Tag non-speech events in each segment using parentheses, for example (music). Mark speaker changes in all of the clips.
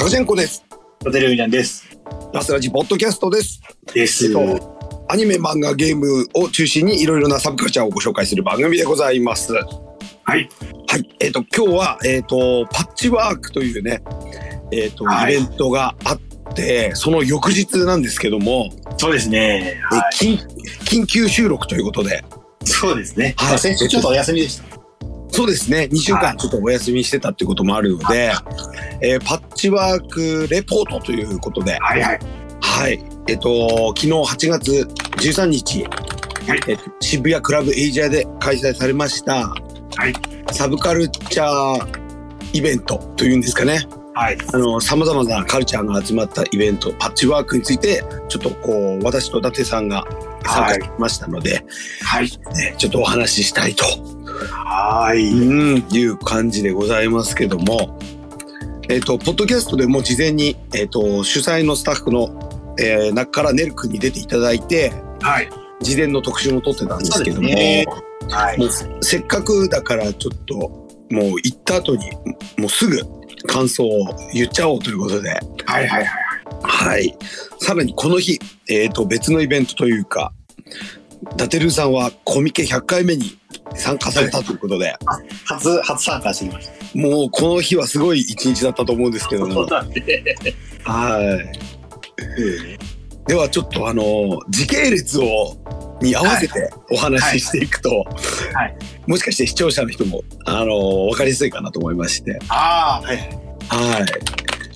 Speaker 1: ロジェンコです。
Speaker 2: ホテルミナンです。
Speaker 1: ラスラジポッドキャストです。
Speaker 2: です。は。
Speaker 1: アニメ、漫画、ゲームを中心にいろいろなサブカルチャーをご紹介する番組でございます。はいい。えっ、と、今日は、えっ、と、パッチワークというね、えっ、と、
Speaker 2: はい
Speaker 1: イベントがあって、その翌日なんですけども、
Speaker 2: そうですね。
Speaker 1: え
Speaker 2: は
Speaker 1: 緊緊急収録ということで、
Speaker 2: い。そうですね。
Speaker 1: はい
Speaker 2: まあ先週ちょっとお休みでした。
Speaker 1: そうですね、2週
Speaker 2: は
Speaker 1: 間
Speaker 2: い
Speaker 1: ちょっとお休みしてたっていうこともあるので、えーパッチワークレポートということで、
Speaker 2: はいはい。
Speaker 1: はい。えっと、昨日8月13日、
Speaker 2: はい
Speaker 1: えっと渋谷クラブエイジアで開催されました、
Speaker 2: い
Speaker 1: サブカルチャーイベントというんですかね。
Speaker 2: はい。
Speaker 1: あの、様々なカルチャーが集まったイベント、パッチワークについて、ちょっとこう、私と伊達さんが参加しましたので、
Speaker 2: はい。
Speaker 1: ねちょっとお話ししたいと、
Speaker 2: は
Speaker 1: う
Speaker 2: い。
Speaker 1: ん、いう感じでございますけども、えっと、ポッドキャストでも事前に、えっと、主催のスタッフの、えー中からネル君に出ていただいて、
Speaker 2: はい。
Speaker 1: 事前の特集も撮ってたんですけども、
Speaker 2: そうですねはい
Speaker 1: も。うせっかくだからちょっともう行った後にもうすぐ感想を言っちゃおうということで、
Speaker 2: はいはいはい。
Speaker 1: はい、さらにこの日、えー、と別のイベントというか伊達ルーさんはコミケ100回目に参加されたということで、
Speaker 2: 初、初参加してきました。
Speaker 1: もうこの日はすごい一日だったと思うんですけども、
Speaker 2: だね。
Speaker 1: はい、ではちょっとあの時系列をに合わせてお話ししていくと、
Speaker 2: はいは
Speaker 1: もしかして視聴者の人もあの分かりやすいかなと思いまして、
Speaker 2: ああ、はい。
Speaker 1: はい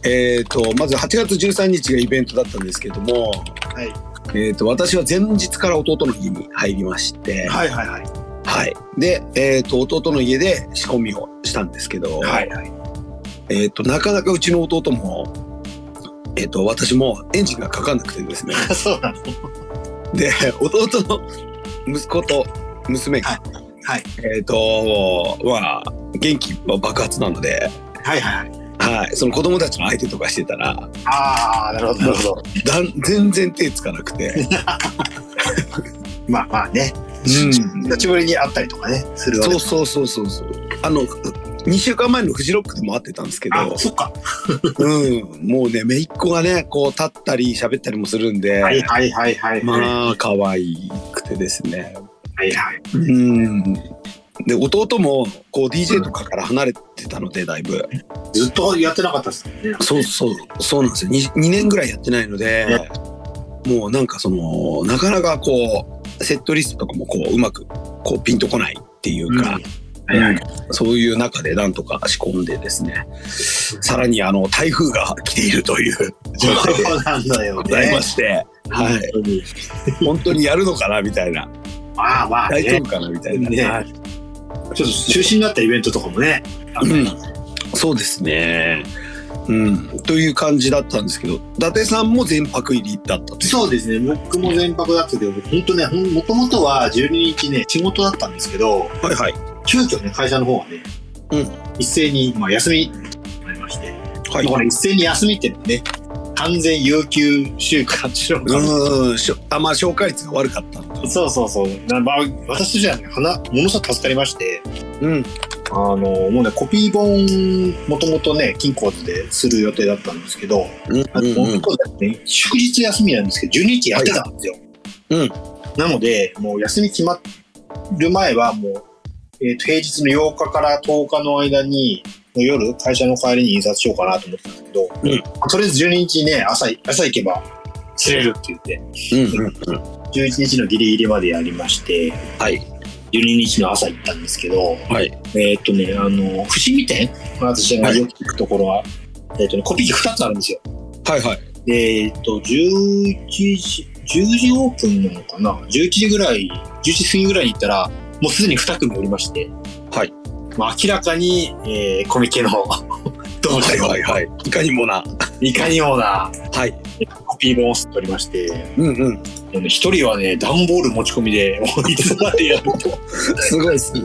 Speaker 1: えー、とまず8月13日がイベントだったんですけども、
Speaker 2: はい。
Speaker 1: えー、と私は前日から弟の家に入りまして、
Speaker 2: はいはいはい。
Speaker 1: はいで、えー、と弟の家で仕込みをしたんですけど、
Speaker 2: はいはい。
Speaker 1: えー、となかなかうちの弟も、えー、と私もエンジンがかかんなくてですね
Speaker 2: そうなんです。
Speaker 1: で (laughs) 弟の息子と娘が、
Speaker 2: はい
Speaker 1: えっ、とまあ元気は爆発なので、
Speaker 2: はいはい。
Speaker 1: はい、その子供たちの相手とかしてたら
Speaker 2: ああ、なるほどなるほど。
Speaker 1: だん全然手つかなく
Speaker 2: (laughs)
Speaker 1: て、
Speaker 2: まあまあね。久しぶりに会ったりとかね、するわけ
Speaker 1: そう
Speaker 2: です。
Speaker 1: そうそうそうそうあの2週間前のフジロックでも会ってたんですけ
Speaker 2: あ
Speaker 1: ど、
Speaker 2: そっか。
Speaker 1: うん、もうね姪っ子がねこう立ったり喋ったりもするんで、
Speaker 2: はいはいはいはい。は
Speaker 1: まあ可愛くてですね
Speaker 2: いはい。
Speaker 1: うんで弟もこう DJ とかから離れてたのでだいぶ、
Speaker 2: ずっとやってなかったっすね。
Speaker 1: そうそう、そうなんですよ。2, 年ぐらいやってないので、もうなんかその、なかなかこう、セットリストとかもこう、うまく、こう、ピンとこないっていうか、
Speaker 2: はいはい。
Speaker 1: うんそういう中でなんとか仕込んでですね、さらにあの、台風が来ているという状態で
Speaker 2: (laughs) そうなんだよ
Speaker 1: ござい
Speaker 2: ね
Speaker 1: ま。して、はい。
Speaker 2: い。
Speaker 1: 本当にやるのかなみたいな、
Speaker 2: まあまあ
Speaker 1: 大丈
Speaker 2: ね。
Speaker 1: 夫かなみたいな。
Speaker 2: ね
Speaker 1: はい
Speaker 2: ちょっと中止になったイベントとかもね。
Speaker 1: うん、そうですね。うん、という感じだったんですけど、伊達さんも全泊入りだったという
Speaker 2: そうですね。僕も全泊だったけど、本当ね、ほんもともとは12日ね、仕事だったんですけど、
Speaker 1: はいはい。
Speaker 2: 急遽ね、会社の方はね、
Speaker 1: うん
Speaker 2: 一斉に、まあ、休みになりまして、
Speaker 1: は
Speaker 2: だから一斉に休みってのはね、完全有給週間しろ
Speaker 1: うん、しょあまあ消化率が悪かったのか。
Speaker 2: そうそうそう。なまあ、私としてはね、花、ものすごく助かりまして、
Speaker 1: うん。
Speaker 2: あの、もうね、コピー本、もともとね、金庫でする予定だったんですけど、
Speaker 1: うん
Speaker 2: あの、本当だね、祝日休みなんですけど、12日やってたんですよ。
Speaker 1: はいうん
Speaker 2: なので、もう休み決まる前は、もう、えーと、平日の8日から10日の間に、夜、会社の帰りに印刷しようかなと思ってたんですけど、とりあえず12日ね、朝、朝行けば釣れるって言って、
Speaker 1: うんうん。
Speaker 2: 11日のギリギリまでやりまして、
Speaker 1: はい。
Speaker 2: 12日の朝行ったんですけど、
Speaker 1: はい。
Speaker 2: えーっとね、あの、伏見店、私がよく行くところは、えーっとね、コピー機2つあるんですよ。
Speaker 1: はいはい。
Speaker 2: でえっと、11時、10時オープンなのかな ?11 時ぐらい、11時過ぎぐらいに行ったら、もうすでに2組おりまして。
Speaker 1: はい。
Speaker 2: まあ、明らかに、えー、コミケの、 (laughs) どう
Speaker 1: は
Speaker 2: し
Speaker 1: い
Speaker 2: よう、
Speaker 1: はいはい。いかにもな。
Speaker 2: いかにもな、
Speaker 1: はい。
Speaker 2: コピー本を吸っておりまして、
Speaker 1: うんうん。
Speaker 2: あの一人はね、段ボール持ち込みで、もういつまでやる
Speaker 1: すごいっすね。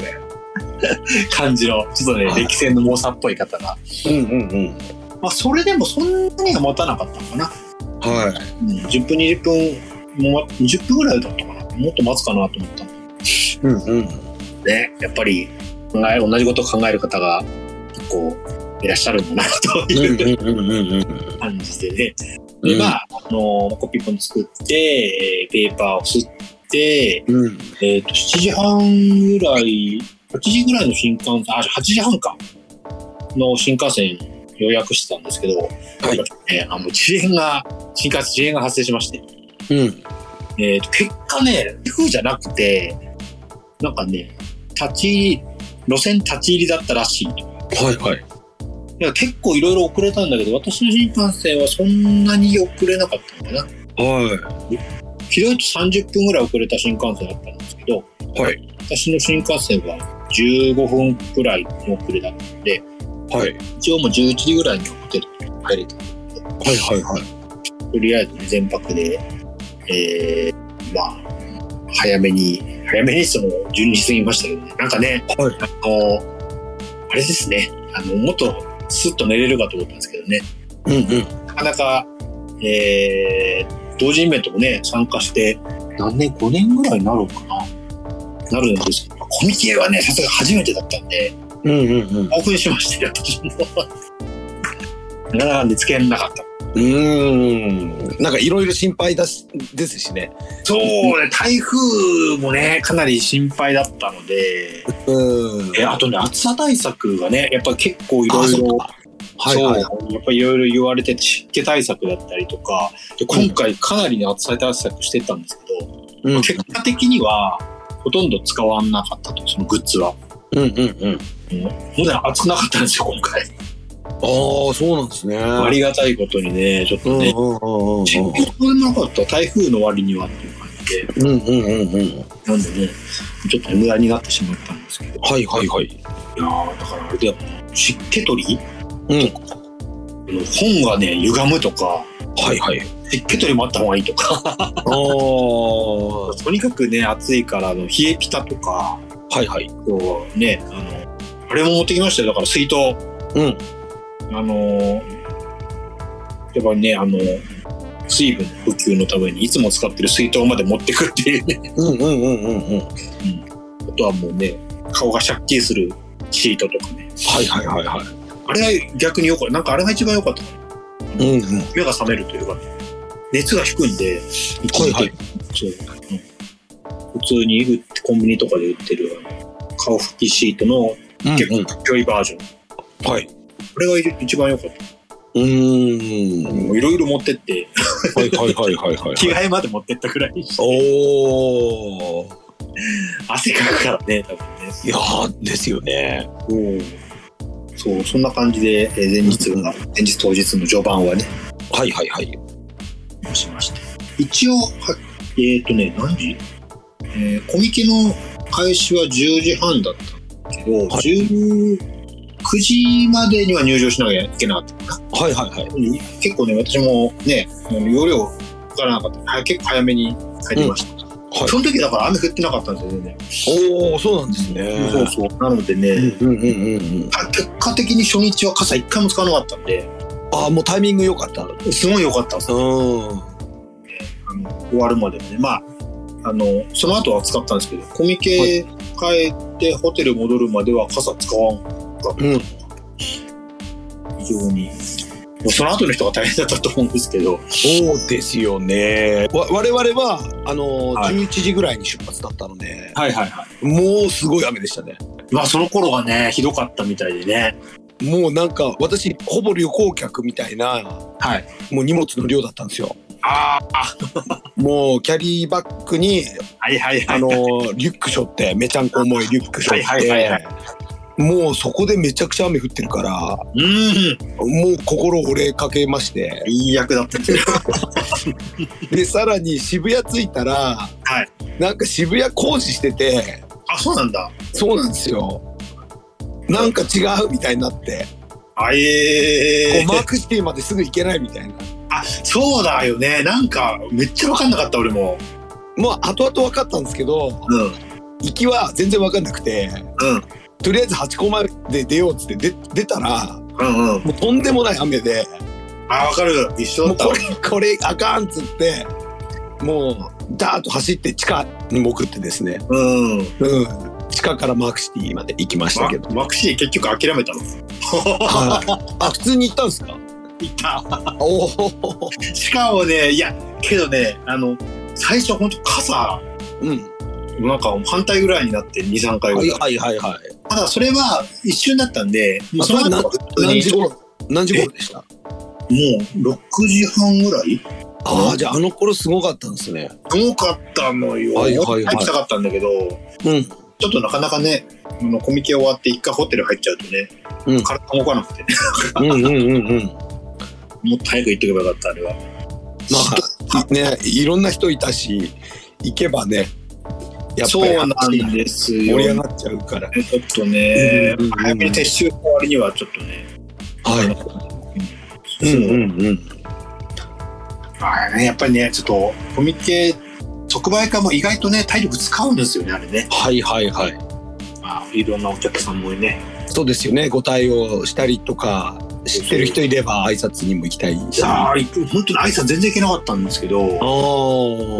Speaker 2: 感じの、ちょっとね、
Speaker 1: はい
Speaker 2: 歴戦の猛者っぽい方が。
Speaker 1: うんうん
Speaker 2: まあ、それでもそんなには持たなかったのかな。
Speaker 1: うん。はい。
Speaker 2: うん、10分、20分、もう20分ぐらいだったのかな。もっと待つかなと思った
Speaker 1: うんうん。
Speaker 2: ね、やっぱり考え同じことを考える方が結構いらっしゃるんだなという感じでね。で、まあ、あのコピー本作って、えーペーパーを吸って、えっ、と、7時半ぐらい、8時ぐらいの新幹線、あ、8時半か、の新幹線予約してたんですけど、
Speaker 1: い
Speaker 2: なんかね、あの、遅延が、新幹線遅延が発生しまして、えっ、と、結果ね、台風じゃなくて、なんかね、立ち入り、路線立ち入りだったらしい。
Speaker 1: はいはい。
Speaker 2: いや結構いろいろ遅れたんだけど、私の新幹線はそんなに遅れなかったのかな。
Speaker 1: は
Speaker 2: ひどいと30分ぐらい遅れた新幹線だったんですけど、
Speaker 1: い。は
Speaker 2: 私の新幹線は15分くらいの遅れだったので、
Speaker 1: い。はい。
Speaker 2: 一応もう11時ぐらいにホテルに帰れた。
Speaker 1: はいはいはい。
Speaker 2: とりあえずね全泊で、えー、まあ、早めに、早めにその12時過ぎましたけどね。なんかね、
Speaker 1: はい
Speaker 2: あの、あれですね、あの、もっとスッと寝れるかと思ったんですけどね。
Speaker 1: うんうん。
Speaker 2: なかなか、えー同時イベントもね、参加して、何年、5年ぐらいになるのかななるんですけど、コミケはね、さすがに初めてだったんで、
Speaker 1: うんうんうん。
Speaker 2: 興奮しまして、私も。なかなか見つけなかった。
Speaker 1: うーん。なんかいろいろ心配だし、ですしね。
Speaker 2: そうね、台風もね、かなり心配だったので、
Speaker 1: うん。
Speaker 2: えあとね、暑さ対策がね、やっぱ結構い
Speaker 1: あ
Speaker 2: ろい
Speaker 1: そ
Speaker 2: ろ
Speaker 1: う、かはいはい。
Speaker 2: そうやっぱいろいろ言われてて、湿気対策だったりとか、で今回かなりね、暑さ対策してたんですけど、
Speaker 1: うんうん
Speaker 2: 結果的にはほとんど使わなかったとそのグッズは。
Speaker 1: うんうん。
Speaker 2: 普段熱くなかったんですよ、今回。
Speaker 1: ああ、そうなんですね。
Speaker 2: ありがたいことにね、ちょっ
Speaker 1: うん
Speaker 2: と
Speaker 1: うん
Speaker 2: ね、
Speaker 1: うんうん
Speaker 2: チェックがなかった、台風の割にはっていう感じで、
Speaker 1: うんうんうんうん。
Speaker 2: なんでね、ちょっと無駄になってしまったんですけど、い
Speaker 1: はいはいはい。
Speaker 2: やー、だからあれだよ、湿気取り
Speaker 1: うん。
Speaker 2: 本がね、歪むとか、
Speaker 1: はいはい。
Speaker 2: 湿気取りもあった方がいいとか、
Speaker 1: ああ。は
Speaker 2: とにかくね、暑いから、あの冷えピタとか、
Speaker 1: いはい。
Speaker 2: こうね、あの、あれも持ってきましたよ、だから水筒。
Speaker 1: うん。
Speaker 2: あのーやっぱりね、あの水分補給のためにいつも使ってる水筒まで持ってくっていうね、
Speaker 1: うんうんうんうんうん。は
Speaker 2: あとはもうね、顔が借金するシートとかね、
Speaker 1: いはいはいは
Speaker 2: あれが逆に良かった、なんかあれが一番良かったかな、
Speaker 1: い。うんうん。
Speaker 2: 目が覚めるというか、熱が低いんで、一時的
Speaker 1: はいはい
Speaker 2: そううん普通に売ってコンビニとかで売ってる顔拭きシートの結
Speaker 1: うんう
Speaker 2: 構強いバージョン、
Speaker 1: ん。はい。
Speaker 2: これが一番良かった、
Speaker 1: うーん。
Speaker 2: もういろいろ持ってって、
Speaker 1: はいはいはいはいはい。
Speaker 2: 着替えまで持ってったくらいにして
Speaker 1: おお。
Speaker 2: 汗かくからね、多分ね。
Speaker 1: いやーですよね。
Speaker 2: そう、そんな感じで、えー前日が、前日当日の序盤はね、
Speaker 1: はいはいはい。
Speaker 2: しました。一応、はえっ、とね、何時えーコミケの開始は10時半だったけど、
Speaker 1: はい
Speaker 2: 19時までには入場しなきゃいけなかったかな。
Speaker 1: はいはいはい。
Speaker 2: 結構ね、私もね、あの容量わからなかった。は結構早めに帰りました。
Speaker 1: はい。
Speaker 2: その時だから雨降ってなかったんですよね。
Speaker 1: おおそうなんですね。
Speaker 2: そうそう。なのでね、
Speaker 1: うんうんうんうん。
Speaker 2: あ結果的に初日は傘一回も使わなかったんで、
Speaker 1: ああもうタイミング良かった。うん。
Speaker 2: すごい良かったんですよ
Speaker 1: は
Speaker 2: あの終わるまでもね。まあ、あの、その後は使ったんですけど、コミケ帰ってホテル戻るまでは傘使わんかった。
Speaker 1: うん
Speaker 2: 非常に。もうその後の人が大変だったと思うんですけど、
Speaker 1: そうですよね。わ我々はあの
Speaker 2: はい
Speaker 1: 11時ぐらいに出発だったので、
Speaker 2: はいはいはい。
Speaker 1: もうすごい雨でしたね。
Speaker 2: まあその頃がね、ひどかったみたいでね。
Speaker 1: もうなんか私ほぼ旅行客みたいな
Speaker 2: はい。
Speaker 1: もう荷物の量だったんですよ。
Speaker 2: ああ、
Speaker 1: もうキャリーバッグに
Speaker 2: はいはいは
Speaker 1: あ
Speaker 2: い。
Speaker 1: のリュック背負ってめちゃんこ重いリュック背負って、
Speaker 2: はいはいはい
Speaker 1: もうそこでめちゃくちゃ雨降ってるから
Speaker 2: うん、
Speaker 1: もう心折れかけまして
Speaker 2: いい役だったけど。 (laughs)
Speaker 1: でさらに渋谷着いたら、
Speaker 2: は
Speaker 1: なんか渋谷工事してて
Speaker 2: あ、そうなんだ。
Speaker 1: そうなんですよなんか違うみたいになって、
Speaker 2: あええ
Speaker 1: こうマークシティまですぐ行けないみたいな
Speaker 2: あ、そうだよね。なんか、めっちゃ分かんなかった、俺も。
Speaker 1: もう後々分かったんですけど
Speaker 2: うん。うん。
Speaker 1: 行きは全然分かんなくてとりあえず八甲前で出ようっつってで出たら
Speaker 2: うんうん。
Speaker 1: もうとんでもない雨で。
Speaker 2: あ、分かる。一緒だ
Speaker 1: もう
Speaker 2: った
Speaker 1: こ。れこれあかんっつってもうダーッと走って地下に潜ってですね、
Speaker 2: うん。
Speaker 1: うん、地下からマークシティまで行きましたけど
Speaker 2: ママクシー結局諦めたの。
Speaker 1: はいあ、普通に行ったんですか
Speaker 2: 行った。
Speaker 1: おお。
Speaker 2: しかもね、いや、けどね、あの、最初本当傘、
Speaker 1: うん。
Speaker 2: なんか反対ぐらいになって2、3回
Speaker 1: は
Speaker 2: ぐ
Speaker 1: い
Speaker 2: らい。
Speaker 1: はいはいはい。
Speaker 2: ただそれは一瞬だったんで、もうその後は普通
Speaker 1: 何
Speaker 2: に
Speaker 1: 時頃何時頃でした
Speaker 2: もう6時半ぐらい
Speaker 1: ああ、じゃああの頃すごかったんですね。
Speaker 2: 多かったのよ。
Speaker 1: はいはいはい
Speaker 2: 入ったかったんだけど、
Speaker 1: うん。
Speaker 2: ちょっとなかなかね、あのコミケ終わって一回ホテル入っちゃうとね、
Speaker 1: うん
Speaker 2: 体動かなくて、
Speaker 1: うんうんうんうん。
Speaker 2: (laughs) もっと早く行ってけばよかった、あれは。
Speaker 1: まあ、ね、いろんな人いたし、行けばね、やっ
Speaker 2: そうな
Speaker 1: ぱり
Speaker 2: んです
Speaker 1: 盛
Speaker 2: よ。
Speaker 1: り上がっちゃうから。
Speaker 2: ちょっとね、
Speaker 1: うんうんうん
Speaker 2: 早めに撤収の割にはちょっとね、
Speaker 1: は
Speaker 2: う
Speaker 1: い。
Speaker 2: ん
Speaker 1: うんうんうん。
Speaker 2: まあね、やっぱりね、ちょっとコミケ、即売会も意外とね、体力使うんですよね、あれね。
Speaker 1: はいはいはい。
Speaker 2: まあ、いろんなお客さんもね。
Speaker 1: そうですよね。ご対応したりとか、知ってる人いれば挨拶にも行きたいし。あ
Speaker 2: さあ、本当に挨拶全然行けなかったんですけ
Speaker 1: あ
Speaker 2: ど、けど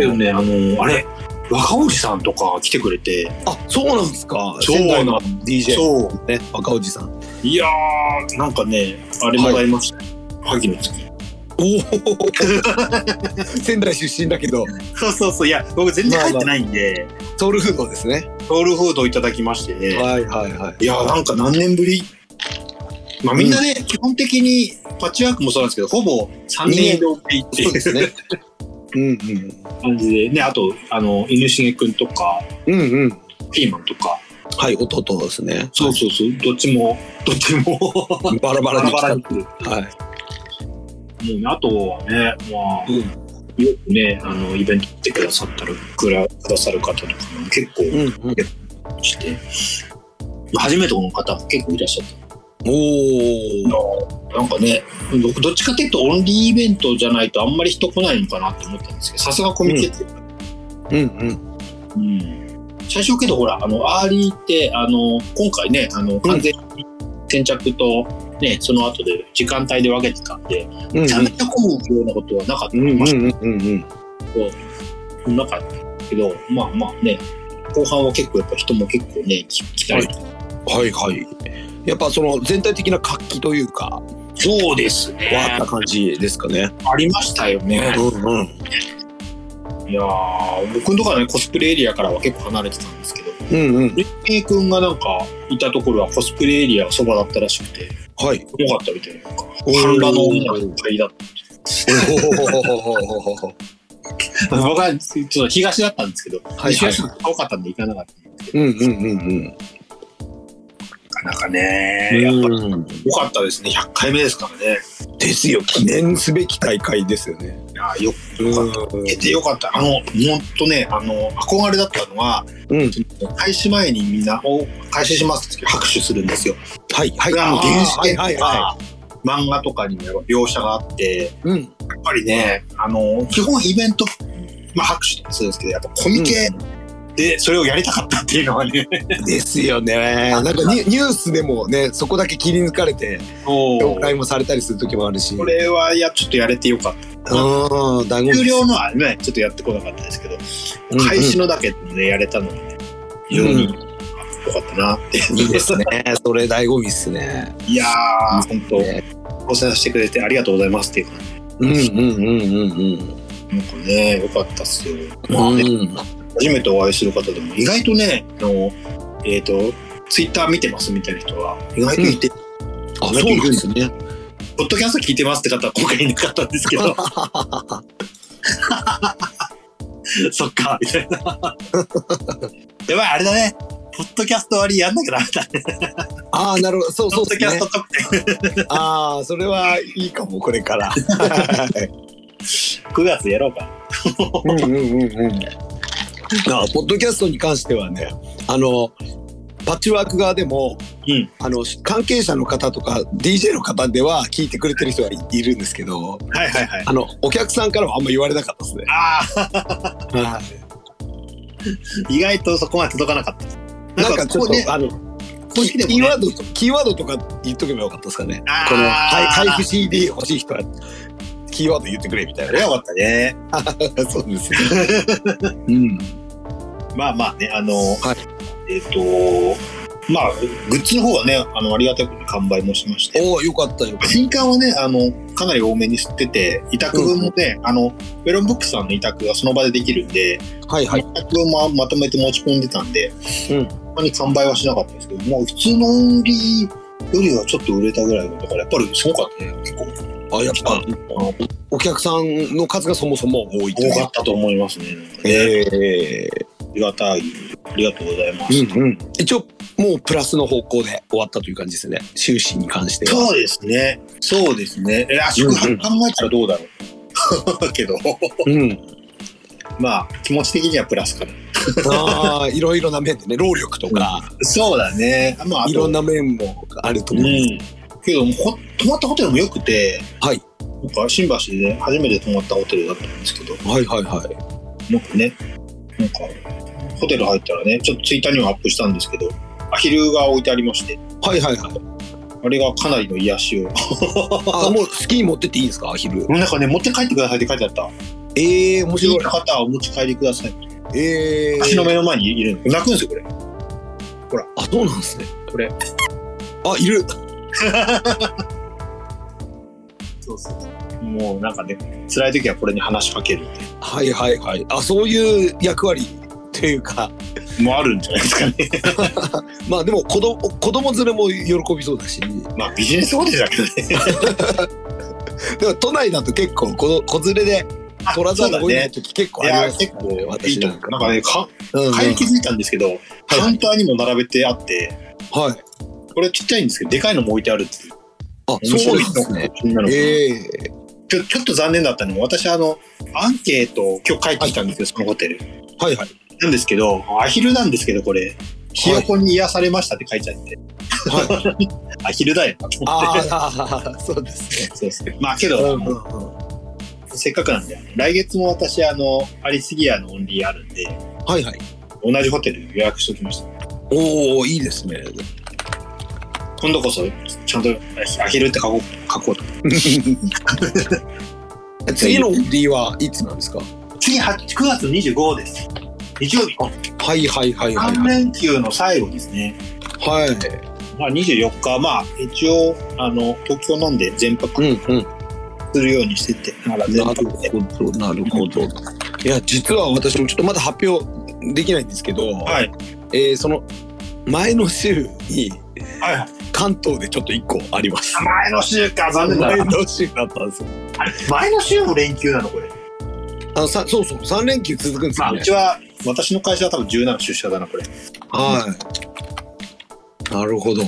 Speaker 1: ー。
Speaker 2: ね、あの、あれ、若おじさんとか来てくれて、
Speaker 1: あ、そうなんですか。
Speaker 2: そう
Speaker 1: 仙
Speaker 2: な
Speaker 1: 台
Speaker 2: ん
Speaker 1: の DJ
Speaker 2: そう。
Speaker 1: ね、若おじさん。
Speaker 2: いやー、なんかね、あれもらいました。萩の月。
Speaker 1: おお。仙台出身だけど、
Speaker 2: そうそうそう、いや、僕全然入ってないんで、
Speaker 1: ソウルフードですね。
Speaker 2: ソウルフードをいただきましてね。
Speaker 1: はいはいはい。
Speaker 2: いやー、なんか何年ぶりまあみんなね、基本的にパッチワークもそうなんですけど、ほぼ3年ぶりってい
Speaker 1: そうで
Speaker 2: う
Speaker 1: すね。うんうん。
Speaker 2: 感じで、ね、あと、あの、犬重くんとか、
Speaker 1: うんうん。
Speaker 2: ピーマンとか、
Speaker 1: はい、弟ですね。
Speaker 2: そうそうそう、どっちも、どっちも、
Speaker 1: バラバ
Speaker 2: (laughs) バ
Speaker 1: ラ
Speaker 2: ラ
Speaker 1: に来
Speaker 2: バラ
Speaker 1: た。
Speaker 2: に来る。
Speaker 1: はい。
Speaker 2: もうね、あとはね、まあ、
Speaker 1: うん
Speaker 2: よくね、あの、イベント来てくださったる、くらくださる方とかも結構、
Speaker 1: うんうん。
Speaker 2: して、初めての方も結構いらっしゃった。
Speaker 1: おお。
Speaker 2: なんかね、僕どっちかっていうとオンリーイベントじゃないとあんまり人来ないのかなって思ったんですけど、さすがコミケって、
Speaker 1: うんうん。
Speaker 2: 最初けどほら、あの、アーリーって、あの、今回ね、あの、完全に先着と、ね、その後で時間帯で分けてたんで、
Speaker 1: うんうん
Speaker 2: めちゃめちゃ混むようなことはなかった。
Speaker 1: うんうんうんうん。
Speaker 2: なかったけど、まあまあね、後半は結構やっぱ人も結構ね、き来たり、
Speaker 1: はいはい。やっぱその全体的な活気というか、わ
Speaker 2: そうですね。
Speaker 1: ーった感じですかね。
Speaker 2: ありましたよね。
Speaker 1: うんうん。
Speaker 2: いやー僕のとこはねコスプレエリアからは結構離れてたんですけど
Speaker 1: うんうん。
Speaker 2: 林平君がなんかいたところはコスプレエリアがそばだったらしくて
Speaker 1: はい。
Speaker 2: よかったみたいななんか
Speaker 1: おー
Speaker 2: 半裸の女がいっぱいだっ
Speaker 1: おお。
Speaker 2: た僕はちょっと東だったんですけど、
Speaker 1: はいはい
Speaker 2: 西は遠かったんで行かなかったんです
Speaker 1: (laughs)
Speaker 2: け
Speaker 1: うんうんうん
Speaker 2: どなかなかねやっぱ
Speaker 1: うん。うん。
Speaker 2: 良かったですね100回目ですからね
Speaker 1: ですよ。記念すべき大会ですよね。
Speaker 2: いやーよ
Speaker 1: うん
Speaker 2: か出てよかったあのほんとねあの憧れだったのは
Speaker 1: うん。
Speaker 2: 開始前にみんなお開始しますって拍手するんですよ
Speaker 1: はいはい。
Speaker 2: が原始
Speaker 1: はい
Speaker 2: 圏と
Speaker 1: はいは
Speaker 2: か漫画とかにもやっぱ描写があって
Speaker 1: い。うん。
Speaker 2: やっぱりねあの基本イベント、まあ、拍手とかするんですけどやっぱコミケでそれをやりたかったっていうのはね、
Speaker 1: ですよね。なんかニニュースでもね、そこだけ切り抜かれて、
Speaker 2: そ
Speaker 1: 紹
Speaker 2: う
Speaker 1: 介もされたりする時もあるし。
Speaker 2: これはいやちょっとやれてよかった
Speaker 1: うん、だ
Speaker 2: 有料のはねちょっとやってこなかったですけど開始のだけでねやれたのでね非常によかったなって、
Speaker 1: いいですね。それ醍醐味っすね。
Speaker 2: いやー本当
Speaker 1: ね
Speaker 2: 挑戦させてくれてありがとうございますっていう
Speaker 1: うんうんうんうんうん。
Speaker 2: なんかねよかったっすよまあね、
Speaker 1: うん
Speaker 2: 初めてお会いする方でも意外とねあのえっ、とツイッター見てますみたいな人は意外といて、
Speaker 1: あ、そうなんですね。
Speaker 2: ポッドキャスト聞いてますって方は今回いなかったんですけ
Speaker 1: (laughs)
Speaker 2: どそっかみたいなやばいあれだねポッドキャスト割りやんなきゃダメだね
Speaker 1: ああ、なるほど。そう
Speaker 2: ポ
Speaker 1: そう
Speaker 2: ッ
Speaker 1: で
Speaker 2: ドキャ
Speaker 1: す
Speaker 2: ス
Speaker 1: ね
Speaker 2: ト。特典
Speaker 1: ああ、それはいいかも、これから。う
Speaker 2: 9月やろうか
Speaker 1: んうんうんうん。あポッドキャストに関してはね、あの、パッチワーク側でも、
Speaker 2: うん
Speaker 1: あの関係者の方とか DJ の方では聞いてくれてる人がいいるんですけど
Speaker 2: はいはいはい
Speaker 1: あのお客さんからはあんま言われなかったですね。
Speaker 2: ああ
Speaker 1: はい
Speaker 2: 意外とそこまで届かなかった
Speaker 1: なんかちょっ
Speaker 2: ここね
Speaker 1: と、あの、
Speaker 2: 公式でもね
Speaker 1: キーワードと、キーワードとか言っとけばよかったですかね。
Speaker 2: あー
Speaker 1: この、はい配布 CD 欲しい人は、キーワード言ってくれみたい (laughs)
Speaker 2: あれはよかったね
Speaker 1: (laughs) な。そうですね。うん。
Speaker 2: まあまあね、あの、
Speaker 1: は
Speaker 2: えっ、と、まあ、グッズの方はね、あの、ありがたく完売もしまして、
Speaker 1: おお、よかったよかっ
Speaker 2: 新刊はね、あの、かなり多めに吸ってて、委託分もね、あの、ウェロンブックさんの委託がその場でできるんで、
Speaker 1: た。はいはい。
Speaker 2: 委託分もまとめて持ち込んでたんで、
Speaker 1: うん
Speaker 2: あんまり完売はしなかったんですけど、もう普通の売りよりはちょっと売れたぐらいのだから、やっぱりすごかったね、結構。
Speaker 1: あ、やっぱ、
Speaker 2: 多
Speaker 1: お客さんの数がそもそも多いという
Speaker 2: かったと思いますね。
Speaker 1: え
Speaker 2: ありがたい。ありがとうございます。
Speaker 1: ーうんうん。一応、もうプラスの方向で終わったという感じですね。収支に関しては。
Speaker 2: そうですね。そうですね。え、あ、宿
Speaker 1: うんう
Speaker 2: 泊
Speaker 1: ん
Speaker 2: 考えたらどうだろう。 (laughs) けど、
Speaker 1: うん。
Speaker 2: まあ、気持ち的にはプラスかな。
Speaker 1: ああ、 (laughs) いろいろな面でね、労力とか、
Speaker 2: そうだね。まあ、あと
Speaker 1: いろんな面もあると
Speaker 2: う
Speaker 1: 思うんです
Speaker 2: ん。けど、ほ泊まったホテルも良くて、
Speaker 1: はい。
Speaker 2: なんか、新橋でね、初めて泊まったホテルだったんですけど、
Speaker 1: はいはいはい。
Speaker 2: なんかね、なんか、ホテル入ったらね、ちょっとツイッターにもアップしたんですけど、アヒルが置いてありまして、
Speaker 1: はいはいはい。
Speaker 2: あれがかなりの癒しを。
Speaker 1: あ、もうスキー持ってっていいんですか、アヒル。
Speaker 2: なんかね、持って帰ってくださいって書いてあった。
Speaker 1: ええー、面
Speaker 2: い
Speaker 1: 白
Speaker 2: い
Speaker 1: い。
Speaker 2: 方はお持ち帰りください。
Speaker 1: ええ
Speaker 2: 足の目の前にいるの。泣くんですよ、これ。
Speaker 1: あ、そうなんですね。
Speaker 2: これ。
Speaker 1: あ、いる。
Speaker 2: そうそう。もうなんかね、辛い時はこれに話しかけるっ
Speaker 1: はいはいはい。あ、そういう役割っていうか、
Speaker 2: て。もうあるんじゃないですかね。
Speaker 1: まあでも子供子供連れも喜びそうだし、だ
Speaker 2: まあビジネスホテルだけどね。
Speaker 1: から都内だと結構子ど子連れで虎座
Speaker 2: そう
Speaker 1: で
Speaker 2: だ
Speaker 1: 泳いでる
Speaker 2: ね。
Speaker 1: 時結構あ
Speaker 2: い
Speaker 1: りま
Speaker 2: や、
Speaker 1: す、
Speaker 2: 結構い
Speaker 1: 私
Speaker 2: いと思う。なんかね、か
Speaker 1: うんうん
Speaker 2: 買い気づいたんですけど、カウンターにも並べてあって、
Speaker 1: はい。
Speaker 2: これちっちゃいんですけど、でかいのも置いてあるっていう。
Speaker 1: あ、そうなんですね。
Speaker 2: 面白いのかな
Speaker 1: ええ
Speaker 2: ちょちょっと残念だったのも、私あの、アンケートを今日書いてきたんですよ、そのホテル。
Speaker 1: はいはい。
Speaker 2: なんですけど、アヒルなんですけど、これ、ひよこに癒されましたって書いちゃって、 (laughs)
Speaker 1: はい、
Speaker 2: アヒルだよなと思って。
Speaker 1: ああ、 (laughs) そうですね。
Speaker 2: そうですね。まあけ
Speaker 1: う
Speaker 2: ど、
Speaker 1: んうんうん
Speaker 2: せっかくなんで、来月も私、あの、アリスギアのオンリーあるんで、
Speaker 1: はいはい。
Speaker 2: 同じホテル予約しておきました。
Speaker 1: おお、いいです
Speaker 2: (laughs)
Speaker 1: ね。
Speaker 2: 今度こそ、ちゃんと、アヒルって書こう、書こうと。
Speaker 1: 次の D はいつなんですか。
Speaker 2: 次、は9月25です。日曜日。
Speaker 1: はいはいはいはい
Speaker 2: 3
Speaker 1: はい。
Speaker 2: 連休の最後ですね。
Speaker 1: はい。
Speaker 2: まあ、24日、まあ、一応、あの、東京なんで全泊
Speaker 1: うんうん。
Speaker 2: するようにしてて、だから全
Speaker 1: なる
Speaker 2: 泊で。
Speaker 1: ほど、なるほ
Speaker 2: (laughs)
Speaker 1: ど。いや、実は私もちょっとまだ発表できないんですけど、
Speaker 2: はい。
Speaker 1: えーその前の週に
Speaker 2: はい。
Speaker 1: 関東でちょっと一個あります。
Speaker 2: 前の週か、残念だ
Speaker 1: 前
Speaker 2: な。
Speaker 1: の週だったんですよ。
Speaker 2: あれ前の週も連休なの、これ。
Speaker 1: あのさそうそう、三連休続くんです
Speaker 2: まあ、
Speaker 1: よ
Speaker 2: う
Speaker 1: ね
Speaker 2: ち。は、私の会社は多分17出社だな、これ。
Speaker 1: はい。なるほど。は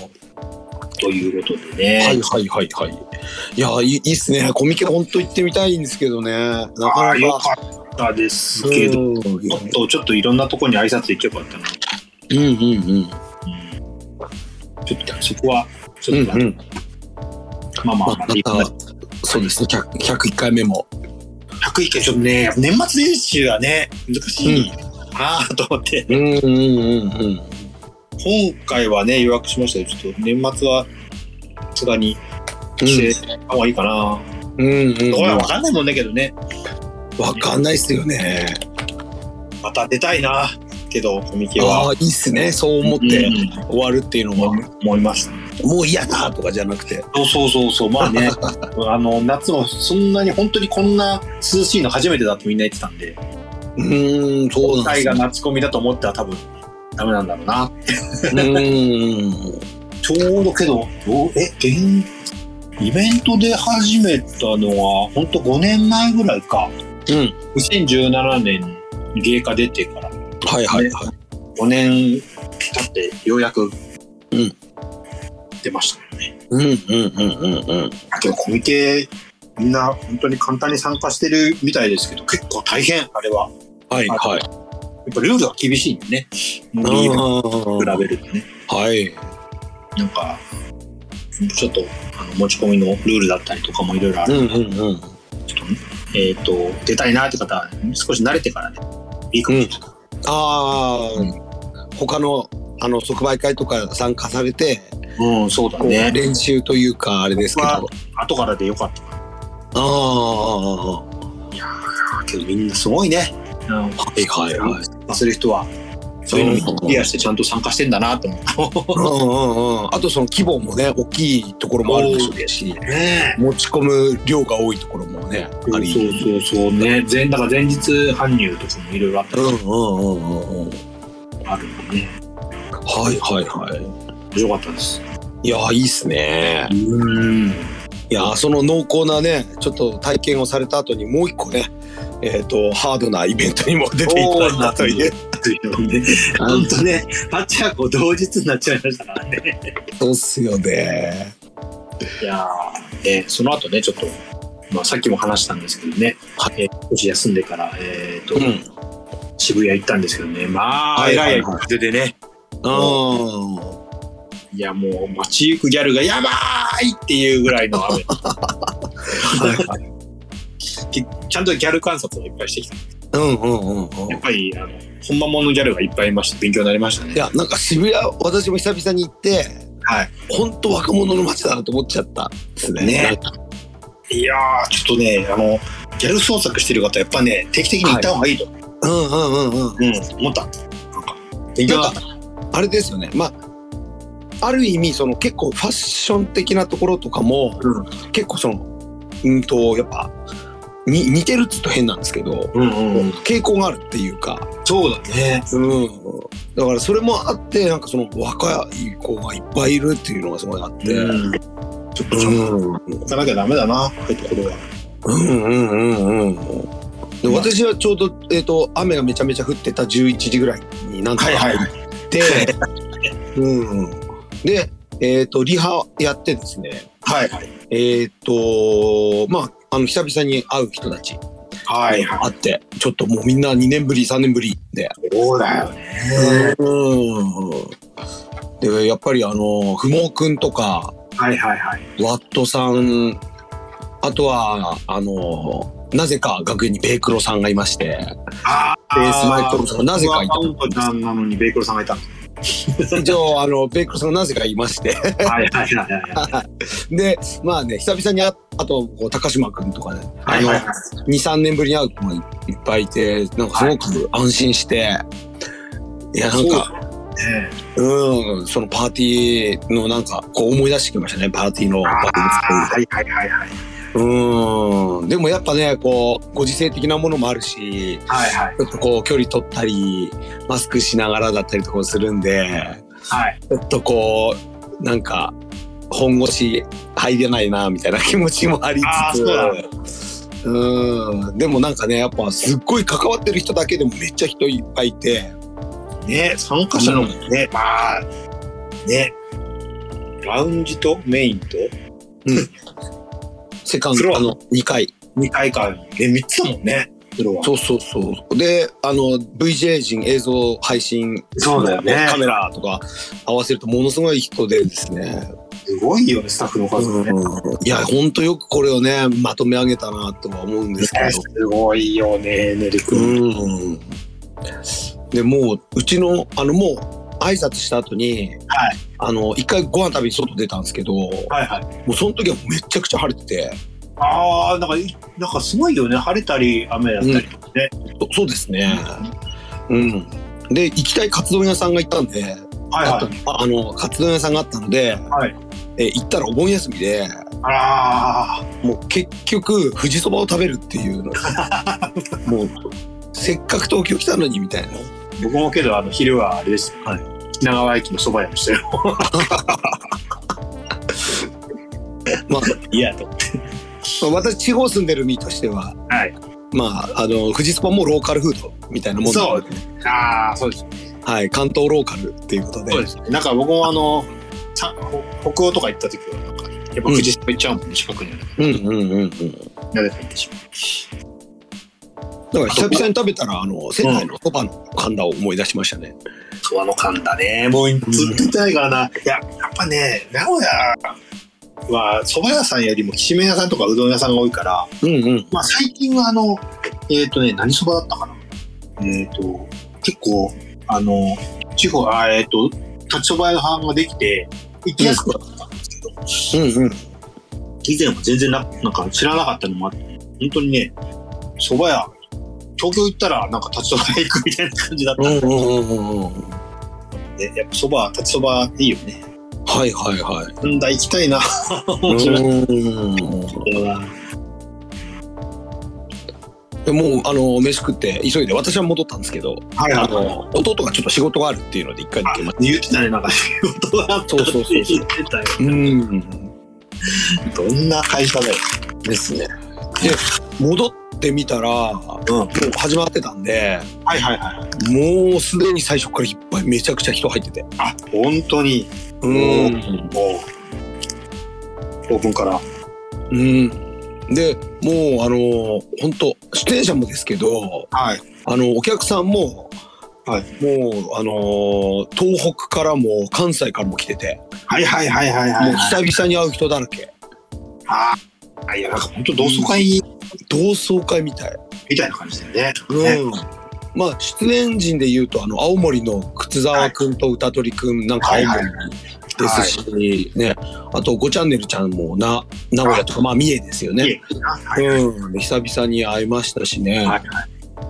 Speaker 2: ということでね。
Speaker 1: いはいはいはい。いやいいいいっすね。コミケ本当行ってみたいんですけどね。なかな
Speaker 2: ああ、
Speaker 1: か。
Speaker 2: よかったです
Speaker 1: うん
Speaker 2: けど、
Speaker 1: うん
Speaker 2: もっとちょっといろんなとこに挨拶行けばよかったな。
Speaker 1: うん
Speaker 2: ちょっとそこは、ち
Speaker 1: うん。う
Speaker 2: ょっ
Speaker 1: ん
Speaker 2: と、
Speaker 1: うん。
Speaker 2: まあま
Speaker 1: ま
Speaker 2: あ
Speaker 1: あ、
Speaker 2: ま
Speaker 1: ま
Speaker 2: あ、いいかな
Speaker 1: た、そうですね。100 101回目も。
Speaker 2: 100意見ちょっとね、年末年始はね、難しいなあと思って、
Speaker 1: うんうんうんうん。
Speaker 2: 今回はね、予約しましたけど、ちょっと年末は、さすがに
Speaker 1: う
Speaker 2: してた方がいいかな。
Speaker 1: んうんうん
Speaker 2: どうやらわかんないもんだけどね、
Speaker 1: わかんないっすよね。
Speaker 2: また出たいな、けど、コミケは。
Speaker 1: ああ、いいっすね。そう思って
Speaker 2: うん
Speaker 1: 終わるっていうの
Speaker 2: 思
Speaker 1: も、
Speaker 2: い思いました。
Speaker 1: もう嫌だとかじゃなくて。
Speaker 2: そうそうそうそう、まあ (laughs) ね、あの、夏もそんなに本当にこんな涼しいの初めてだとみんな言ってたんで、
Speaker 1: うーん、そう
Speaker 2: 今
Speaker 1: なんで
Speaker 2: 回
Speaker 1: す
Speaker 2: が
Speaker 1: ね。
Speaker 2: 夏コミだと思ったら多分ダメなんだろうな。
Speaker 1: うーん。
Speaker 2: ちょうどけど、どうえ、でんイベントで始めたのは、ほんと5年前ぐらいか。
Speaker 1: うん。
Speaker 2: 2017年、芸家出てから、
Speaker 1: はいはいは
Speaker 2: 5年経って、ようやく、
Speaker 1: うん
Speaker 2: 出ました。
Speaker 1: い。うんうんうんうんうん。
Speaker 2: あけど、コミケ、みんな本当に簡単に参加してるみたいですけど、結構大変、あれは。
Speaker 1: はいはい。
Speaker 2: やっぱルールが厳しいんでね。
Speaker 1: あ
Speaker 2: 森に比
Speaker 1: ー
Speaker 2: べるとね。
Speaker 1: はい。
Speaker 2: なんか、ちょっと、あの、持ち込みのルールだったりとかもいろいろあ
Speaker 1: う
Speaker 2: る。
Speaker 1: んうんうん。
Speaker 2: ちょっとねえっ、と、出たいなって方は、少し慣れてからね、いいかもしれない。
Speaker 1: ああ、他の、あの、即売会とか参加されて、
Speaker 2: うん、そうだ
Speaker 1: こう
Speaker 2: ね。
Speaker 1: 練習というか、あれですけど。あ
Speaker 2: 僕後からでよかったか
Speaker 1: あー、
Speaker 2: な。けどみんなすごいね。うん、
Speaker 1: はいはいはい。
Speaker 2: 忘れる人は、そういうのもクリアしてちゃんと参加してんだなと思っ
Speaker 1: うんうんうんあとその規模もね大きいところもあるでしょうし、
Speaker 2: た。ね
Speaker 1: 持ち込む量が多いところもね
Speaker 2: そ
Speaker 1: あ
Speaker 2: う
Speaker 1: り
Speaker 2: そうそうね。前だから前日搬入とかもいろいろあった
Speaker 1: うん
Speaker 2: り
Speaker 1: うんうんうんうん
Speaker 2: あるんでね。
Speaker 1: はいはいは
Speaker 2: 面白かったです。
Speaker 1: いいやーいいっすね
Speaker 2: (laughs) うん。
Speaker 1: いやーその濃厚なねちょっと体験をされた後にもう一個ねえっ、とハードなイベントにも出ていただいたという
Speaker 2: 本当ね、パッチワークを同日になっちゃいましたからね。
Speaker 1: そうっすよね
Speaker 2: いやー、えーその後ね、ちょっと、まあ、さっきも話したんですけどね、
Speaker 1: は
Speaker 2: えー少し休んでから、えーと
Speaker 1: うん
Speaker 2: 渋谷行ったんですけどね、まあ、
Speaker 1: はい
Speaker 2: え
Speaker 1: は
Speaker 2: ら
Speaker 1: いはい
Speaker 2: い風でね、
Speaker 1: あ
Speaker 2: いや、もう街行くギャルがやばーいっていうぐらいの (laughs) 雨。きちゃんとギャル観察をいっぱいしてきた。
Speaker 1: あうんうんうんうん
Speaker 2: やっぱり、あの、本間ものギャルがいっぱいいました。勉強になりました
Speaker 1: い
Speaker 2: ね。
Speaker 1: やなんか渋谷私も久々に行って
Speaker 2: はい。
Speaker 1: 本当若者の街だなと思っちゃったですね
Speaker 2: ねいやー、ちょっとね、あの、ギャル捜索してる方、やっぱね、定期的に行った方がいいと、
Speaker 1: うんうんうんうん
Speaker 2: うん、思った。なんか、勉強になった。
Speaker 1: あれですよねまあある意味その結構ファッション的なところとかも、
Speaker 2: う
Speaker 1: 結構そのうんとやっぱに似てるっつうと変なんですけど、
Speaker 2: うんうんうん。
Speaker 1: 傾向があるっていうか、
Speaker 2: そうだね。
Speaker 1: うん、だからそれもあってなんかその若い子がいっぱいいるっていうのがすごいあって、うん
Speaker 2: うん。ちょっと、ちょっと行かなきゃダメだな、こういうところは。
Speaker 1: うんうんうんうんで私はちょうど、えー、と雨がめちゃめちゃ降ってた11時ぐらいになんとか
Speaker 2: はいは
Speaker 1: 入って、うん、で、えー、とリハやってですね
Speaker 2: はいはい。
Speaker 1: えっ、とまああの久々に会う人たち
Speaker 2: はいはい。
Speaker 1: 会ってちょっともうみんな2年ぶり3年ぶりで、
Speaker 2: そうだよね。
Speaker 1: うん、でやっぱりあの不毛くんとか
Speaker 2: はいはいはい。
Speaker 1: ワットさんあとはあのなぜか学園にベイクロさんがいまして
Speaker 2: あ
Speaker 1: ベースマイクロさんがなぜかい
Speaker 2: いた。マウントちゃんなのにベイクロさんがいた。
Speaker 1: 一応あのベイクロさんがなぜかいまして
Speaker 2: はいはいはいは
Speaker 1: でまあね久々にああとこう高島くんとかね、あ
Speaker 2: い。
Speaker 1: の
Speaker 2: はいはい
Speaker 1: 23年ぶりに会う子がいいっぱいいてなんかすごく安心して、い、やなんか
Speaker 2: ね
Speaker 1: う、ん、そのパーティーのなんかこう思い出してきましたねパーティーの
Speaker 2: あ
Speaker 1: パーティーの作り
Speaker 2: ーはいはいはいはい。
Speaker 1: うんでもやっぱねこうご時世的なものもあるし
Speaker 2: はいはい。
Speaker 1: ちょっとこう距離取ったりマスクしながらだったりとかするんで
Speaker 2: はい。
Speaker 1: ちょっとこうなんか本腰入れないなみたいな気持ちもあり
Speaker 2: あー
Speaker 1: つ
Speaker 2: そうだね
Speaker 1: つうんでもなんかねやっぱすっごい関わってる人だけでもめっちゃ人いっぱいいて
Speaker 2: ね参加者のね、まあ、ねラウンジとメインと
Speaker 1: セカン
Speaker 2: フロ
Speaker 1: ド
Speaker 2: ア
Speaker 1: あの2回
Speaker 2: 2回間、ね、3つだもんね、フロア。
Speaker 1: そうそうそうであの VJ 陣映像配信
Speaker 2: そうだよね
Speaker 1: カメラとか合わせるとものすごい人でですね
Speaker 2: すごいよね、スタッフの数がね。
Speaker 1: いや本当よくこれをねまとめ上げたなとは思うんですけ
Speaker 2: ね
Speaker 1: ど
Speaker 2: すごいよね、ねりくん。
Speaker 1: うんでもううちのあのもう挨拶した後に、
Speaker 2: はい
Speaker 1: あの一回ご飯食べに外出たんですけども
Speaker 2: はいはい。
Speaker 1: うその時はめちゃくちゃ晴れてて
Speaker 2: ああ、なんか、いなんかすごいよね、晴れたり、雨だったりとかね。
Speaker 1: そそうですねうんで行きたいカツ丼屋さんが行ったんで、
Speaker 2: はい
Speaker 1: あ
Speaker 2: は
Speaker 1: と
Speaker 2: い。
Speaker 1: ああのカツ丼屋さんがあったので、
Speaker 2: はい
Speaker 1: え行ったらお盆休みで
Speaker 2: あらー
Speaker 1: もう結局富士そばを食べるっていうの
Speaker 2: (laughs)
Speaker 1: もうせっかく東京来たのにみたいな
Speaker 2: 僕もけど、あの、昼はあれです。
Speaker 1: はい
Speaker 2: 品川駅のそば屋に (laughs) してる。
Speaker 1: まあ
Speaker 2: いや、と。
Speaker 1: まあ私地方住んでる身としては、
Speaker 2: はい
Speaker 1: まああの富士スパもローカルフードみたいなもんなので
Speaker 2: ああ、そうです。
Speaker 1: はい、関東ローカルっていうことで
Speaker 2: そうですね。なんか僕もあの、さ北北欧とか行った時は、なんか、やっぱ富士山行っちゃうもんね、近くにあ
Speaker 1: う
Speaker 2: る。
Speaker 1: んうんうんうんだ
Speaker 2: なぜか行ってしま
Speaker 1: から久々に食べたらあの仙台のそばの神田を思い出しましたね、
Speaker 2: う。そばの缶だね。もうずっと行ってないからな。いや、やっぱね、名古屋は蕎麦屋さんよりもきしめん屋さんとかうどん屋さんが多いから、
Speaker 1: うん、うん
Speaker 2: まあ最近はあの、えっ、とね、何そばだったかな。えっ、と、結構、あの、地方、あえっ、と、立ちそば屋さんができて、行きやすくなったんですけど、
Speaker 1: うんうん
Speaker 2: 以前は全然ななんか知らなかったのもあって、本当にね、蕎麦屋、東京行ったらなんか立ちそば屋行くみたいな感じだったん
Speaker 1: うんうんうんうんうん
Speaker 2: で、やっぱそば、立ちそばいいよね。
Speaker 1: はいはいはい。
Speaker 2: なんだ、行きたいな。面白い。
Speaker 1: うんでもうあの飯食って急いで私は戻ったんですけど、
Speaker 2: はい
Speaker 1: あ
Speaker 2: あの、
Speaker 1: の弟がちょっと仕事があるっていうので一回抜けまし
Speaker 2: 言ってたね、なんか仕事があったって言ってたよ。
Speaker 1: た。うん
Speaker 2: どんな会社だよ。
Speaker 1: ですね。で戻ってみたら、も
Speaker 2: うん。
Speaker 1: う始まってたんで、
Speaker 2: はいはいはい。
Speaker 1: もうすでに最初からいっぱいめちゃくちゃ人入ってて。
Speaker 2: あ、本当に、
Speaker 1: うん。
Speaker 2: もう、オープンから。
Speaker 1: うん。でもうあの本当出演者もですけど、
Speaker 2: はい。
Speaker 1: あのお客さんも、
Speaker 2: はい
Speaker 1: もうあのー東北からも関西からも来てて、
Speaker 2: はいはいはいはい
Speaker 1: も
Speaker 2: は
Speaker 1: う
Speaker 2: い。
Speaker 1: 久々に会う人だらけ
Speaker 2: ああ、いや、なんか本当同窓会
Speaker 1: 同窓会みたい、
Speaker 2: みたいな感じだよね。
Speaker 1: うんまあ出演陣でいうとあの青森の靴沢くんと歌取くんなんか
Speaker 2: は
Speaker 1: 青
Speaker 2: いはい
Speaker 1: 森ですし、ね、あと5チャンネルちゃんもな名古屋とかまあ三重ですよね、
Speaker 2: はい
Speaker 1: うん、で久々に会いましたしね、
Speaker 2: はい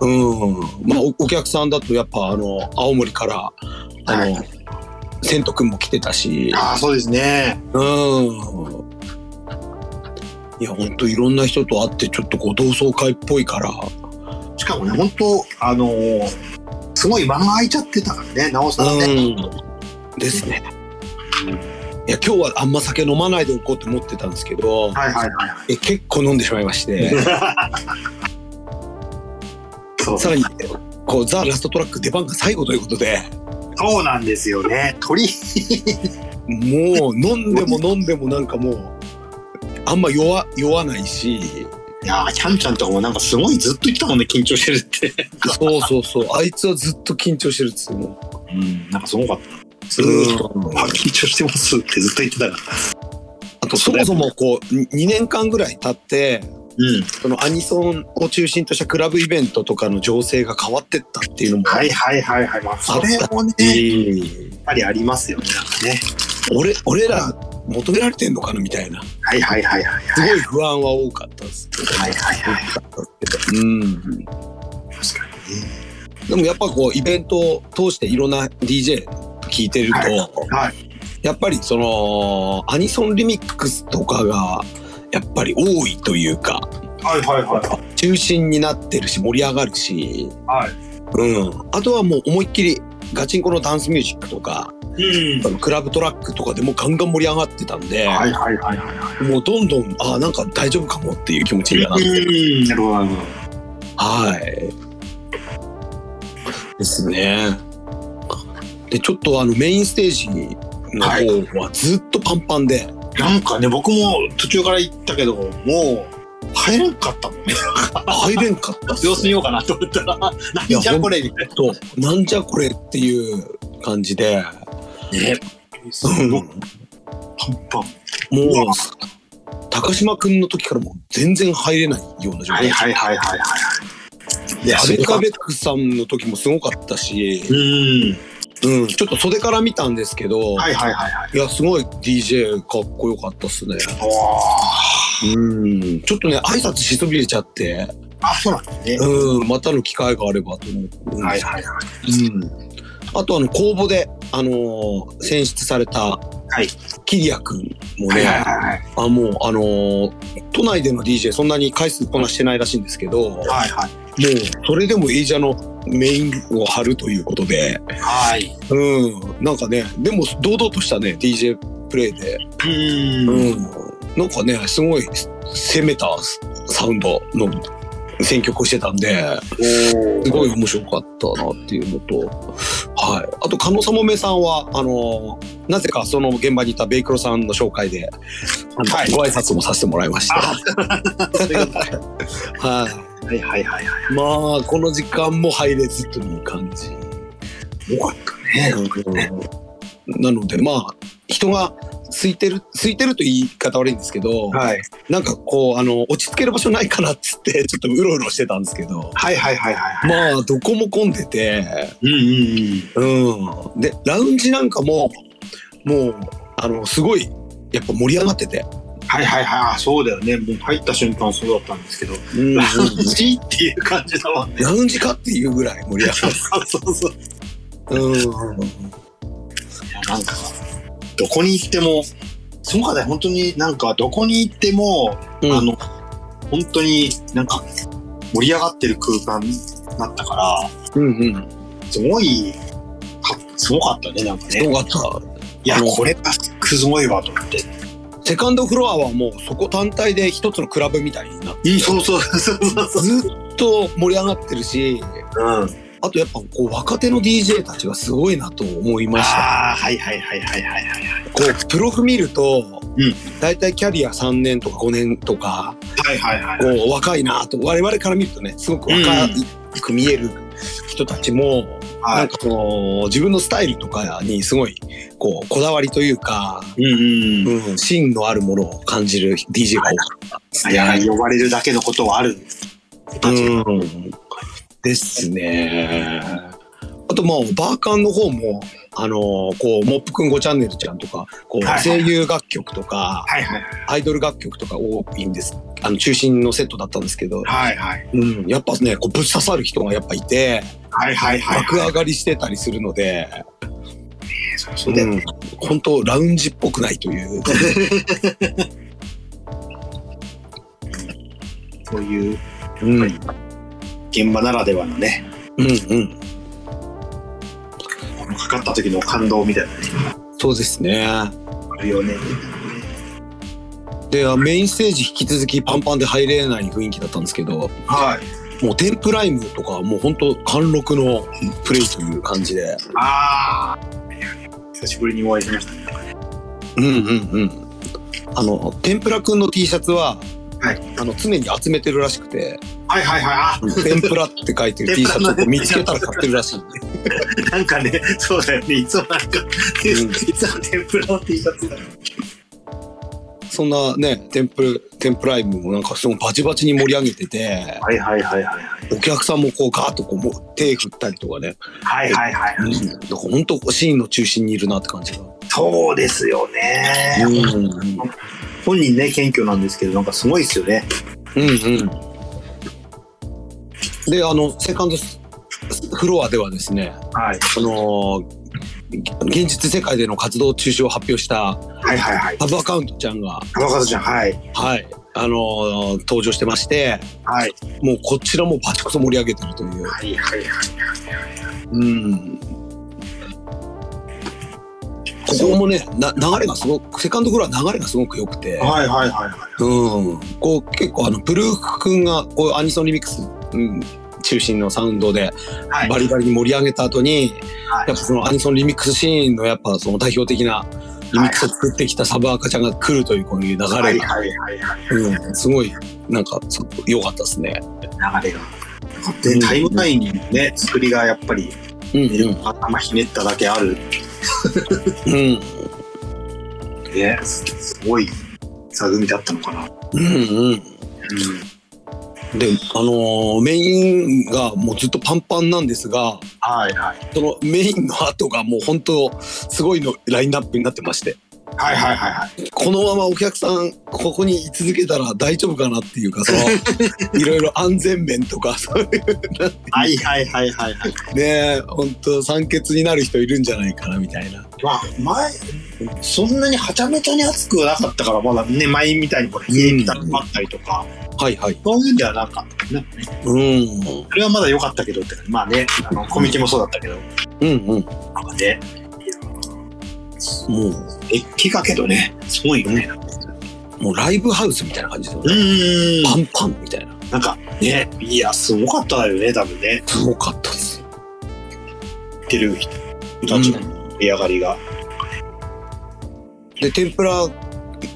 Speaker 1: うんまあ、おお客さんだとやっぱあの青森からあの、
Speaker 2: は
Speaker 1: 千斗くんも来てたし、
Speaker 2: ああ、そうですね。
Speaker 1: うん。いや、ほんといろんな人と会って、ちょっとこう、同窓会っぽいから。
Speaker 2: しかもね、本当あのーすごい間が空いちゃってたからね、なおさらね。
Speaker 1: ん。ですね。いや、今日はあんま酒飲まないでおこうと思ってたんですけど、
Speaker 2: はいはいは
Speaker 1: え結構飲んでしまいま
Speaker 2: (laughs)
Speaker 1: して、
Speaker 2: い。そう
Speaker 1: さらに、こう、ザ・ラストトラック出番が最後ということで、
Speaker 2: そうなんですよね。鳥、
Speaker 1: もう飲んでも飲んでもなんかもう、あんま酔わ酔わないし、
Speaker 2: いやーキャンちゃんとかもなんかすごいずっと言ってたもんね、緊張してるって。
Speaker 1: そうそうそう、あいつはずっと緊張してるっつうの。
Speaker 2: うん、なんかすごかった。ずーっと、
Speaker 1: うん
Speaker 2: (laughs) あ緊張してますってずっと言ってたから。
Speaker 1: あとそもそもこう2年間ぐらい経って
Speaker 2: うん。
Speaker 1: そのアニソンを中心としたクラブイベントとかの情勢が変わってったっていうのもあ
Speaker 2: は
Speaker 1: っ
Speaker 2: いはいはいはい。まあ、それもね、
Speaker 1: た
Speaker 2: やっ
Speaker 1: し、
Speaker 2: ぱりありますよね、なんかね。
Speaker 1: 俺俺ら求められてんのかなみたいな
Speaker 2: はいはいはいはい。
Speaker 1: すごい不安は多かったです
Speaker 2: はいはいはい。
Speaker 1: うん、
Speaker 2: 確かにね。
Speaker 1: でもやっぱこうイベントを通していろんな DJ 聞いてると、
Speaker 2: は
Speaker 1: やっぱりそのアニソンリミックスとかがやっぱり多いというか
Speaker 2: はいはいはい。
Speaker 1: 中心になってるし盛り上がるし、
Speaker 2: はい
Speaker 1: うん、あとはもう思いっきりガチンコのダンスミュージックとか
Speaker 2: うん
Speaker 1: あのクラブトラックとかでもガンガン盛り上がってたんで、
Speaker 2: はいはいはいはいは
Speaker 1: もうどんどんああなんか大丈夫かもっていう気持ちになっ
Speaker 2: い。
Speaker 1: て、
Speaker 2: うん、なるほどなるほど。
Speaker 1: はいですねでちょっとあのメインステージの方はずっとパンパンで、
Speaker 2: なんかね、僕も途中から行ったけど、もう、入れんかったもん (laughs) ね。
Speaker 1: 入れんかったっす
Speaker 2: 様子見ようかなと思ったら、何じゃこれみたい
Speaker 1: となんじゃこれっていう感じで、
Speaker 2: な。ね。 (laughs) す
Speaker 1: う
Speaker 2: ごい
Speaker 1: ん、
Speaker 2: パンパン。
Speaker 1: もう、高島くんの時からもう全然入れないような状
Speaker 2: は
Speaker 1: 態
Speaker 2: い。はいはいはいはい。い
Speaker 1: で、アベカ
Speaker 2: う
Speaker 1: ベックさんの時もすごかったし、
Speaker 2: ん。
Speaker 1: うん、ちょっと袖から見たんですけど、、
Speaker 2: はいいはいはいはい。
Speaker 1: や、すごい DJ かっこよかったっすね。
Speaker 2: おー
Speaker 1: うん、ちょっとね、挨拶しそびれちゃって、
Speaker 2: あ、そうなんですね。
Speaker 1: うん、またの機会があればと思って、
Speaker 2: はいはいはい。
Speaker 1: うん。あと、あの、公募で、あのー選出された、
Speaker 2: い
Speaker 1: キリアくんも
Speaker 2: は
Speaker 1: ね、
Speaker 2: いはいはい。
Speaker 1: あもうあのー都内での DJ そんなに回数こなしてないらしいんですけどもう
Speaker 2: はいはい。
Speaker 1: それでもエイジャのメインを張るということで
Speaker 2: はい。
Speaker 1: うんなんかねでも堂々としたね DJ プレイで、
Speaker 2: うん。
Speaker 1: うん、なんかねすごい攻めたサウンドの選曲をしてたんです
Speaker 2: おー
Speaker 1: ごい面白かったなっていうのと、はい、あと加納さもめさんはあのーなぜかその現場にいたベイクロさんの紹介で、あの
Speaker 2: はい
Speaker 1: ご挨拶もさせてもらいました。
Speaker 2: あ
Speaker 1: は。
Speaker 2: はいはいはいはい
Speaker 1: まあ、この時間も入れずという感じ。
Speaker 2: い。よかったね。
Speaker 1: なので、まあ、人が空いてる、空いてると言い方悪いんですけど、
Speaker 2: はい。
Speaker 1: なんかこう、あの、落ち着ける場所ないかなっつって、 (laughs) ちょっとうろうろしてたんですけど、
Speaker 2: はいはいはいはい。
Speaker 1: まあ、どこも混んでて、
Speaker 2: うんうんうん。
Speaker 1: うん。で、ラウンジなんかも、もう、あの、すごい、やっぱ盛り上がってて、
Speaker 2: はいはいはいあそうだよねもう入った瞬間そうだったんですけど
Speaker 1: うんうん
Speaker 2: ラウンジっていう感じだわ
Speaker 1: ラウンジかっていうぐらい盛り上が
Speaker 2: そうそうそう
Speaker 1: る。うん
Speaker 2: なんかどこに行ってもその方本当になんかどこに行っても、
Speaker 1: うん
Speaker 2: あの本当になんか盛り上がってる空間だったから
Speaker 1: うんうん。
Speaker 2: すごいかすごかったねなんか
Speaker 1: す
Speaker 2: ね
Speaker 1: ごかった。
Speaker 2: いや
Speaker 1: あの
Speaker 2: これがすごいわと思って
Speaker 1: セカンドフロアはもうそこ単体で一つのクラブみたいになって、
Speaker 2: そうそうそうそうそう
Speaker 1: ずっと盛り上がってるし、
Speaker 2: うん
Speaker 1: あとやっぱこう若手の DJ たちがすごいなと思いました。
Speaker 2: ああはいはいはいはいはいはいはい
Speaker 1: こうプロフ見ると、
Speaker 2: うん
Speaker 1: 大体キャリア3年とか5年とか、
Speaker 2: はいはいはい
Speaker 1: こう若いなと我々から見るとねすごく若く見える人たちも、
Speaker 2: は
Speaker 1: なん
Speaker 2: い
Speaker 1: かその自分のスタイルとかにすごいこうこだわりというか、
Speaker 2: うんうん
Speaker 1: うん、芯のあるものを感じる DJ が多かったです
Speaker 2: いや
Speaker 1: ね。
Speaker 2: 呼ばれるだけのことはある子たち
Speaker 1: うん、ですね。あとまあバーカンの方もあのこうモップくん5チャンネルちゃんとかこ
Speaker 2: はいう
Speaker 1: 声優楽曲とか
Speaker 2: はいはい
Speaker 1: アイドル楽曲とか多いんですあの中心のセットだったんですけど、
Speaker 2: はいはい
Speaker 1: うん、やっぱねこうぶっ刺さる人がやっぱいて
Speaker 2: はいはいはい
Speaker 1: 爆上がりしてたりするので、
Speaker 2: そうそうで
Speaker 1: うん本当ラウンジっぽくないという
Speaker 2: こういう
Speaker 1: うんうん
Speaker 2: 現場ならではのね
Speaker 1: うん
Speaker 2: このかかった時の感動みたいなの
Speaker 1: そうですね
Speaker 2: があるよね
Speaker 1: でメインステージ引き続きパンパンで入れない雰囲気だったんですけど
Speaker 2: はい
Speaker 1: もうテンプライムとかはもう本当貫禄のプレイという感じで
Speaker 2: ああ久しぶりにお会いしましたね
Speaker 1: うんうんうんあの天ぷらくんの T シャツは、
Speaker 2: はい
Speaker 1: あの常に集めてるらしくて
Speaker 2: はいはいはいあ
Speaker 1: 「天ぷら」って書いてる T シャツを見つけたら買ってるらしいんで
Speaker 2: なんかねそうだよねいつもなん
Speaker 1: ん
Speaker 2: か、いつも天ぷらの T シャツだ
Speaker 1: そんなね、テンプル、テンプライムもなんかすごいバチバチに盛り上げてて、
Speaker 2: はいはいはいはい
Speaker 1: お客さんもこうガーッとこうもう手振ったりとかね、
Speaker 2: はいはいはい
Speaker 1: うん、なんか本当シーンの中心にいるなって感じが。
Speaker 2: そうですよね
Speaker 1: うん、うん、
Speaker 2: 本人ね謙虚なんですけどなんかすごいですよね
Speaker 1: うん。で、あの、セカンドスフロアではですね、
Speaker 2: はい
Speaker 1: あのー現実世界での活動中止を発表した
Speaker 2: はいはいはい
Speaker 1: ハブアカウントちゃんが、
Speaker 2: 若さちゃんはい
Speaker 1: はい、あのー登場してまして、
Speaker 2: はい
Speaker 1: もうこちらもバチクソ盛り上げてるという。
Speaker 2: はいはいはい
Speaker 1: うんここもねな流れがすごくセカンドフロア流れがすごく良くて、
Speaker 2: はいはいはいはい
Speaker 1: うん、こう結構あのブルーフ君がこういうアニソンリミックス、うん、中心のサウンドで
Speaker 2: はい
Speaker 1: バリバリに盛り上げた後に、
Speaker 2: はい
Speaker 1: やっぱそのアニソンリミックスシーンのやっぱその代表的なリミックスを作ってきたサブアカちゃんが来るというこういう流れが、
Speaker 2: はいはいはいはい
Speaker 1: うん、すごいなんかすごく良かったですね。
Speaker 2: 流れが。で、タイムラインにね、作りがやっぱり、
Speaker 1: うん
Speaker 2: 頭ひねっただけある
Speaker 1: うんうん
Speaker 2: ね、すごい座組だったのかな。
Speaker 1: うんうんであのーメインがもうずっとパンパンなんですが
Speaker 2: はいはい。
Speaker 1: そのメインの後がもう本当すごいのラインナップになってまして
Speaker 2: はいはいはいはい。
Speaker 1: このままお客さんここに居続けたら大丈夫かなっていうかその (laughs) いろいろ安全面とか (laughs) そういう
Speaker 2: はいはいはいはいはい。
Speaker 1: ね本当酸欠になる人いるんじゃないかなみたいな
Speaker 2: まあ、前、そんなにはちゃめちゃに熱くはなかったから、まだね、前みたいにこれ、冷えみたいになったりとか、
Speaker 1: はいはい
Speaker 2: そういうんではなかったね。
Speaker 1: うん
Speaker 2: それはまだ良かったけどって、まあね、あのコミケもそうだったけど、
Speaker 1: うんうん
Speaker 2: なんかね、
Speaker 1: も
Speaker 2: 熱気かけどね、すごいよね。
Speaker 1: うもうライブハウスみたいな感じで
Speaker 2: うーん
Speaker 1: パンパンみたいな
Speaker 2: なんかね、いや、すごかったよね、多分ね。
Speaker 1: すごかったです
Speaker 2: 言ってる人たちの盛り上がりが。
Speaker 1: で天ぷら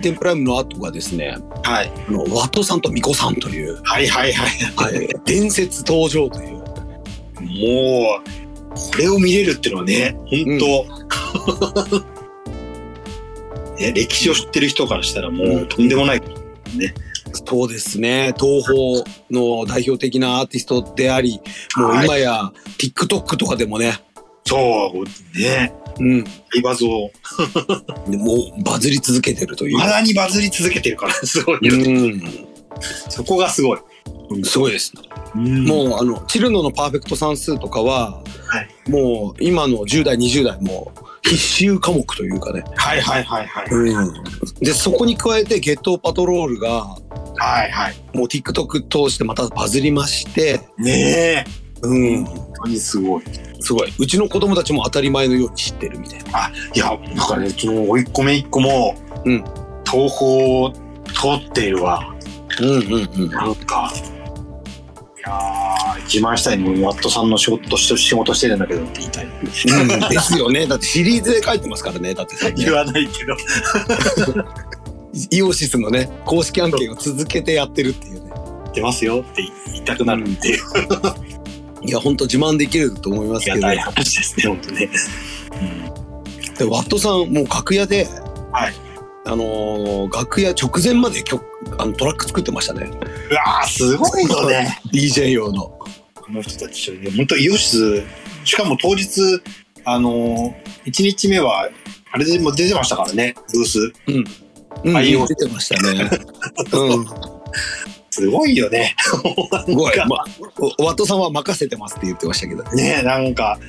Speaker 1: 天ぷらムの後がですね
Speaker 2: はい。
Speaker 1: あのワトさんとミコさんという
Speaker 2: はいはいはい。
Speaker 1: はい、伝説登場という。
Speaker 2: もう、これを見れるってのはね、本当、 (laughs) ね、歴史を知ってる人からしたらもうとんでもない。
Speaker 1: そうですね。東宝の代表的なアーティストであり、もう
Speaker 2: はい
Speaker 1: 今や TikTok とかでもね、
Speaker 2: そう、ね。
Speaker 1: うん。
Speaker 2: 大バズを、
Speaker 1: でもうバズり続けてるという
Speaker 2: ま。だにバズり続けてる (laughs) から、すごい。
Speaker 1: う
Speaker 2: そこがすごい。
Speaker 1: ん。すごいです。
Speaker 2: もう、
Speaker 1: もうあのチルノのパーフェクト算数とかは、
Speaker 2: は
Speaker 1: もう今の10代20代も必修科目というかね、
Speaker 2: はいはいはいはい。
Speaker 1: でそこに加えて「ゲットパトロール」が
Speaker 2: はいはい。
Speaker 1: もう TikTok 通してまたバズりまして、
Speaker 2: ねえ。
Speaker 1: うん、
Speaker 2: 本当にすごい。
Speaker 1: すごいうちの子供たちも当たり前のように知ってるみたいな。
Speaker 2: いや、なんかね、その、おいっ子めいっ子も、
Speaker 1: うん。
Speaker 2: 東宝を通っているわ。
Speaker 1: うんうん
Speaker 2: なんか、いやー、自慢したいのも、ワットさんの仕事として仕事してるんだけどって言いたい。
Speaker 1: うん、ですよねだってシリーズで書いてますからねだってさ
Speaker 2: 言わないけど。
Speaker 1: イオシスのね公式案件を続けてやってるっていうね
Speaker 2: 出ますよって言いたくなるっていう、
Speaker 1: いやほんと自慢できると思います
Speaker 2: あ
Speaker 1: け
Speaker 2: り
Speaker 1: ど
Speaker 2: がたい話ですね、本当ね。
Speaker 1: でワットさんもう楽屋で、
Speaker 2: はい
Speaker 1: あのー楽屋直前まで曲あのトラック作ってましたね
Speaker 2: うわー、すごいよね。
Speaker 1: DJ 用の
Speaker 2: この人たち、本当イオシス、しかも当日、あのー、1日目は、あれでも出てましたからね、ブース。
Speaker 1: うん
Speaker 2: あいいよ
Speaker 1: 出てましたねうん
Speaker 2: すごいよね。
Speaker 1: すごい、ま、ワットさんは任せてますって言ってましたけど、
Speaker 2: ねなんか、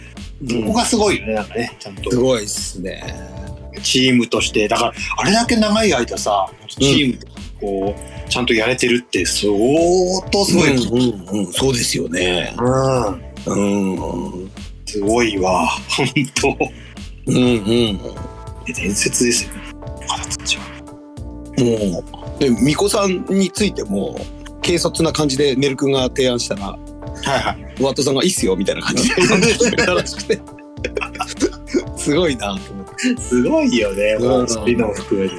Speaker 1: うん
Speaker 2: ここがすごいよね、なんかね、ちゃんと
Speaker 1: す。ごいっすね
Speaker 2: チームとして、だから、あれだけ長い間さ、チーム、こう、ちゃんとやれてるって、相当すごい。うん。
Speaker 1: うんうんうん、そうですよねうんうん
Speaker 2: すごいわ、本当
Speaker 1: うん
Speaker 2: 伝説ですよね。他たちは
Speaker 1: もうで巫女さんについても軽率な感じでねるくんが提案したら
Speaker 2: はいはい。
Speaker 1: ワットさんが「いいっすよ」みたいな感じで言ってくれたらしくてすごいなと思って
Speaker 2: (laughs) すごいよね、もう、スピノを含めて。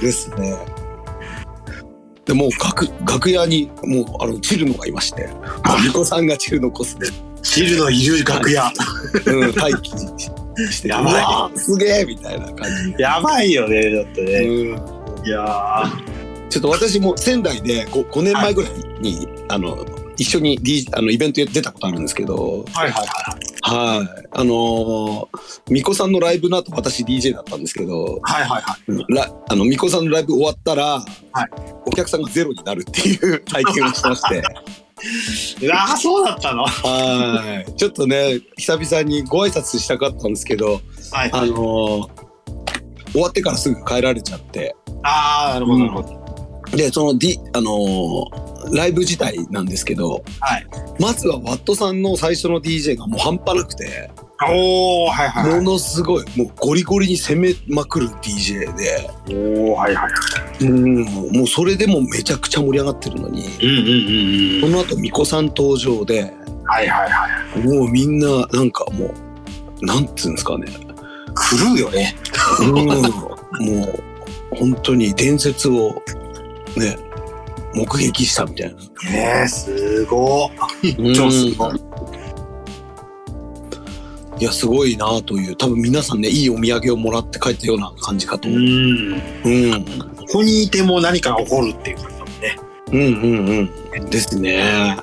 Speaker 1: ですねでもう楽楽屋にもうあのチルノがいまして巫女さんがチルノコスで、
Speaker 2: チルのいる楽屋。
Speaker 1: うん、待機して
Speaker 2: やばいう
Speaker 1: わすげえ!」みたいな感じ
Speaker 2: やばいよね、だって
Speaker 1: で、
Speaker 2: ね。
Speaker 1: うん
Speaker 2: いやー
Speaker 1: ちょっと私も仙台で 5, 年前ぐらいに、あの一緒に、D、あのイベント出たことあるんですけど
Speaker 2: はいはいはい。
Speaker 1: はいあのー巫女さんのライブの後私 DJ だったんですけど
Speaker 2: はいはいはい。
Speaker 1: らあの巫女さんのライブ終わったら、
Speaker 2: はい
Speaker 1: お客さんがゼロになるっていう (laughs) 体験をしまして
Speaker 2: うわーそうだったのは
Speaker 1: はいちょっとね久々にご挨拶したかったんですけど
Speaker 2: い。
Speaker 1: あのー終わってからすぐ帰られちゃって
Speaker 2: あー、なるほどなるほど。
Speaker 1: でその、D あのーライブ自体なんですけど、
Speaker 2: はい
Speaker 1: まずはワットさんの最初の DJ がもう半端なくて、
Speaker 2: おー、はいはいは
Speaker 1: も
Speaker 2: い。
Speaker 1: のすごいもうゴリゴリに攻めまくる DJ で、
Speaker 2: おー、はいはい。
Speaker 1: うん、もうそれでもめちゃくちゃ盛り上がってるのに
Speaker 2: うんうんうん
Speaker 1: その後巫女さん登場で
Speaker 2: うん。はいはいはい。
Speaker 1: もうみんななんかもうなんつうんですかね、
Speaker 2: 狂うよね。
Speaker 1: うん、 (laughs) もう本当に伝説をね目撃したみたいな。
Speaker 2: ねえ、すご超すごい
Speaker 1: いやすごいなという多分皆さんねいいお土産をもらって帰ったような感じかと
Speaker 2: い。
Speaker 1: 思う、
Speaker 2: ん。
Speaker 1: うん、
Speaker 2: ここにいても何かが起こるっていう感じだもんね。
Speaker 1: うんうんうんですね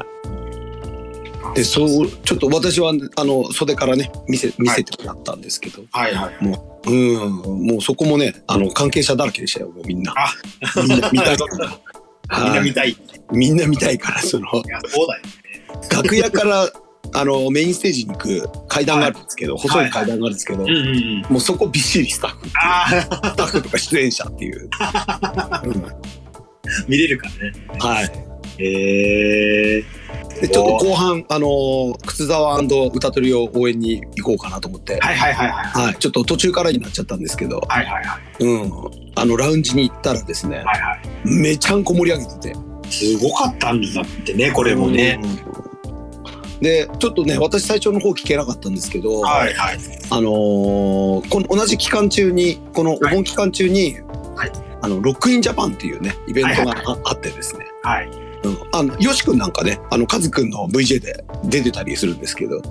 Speaker 1: でそうちょっと私はあの袖からね見せ見せてもらったんですけど、
Speaker 2: はいはい。
Speaker 1: うんもうそこもねあの関係者だらけでしたよもうみんな
Speaker 2: あ
Speaker 1: みんな見たいから
Speaker 2: (laughs) みんな
Speaker 1: はい
Speaker 2: 見たい。い
Speaker 1: みんな見たいからその
Speaker 2: や、そうだよ。
Speaker 1: 楽屋からあのメインステージに行く階段があるんですけど、細い階段があるんですけど、
Speaker 2: うんうんうん。
Speaker 1: もうそこびっしりスタッフ
Speaker 2: ああ、
Speaker 1: スタッフとか出演者って
Speaker 2: (laughs)
Speaker 1: いう、うん
Speaker 2: 見れるからね。
Speaker 1: はい
Speaker 2: へえー。
Speaker 1: でちょっと後半あのー靴沢歌取りを応援に行こうかなと思って、
Speaker 2: はいはいはいはい。
Speaker 1: はい、ちょっと途中からになっちゃったんですけど、
Speaker 2: はいはいはい。
Speaker 1: うん、あのラウンジに行ったらですね
Speaker 2: はいは
Speaker 1: めちゃんこ盛り上げてて
Speaker 2: い。すごかったんだってね、これもね。
Speaker 1: うんでちょっとね私最初の方聞けなかったんですけど、
Speaker 2: はいはい。
Speaker 1: あのーこの同じ期間中にこのお盆期間中に、
Speaker 2: はい
Speaker 1: あのロックインジャパンっていうねイベントが
Speaker 2: は
Speaker 1: あ,、あってですね
Speaker 2: はい。
Speaker 1: うんあのよし君なんかねあのカズ君の VJ で出てたりするんですけど
Speaker 2: うわ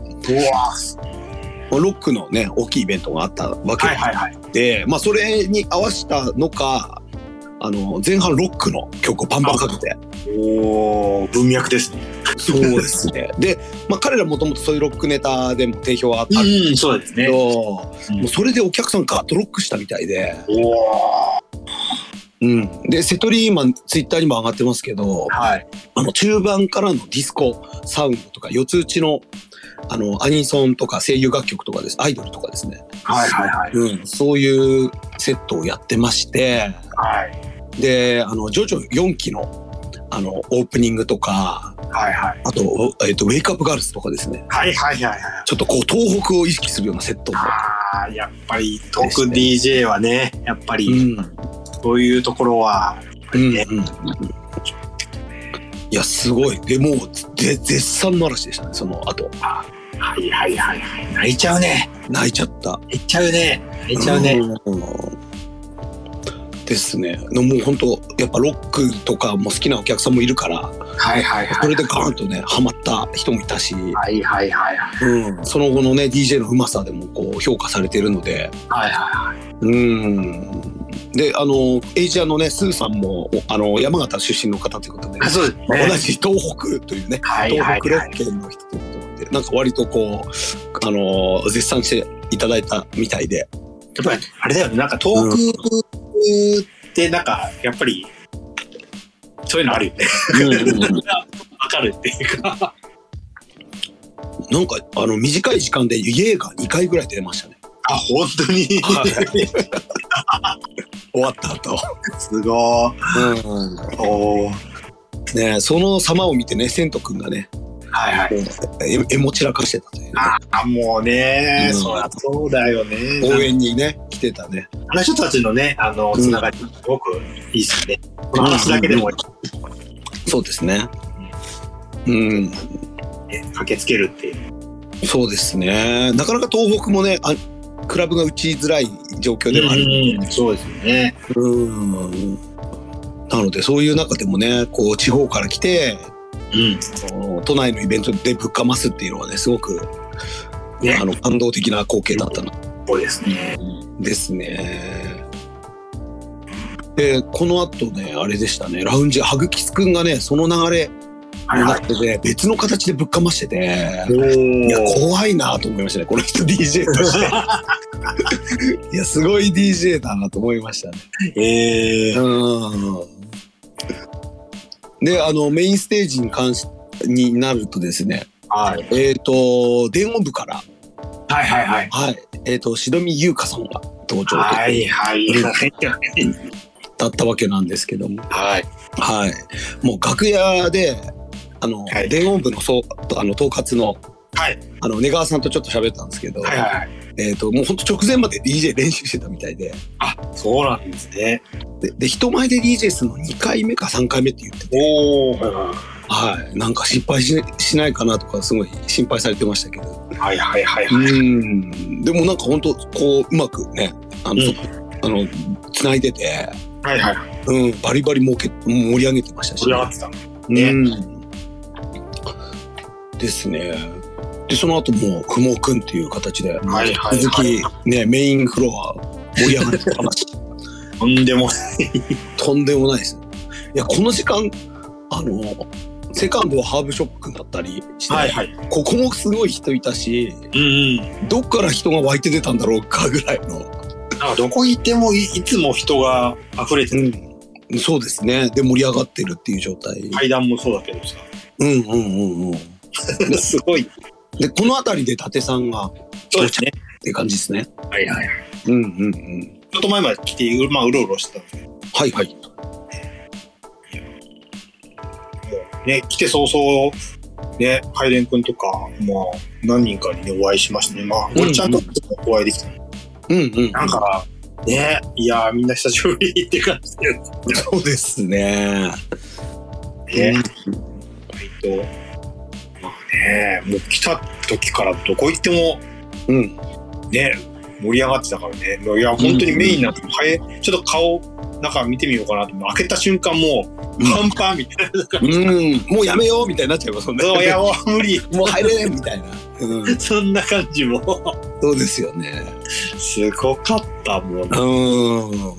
Speaker 1: ロックのね大きいイベントがあったわけ
Speaker 2: はいはいはい。
Speaker 1: で、まあ、それに合わせたのかあの、前半ロックの曲をバンバンかけて。
Speaker 2: おー文脈ですね。
Speaker 1: そうですね。 (laughs) で、まあ彼らもともとそういうロックネタでも定評はあったんです
Speaker 2: うん、そうです
Speaker 1: け
Speaker 2: ね。
Speaker 1: ど、
Speaker 2: うん
Speaker 1: もうそれでお客さんガッとロックしたみたいで。
Speaker 2: おー
Speaker 1: うん。で、セトリーマン、ツイッターにも上がってますけど、
Speaker 2: はい。
Speaker 1: あの、中盤からのディスコサウンドとか、四つ打ちの、あの、アニソンとか声優楽曲とかです、アイドルとかですね。
Speaker 2: はいはいはい。
Speaker 1: うん、そういうセットをやってまして、
Speaker 2: はい。
Speaker 1: で、あの、ジョジョ4期の、あの、オープニングとか、
Speaker 2: はいはい。
Speaker 1: あと、えっ、と、ウェイクアップガールズとかですね、
Speaker 2: はいはいはいはい。
Speaker 1: ちょっとこう、東北を意識するようなセットも。
Speaker 2: あーやっぱり、トーク DJ はね、やっぱ
Speaker 1: う
Speaker 2: り、
Speaker 1: ん、
Speaker 2: そういうところは、
Speaker 1: うん、うん。いや、すごい。で、もう、ぜ絶賛の嵐でしたね、その後。
Speaker 2: はいはいはいはい。泣いちゃうね。
Speaker 1: 泣いちゃった。
Speaker 2: 泣いちゃうね。泣いちゃうね。
Speaker 1: うん。ですね。のもう本当やっぱロックとかも好きなお客さんもいるから、
Speaker 2: はいはいは
Speaker 1: そ
Speaker 2: い。
Speaker 1: れでガーンとね、ハマった人もいたし、
Speaker 2: はいはいはいはい。
Speaker 1: うん、その後のね、DJ のうまさでもこう評価されてるので、
Speaker 2: はいは
Speaker 1: うん。で、あの、エイジアのね、スーさんも、おあの、山形出身の方ということで
Speaker 2: い。、あそうです
Speaker 1: 同
Speaker 2: ね。
Speaker 1: じ東北というね、
Speaker 2: はいは
Speaker 1: 東
Speaker 2: い
Speaker 1: 北ロ
Speaker 2: はい。
Speaker 1: ッケンの人ということで、なんか割とこう、あの、絶賛していただいたみたいで、
Speaker 2: やっぱりあれだよねなんか遠くってなんかやっぱりそういうのあるよねわかるっていうか
Speaker 1: なんか、あの、短い時間でイエーが2回ぐらい出ましたね。
Speaker 2: あ本当に
Speaker 1: 終わった後。
Speaker 2: すごいおー
Speaker 1: ねその様を見てね、セント君がね、
Speaker 2: はいはい
Speaker 1: ええも散らかしてたというね、
Speaker 2: あもうね、
Speaker 1: うん
Speaker 2: そりゃそうだよね
Speaker 1: 応援にね、来てたね。
Speaker 2: あの人たちのねあのつながりすごくいいっすね、この話だけでも、
Speaker 1: そうですね。うん、
Speaker 2: ね駆けつけるっていう
Speaker 1: そうですね。なかなか東北もね、あクラブが打ちづらい状況ではある。
Speaker 2: うんそうですよね
Speaker 1: うん。なので、そういう中でもね、こう、地方から来て、
Speaker 2: うん
Speaker 1: あの都内のイベントでぶっかますっていうのはね、すごく、
Speaker 2: ね
Speaker 1: あの、感動的な光景だったな
Speaker 2: そうですね
Speaker 1: ですね。で、この後ね、あれでしたね、ラウンジ、ハグキスくんがね、その流れ
Speaker 2: はい
Speaker 1: の
Speaker 2: はい
Speaker 1: 中で、別の形でぶっかましてて、
Speaker 2: お
Speaker 1: いや、
Speaker 2: ー
Speaker 1: 怖いなと思いましたね、この人 DJ と
Speaker 2: (laughs)
Speaker 1: して。いや、すごい DJ だなと思いましたね。
Speaker 2: えー
Speaker 1: うん。で、あの、メインステージに関し、になるとですね、
Speaker 2: はい
Speaker 1: えっ、と、電音部から、
Speaker 2: はいはいはい
Speaker 1: はい、えっ、と、しどみゆうかさんが登場
Speaker 2: はいはいはい。
Speaker 1: だったわけなんですけども、
Speaker 2: はい。
Speaker 1: はい。もう楽屋で、あの、
Speaker 2: はい
Speaker 1: 電音部のそうあの統括の、
Speaker 2: はい
Speaker 1: あの、根川さんとちょっと喋ったんですけど、
Speaker 2: はいはい。
Speaker 1: えっ、と、もう本当直前まで DJ 練習してたみたいで、
Speaker 2: あ、そうなんですね。
Speaker 1: で、で人前で DJ するの2回目か3回目って言ってて、
Speaker 2: おお。
Speaker 1: はい。なんか心配ししないかなとか、すごい心配されてましたけど、
Speaker 2: はいはいはいはい。
Speaker 1: うん。でもなんか本当こう、うまくね、あの、
Speaker 2: うん
Speaker 1: そあの、繋いでて、
Speaker 2: はいはい。
Speaker 1: うん、バリバリ儲け、盛り上げてましたし、
Speaker 2: 盛り上がってた。
Speaker 1: ね、
Speaker 2: ね
Speaker 1: ですね。で、その後もう、くもくんっていう形で、
Speaker 2: はいはい
Speaker 1: 続
Speaker 2: はい。
Speaker 1: き、ね、メインフロア、盛り上がる
Speaker 2: (laughs)
Speaker 1: 話、
Speaker 2: とんでも。
Speaker 1: とんでもないです。いや、この時間、あの、セカンドはハーブショップだったりして、
Speaker 2: はいはい。
Speaker 1: ここもすごい人いたし、
Speaker 2: うんうん。
Speaker 1: どっから人が湧いて出たんだろうかぐらいの。
Speaker 2: なんかどこ行ってもいいつも人が溢れてる。
Speaker 1: うん、そうですね。で、盛り上がってるっていう状態。
Speaker 2: 階段もそうだけど (laughs) さ。
Speaker 1: うんうんうんうん。
Speaker 2: すごい。
Speaker 1: で、この辺りで伊達さんが
Speaker 2: そうですね。
Speaker 1: っていう感じですね。
Speaker 2: はいはい。
Speaker 1: うんうんうん。
Speaker 2: ちょっと前まで来て、まあうろうろしてたんですけ
Speaker 1: はいはい。
Speaker 2: どね、来て早々。ね、ハイレン君とか、まあ、何人かにね、お会いしましたね。まあ、
Speaker 1: んうん
Speaker 2: 俺ちゃんとお会いできた。
Speaker 1: うんうん。
Speaker 2: なんか、ね、いやー、みんな久しぶりって感じだよ
Speaker 1: そうですね。
Speaker 2: ね。割と、まあね、もう来た時からどこ行っても
Speaker 1: うん。うん。
Speaker 2: ね、盛り上がってたからね、いや、本当にメインなんて、はえちょっと顔、中見てみようかなと思って、開けた瞬間もう、
Speaker 1: うん
Speaker 2: パンパンみたいな、
Speaker 1: うん。もうやめようみたいになっちゃいますもんね。 (laughs)
Speaker 2: そういや、もう無理、
Speaker 1: もう入れねえみたいな。うん。
Speaker 2: そんな感じも、
Speaker 1: そうですよね。
Speaker 2: すごかった、も
Speaker 1: う
Speaker 2: う、
Speaker 1: ん。も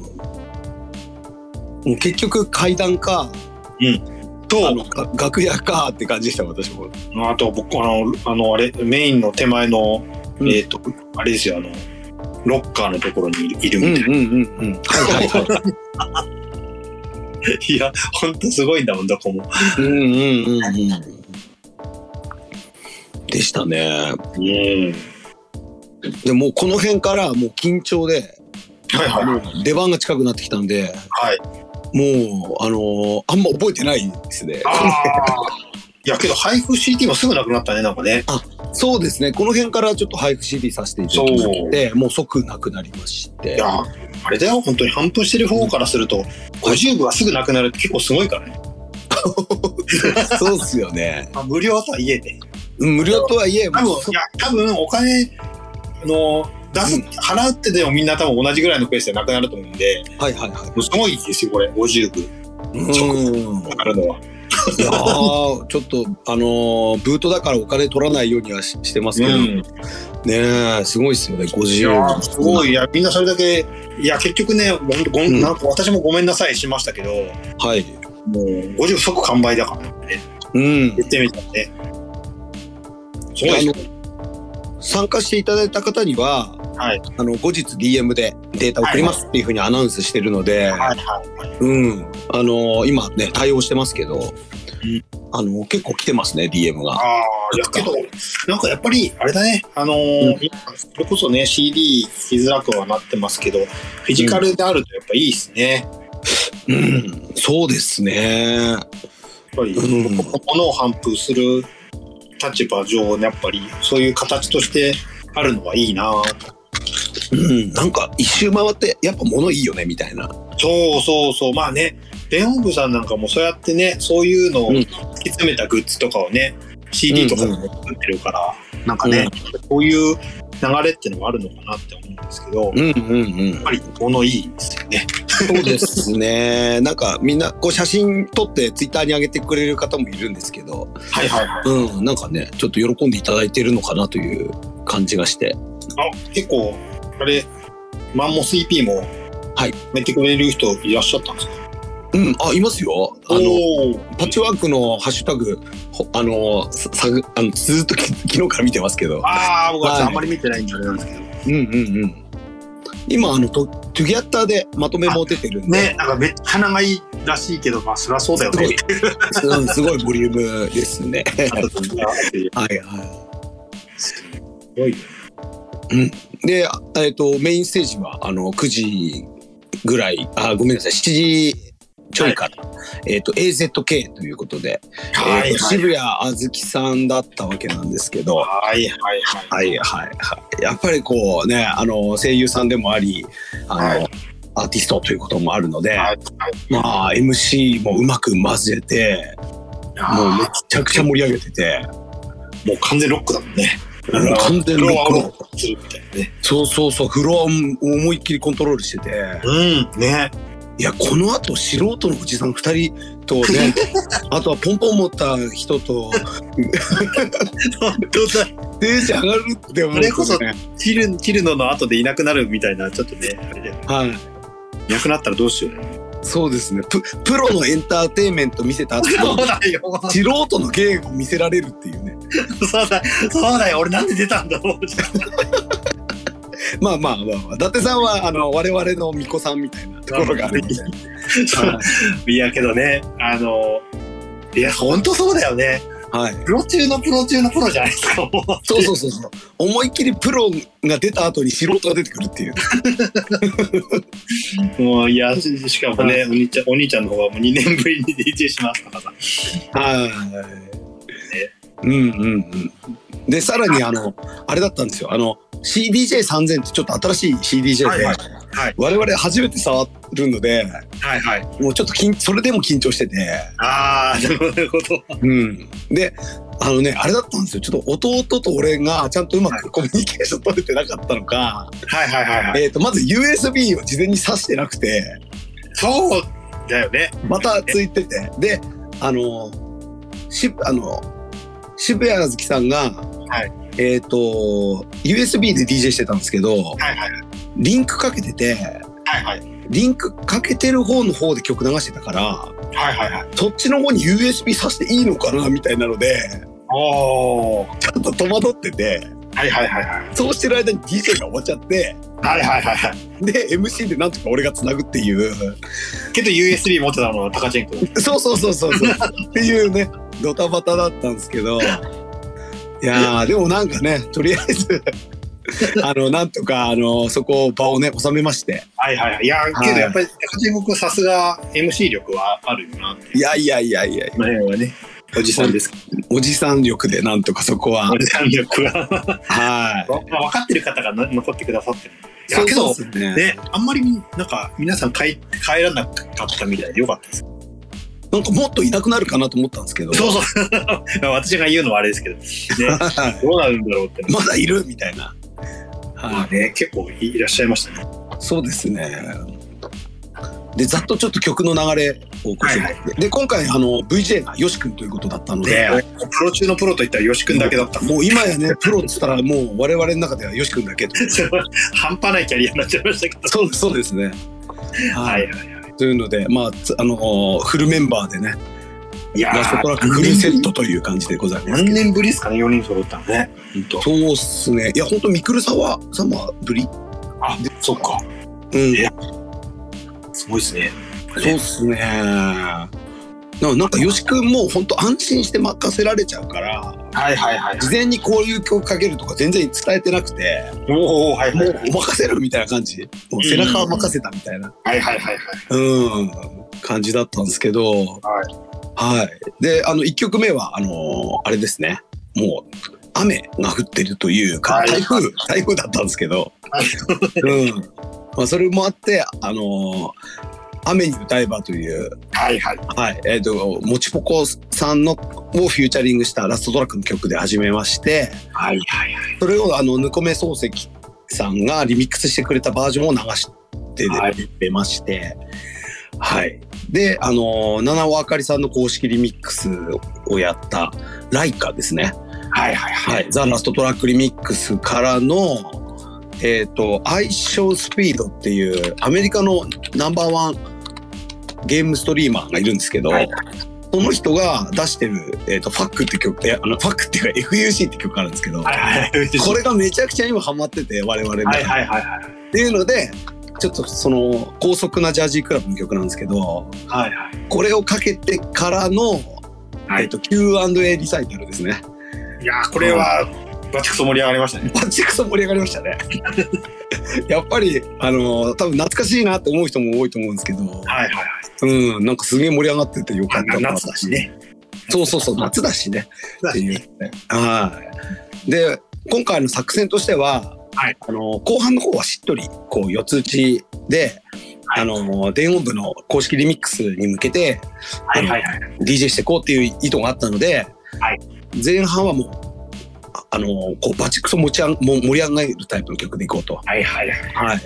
Speaker 1: う結局階段か、あ
Speaker 2: と
Speaker 1: の、が楽屋かって感じでした、私も。
Speaker 2: あと僕、あの、あの、あれ、メインの手前の、
Speaker 1: うん
Speaker 2: えっ、と、あれですよ、あの、ロッカーのところにいるいるみたいな。
Speaker 1: うんうん。はいはいはい。
Speaker 2: いや、ほんとすごいんだもん、どこも。
Speaker 1: うんうんうんうん。でしたね。
Speaker 2: うん。はい
Speaker 1: でもうこの辺からもう緊張で、
Speaker 2: はい。
Speaker 1: もう出番が近くなってきたんで、
Speaker 2: はい。
Speaker 1: もう、あのーあんま覚えてないですね。
Speaker 2: ああ。いや、けど、配布 CT もすぐなくなったね、なんかね。
Speaker 1: そうですね。この辺からちょっと配布 CD させていただきまして、もう即なくなりまして
Speaker 2: い。や、あれだよ、本当に反復してる方からすると、50部はすぐなくなるって結構すごいからね。
Speaker 1: (laughs) そうっすよね。
Speaker 2: まあ、無料とは言えて。
Speaker 1: 無料とはいえ、
Speaker 2: 多
Speaker 1: もう
Speaker 2: 分、いや、多分、お金、あの、出す、
Speaker 1: うん
Speaker 2: 払ってでもみんな多分同じぐらいのペースでなくなると思うんで、
Speaker 1: はいはいは
Speaker 2: もうすごいですよ、これ、50部
Speaker 1: い。うん。
Speaker 2: なくなるのは。
Speaker 1: いやーちょっとあのーブートだからお金取らないようにはししてますけど、ね。えすごいっすよね
Speaker 2: い
Speaker 1: 50
Speaker 2: や、すご
Speaker 1: い
Speaker 2: い。いや、みんなそれだけ、いや、結局ね、ほんとご
Speaker 1: うん
Speaker 2: んなんか私もごめんなさいしましたけど、
Speaker 1: はい
Speaker 2: もう、50即完売だからね。
Speaker 1: うん
Speaker 2: 言ってみたらね。すごいですよ
Speaker 1: 参加していただいた方には、
Speaker 2: はい
Speaker 1: あの後日 DM でデータ送りますっていうふうにアナウンスしてるので、
Speaker 2: はいはいはい。
Speaker 1: うんあのー今ね対応してますけど、あのー結構来てますね DM が
Speaker 2: ああ、いやけど、なんかやっぱり、あれだね、あのー
Speaker 1: うん
Speaker 2: 今それこそね、CD 聴きづらくはなってますけど、フィジカルであるとやっぱいいですね。
Speaker 1: うんそうですね
Speaker 2: やっぱり、
Speaker 1: うん
Speaker 2: 物を反復する立場上、やっぱり、そういう形としてあるのはいいな
Speaker 1: うんなんか一周回ってやっぱ物いいよねみたいな
Speaker 2: そうそうそう、まあね、弁護部さんなんかもそうやってね、そういうのを
Speaker 1: うん
Speaker 2: 突き詰めたグッズとかをね、CD とかでも作ってるから、なんかね、こういう流れってのもあるのかなって思うんですけど、やっ
Speaker 1: うんうんうん
Speaker 2: ぱり物いいですよね。
Speaker 1: そうですね。 (laughs) なんかみんなこう写真撮ってツイッターに上げてくれる方もいるんですけど、
Speaker 2: はいはいはい。
Speaker 1: うん、なんかね、ちょっと喜んでいただいてるのかなという感じがして。
Speaker 2: あ結構、あれ、マンモス EP も、
Speaker 1: はい。
Speaker 2: めってくれる人いらっしゃったんですか
Speaker 1: うん、あ、いますよ。あの、
Speaker 2: おー
Speaker 1: パッチワークのハッシュタグ、ほあの、ささぐあのずーっとき (laughs) 昨日から見てますけど、
Speaker 2: ああ、僕
Speaker 1: はい
Speaker 2: はあんまり見てないんであれなんですけど。
Speaker 1: うんうんうん。今、あの、トトゥギャッターでまとめも出てるんで、
Speaker 2: ね、なんかめっちゃ長いらしいけど、まあ、そりゃそうだよね。
Speaker 1: すごい、すごいボリュームです
Speaker 2: (laughs)
Speaker 1: ね。
Speaker 2: あとで
Speaker 1: はいは
Speaker 2: すごいよ。
Speaker 1: い。で、あえっ、と、メインステージは、あの、9時ぐらい、あ、ごめんなさい、7時ちょいから、えっ、と、AZK ということで、
Speaker 2: は
Speaker 1: え
Speaker 2: い
Speaker 1: ーと
Speaker 2: はい
Speaker 1: 渋谷あずきさんだったわけなんですけど、は
Speaker 2: はいはいはい。
Speaker 1: いはいはい。やっぱりこうね、あの、声優さんでもあり、あの、
Speaker 2: はい
Speaker 1: アーティストということもあるので、
Speaker 2: はい
Speaker 1: まあ、MC もうまく混ぜて、もうめ
Speaker 2: も
Speaker 1: ちゃくちゃ盛り上げてて、
Speaker 2: う、もう完全ロックだもんね。
Speaker 1: もう完全ロック
Speaker 2: ロ
Speaker 1: の
Speaker 2: ックするみたいなね。
Speaker 1: そうそうそう、フロアを思いっきりコントロールしてて、
Speaker 2: うん、ね。
Speaker 1: いや、この後素人のおじさん2人と
Speaker 2: (laughs)
Speaker 1: ね、あとはポンポン持った人と、
Speaker 2: 本当だ。
Speaker 1: ステージ上がるって思うとね
Speaker 2: それこそ切る、切るのの後でいなくなるみたいな、ちょっとね、あれで。
Speaker 1: はい。
Speaker 2: いなくなったらどうしようね。
Speaker 1: そうですねププロのエンターテインメント見せた後
Speaker 2: そう
Speaker 1: に
Speaker 2: だよ。
Speaker 1: 素人の芸を見せられるっていうね
Speaker 2: そうだ、そうだよ。俺なんで出たんだろう。
Speaker 1: まあまあまあ、まあ、伊達さんはあの我々の巫女さんみたいなところがあるので、
Speaker 2: そういやけどね、あの、いや、本当そうだよね。
Speaker 1: はい、
Speaker 2: プロ中のプロ中のプロじゃないですか。もう
Speaker 1: そうそうそうそう思いっきりプロが出た後に素人が出てくるっていう
Speaker 2: もういや、ししかもね、 (laughs) お兄ちゃん、お兄ちゃんの方はもう2年ぶりに DJ しますからさ。
Speaker 1: はいうんうんうんでさらにあのあれだったんですよあの CDJ3000 ってちょっと新しい CDJ で、
Speaker 2: はいはい
Speaker 1: 我々初めて触るので
Speaker 2: はいはい。
Speaker 1: もうちょっと緊それでも緊張してて
Speaker 2: ああ、なるほど。
Speaker 1: うん、であのねあれだったんですよちょっと弟と俺がちゃんとうまくコミュニケーション取れてなかったのか、
Speaker 2: はいはいはいはい。
Speaker 1: えー、とまず USB を事前に挿してなくて
Speaker 2: そうだよね。
Speaker 1: またついててであのしあの渋谷月さんが、
Speaker 2: い
Speaker 1: えっ、と USB で DJ してたんですけど
Speaker 2: はいはい
Speaker 1: リンクかけてて
Speaker 2: はいはい。
Speaker 1: リンクかけてる方の方で曲流してたから、
Speaker 2: はいはいはい。
Speaker 1: そっちの方に USB させていいのかなみたいなので、
Speaker 2: おー。
Speaker 1: ちょっと戸惑ってて、
Speaker 2: はいはいはいはい。
Speaker 1: そうしてる間に DJ が終わっちゃって、
Speaker 2: はいはいはいは
Speaker 1: で、MC でなんとか俺が繋ぐっていう、
Speaker 2: い。けど USB 持ってたのはタカチェン
Speaker 1: (laughs)
Speaker 2: コ。
Speaker 1: そうそうそうそうそう、っていうね、ドタバタだったんですけど、いやー、でもなんかね、とりあえず、 (laughs) あの、なんとか、あの、そこを場をね、収めまして、
Speaker 2: はいはいはい。いや、けどやっぱりタカチェンコ君さすが MC 力はあるよなっていう。
Speaker 1: いやいやいやいや、
Speaker 2: この辺はね。おじさん (laughs) ですか
Speaker 1: おじさん力でなんとかそこは
Speaker 2: お、じさん力 (laughs) は。
Speaker 1: はい。
Speaker 2: まあ分かってる方がな残ってくださってる。い
Speaker 1: そ
Speaker 2: や
Speaker 1: う
Speaker 2: けど
Speaker 1: そうですね。
Speaker 2: ね、あんまりみなんか皆さん帰帰らなかったみたいでよかったです。
Speaker 1: なんかもっといなくなるかなと思ったんですけど、
Speaker 2: (laughs) そうそう。私が言う (laughs) のはあれですけど、 (laughs) ね、
Speaker 1: はい
Speaker 2: どうなるんだろうって。
Speaker 1: (laughs) まだいるみたいな。
Speaker 2: ま
Speaker 1: は
Speaker 2: あね、結構いらっしゃいましたね。
Speaker 1: い、そうですね。で、ざっとちょっと曲の流れをご紹介、
Speaker 2: はい
Speaker 1: で、今回、あの、VJ がよし君ということだったので、
Speaker 2: ね、プロ中のプロといったらよし君だけだった。 (laughs)
Speaker 1: もう今やね、プロっつったら、もう我々の中ではよし君だ
Speaker 2: (laughs)
Speaker 1: けと。
Speaker 2: 半端ないキャリアになっちゃいましたけど。
Speaker 1: そうそうですね。
Speaker 2: は
Speaker 1: はいい。
Speaker 2: はい。
Speaker 1: というので、まあ、つあの、フルメンバーでね、
Speaker 2: いやー
Speaker 1: ラストトラックフルセットという感じでございます
Speaker 2: 何。年ぶりですかね、4人揃ったのね。
Speaker 1: そうっすね。いや、ほんと、ミクルサワー、サマーぶり
Speaker 2: あ、そっか。
Speaker 1: うん。
Speaker 2: いやすごいですね。
Speaker 1: そうっすね。ななんか、よし君も本当安心して任せられちゃうから、
Speaker 2: はいはいはい
Speaker 1: 事前にこういう曲かけるとか全然伝えてなくて、
Speaker 2: おおはいは
Speaker 1: も
Speaker 2: いう
Speaker 1: お任せるみたいな感じ。もう背中は任せたみたいな、
Speaker 2: はいはいはい。
Speaker 1: うん、感じだったんですけど、はい。で、あの、1曲目は、あのーあれですね。もう、雨が降ってるというか、
Speaker 2: はい
Speaker 1: 台風、台風だったんですけど、
Speaker 2: はい
Speaker 1: うん。まあ、それもあって、あのー雨に歌えばという、
Speaker 2: はいはい。
Speaker 1: はい、えっ、と、もちぽこさんのをフューチャリングしたラストトラックの曲で始めまして、
Speaker 2: はいはいはい。
Speaker 1: それをあのぬこめ漱石さんがリミックスしてくれたバージョンを流して
Speaker 2: はい
Speaker 1: 出まして、はいであの七尾あかりさんの公式リミックスをやった「ライカ」ですね
Speaker 2: はいは
Speaker 1: 「
Speaker 2: い
Speaker 1: はい、ザ・ラストトラックリミックスからの「えー、とアイショースピード」っていうアメリカのナンバーワンゲームストリーマーがいるんですけど、
Speaker 2: はい
Speaker 1: その人が出してる、えー、とファックって曲であのファックっていうか FUC って曲があるんですけど、
Speaker 2: はいはい。
Speaker 1: これがめちゃくちゃ今ハマってて我々が、
Speaker 2: はいはいはいはい。
Speaker 1: っていうのでちょっとその高速なジャージークラブの曲なんですけど
Speaker 2: はいはい。
Speaker 1: これをかけてからの、
Speaker 2: はい
Speaker 1: えっと Q&A リサイタルですね
Speaker 2: いやーこれはバチクソ盛り上がりましたね。
Speaker 1: バッチクソ盛り上がりました
Speaker 2: (laughs)
Speaker 1: ねやっぱりあの多分懐かしいなって思う人も多いと思うんですけど、
Speaker 2: はいはい
Speaker 1: うん、なんかすげえ盛り上がっててよかったな
Speaker 2: 夏だしね。
Speaker 1: そうそうそう夏だしねっていうねはいで今回の作戦としては、
Speaker 2: はい
Speaker 1: あの後半の方はしっとりこう四つ打ちで、
Speaker 2: はい
Speaker 1: あの電音部の公式リミックスに向けて
Speaker 2: はいはいはい。
Speaker 1: DJ していこうっていう意図があったので、
Speaker 2: はい
Speaker 1: 前半はもうああのこうバチクソ持ちあんも盛り上がるタイプの曲でいこうと、
Speaker 2: はいはいはい。
Speaker 1: はい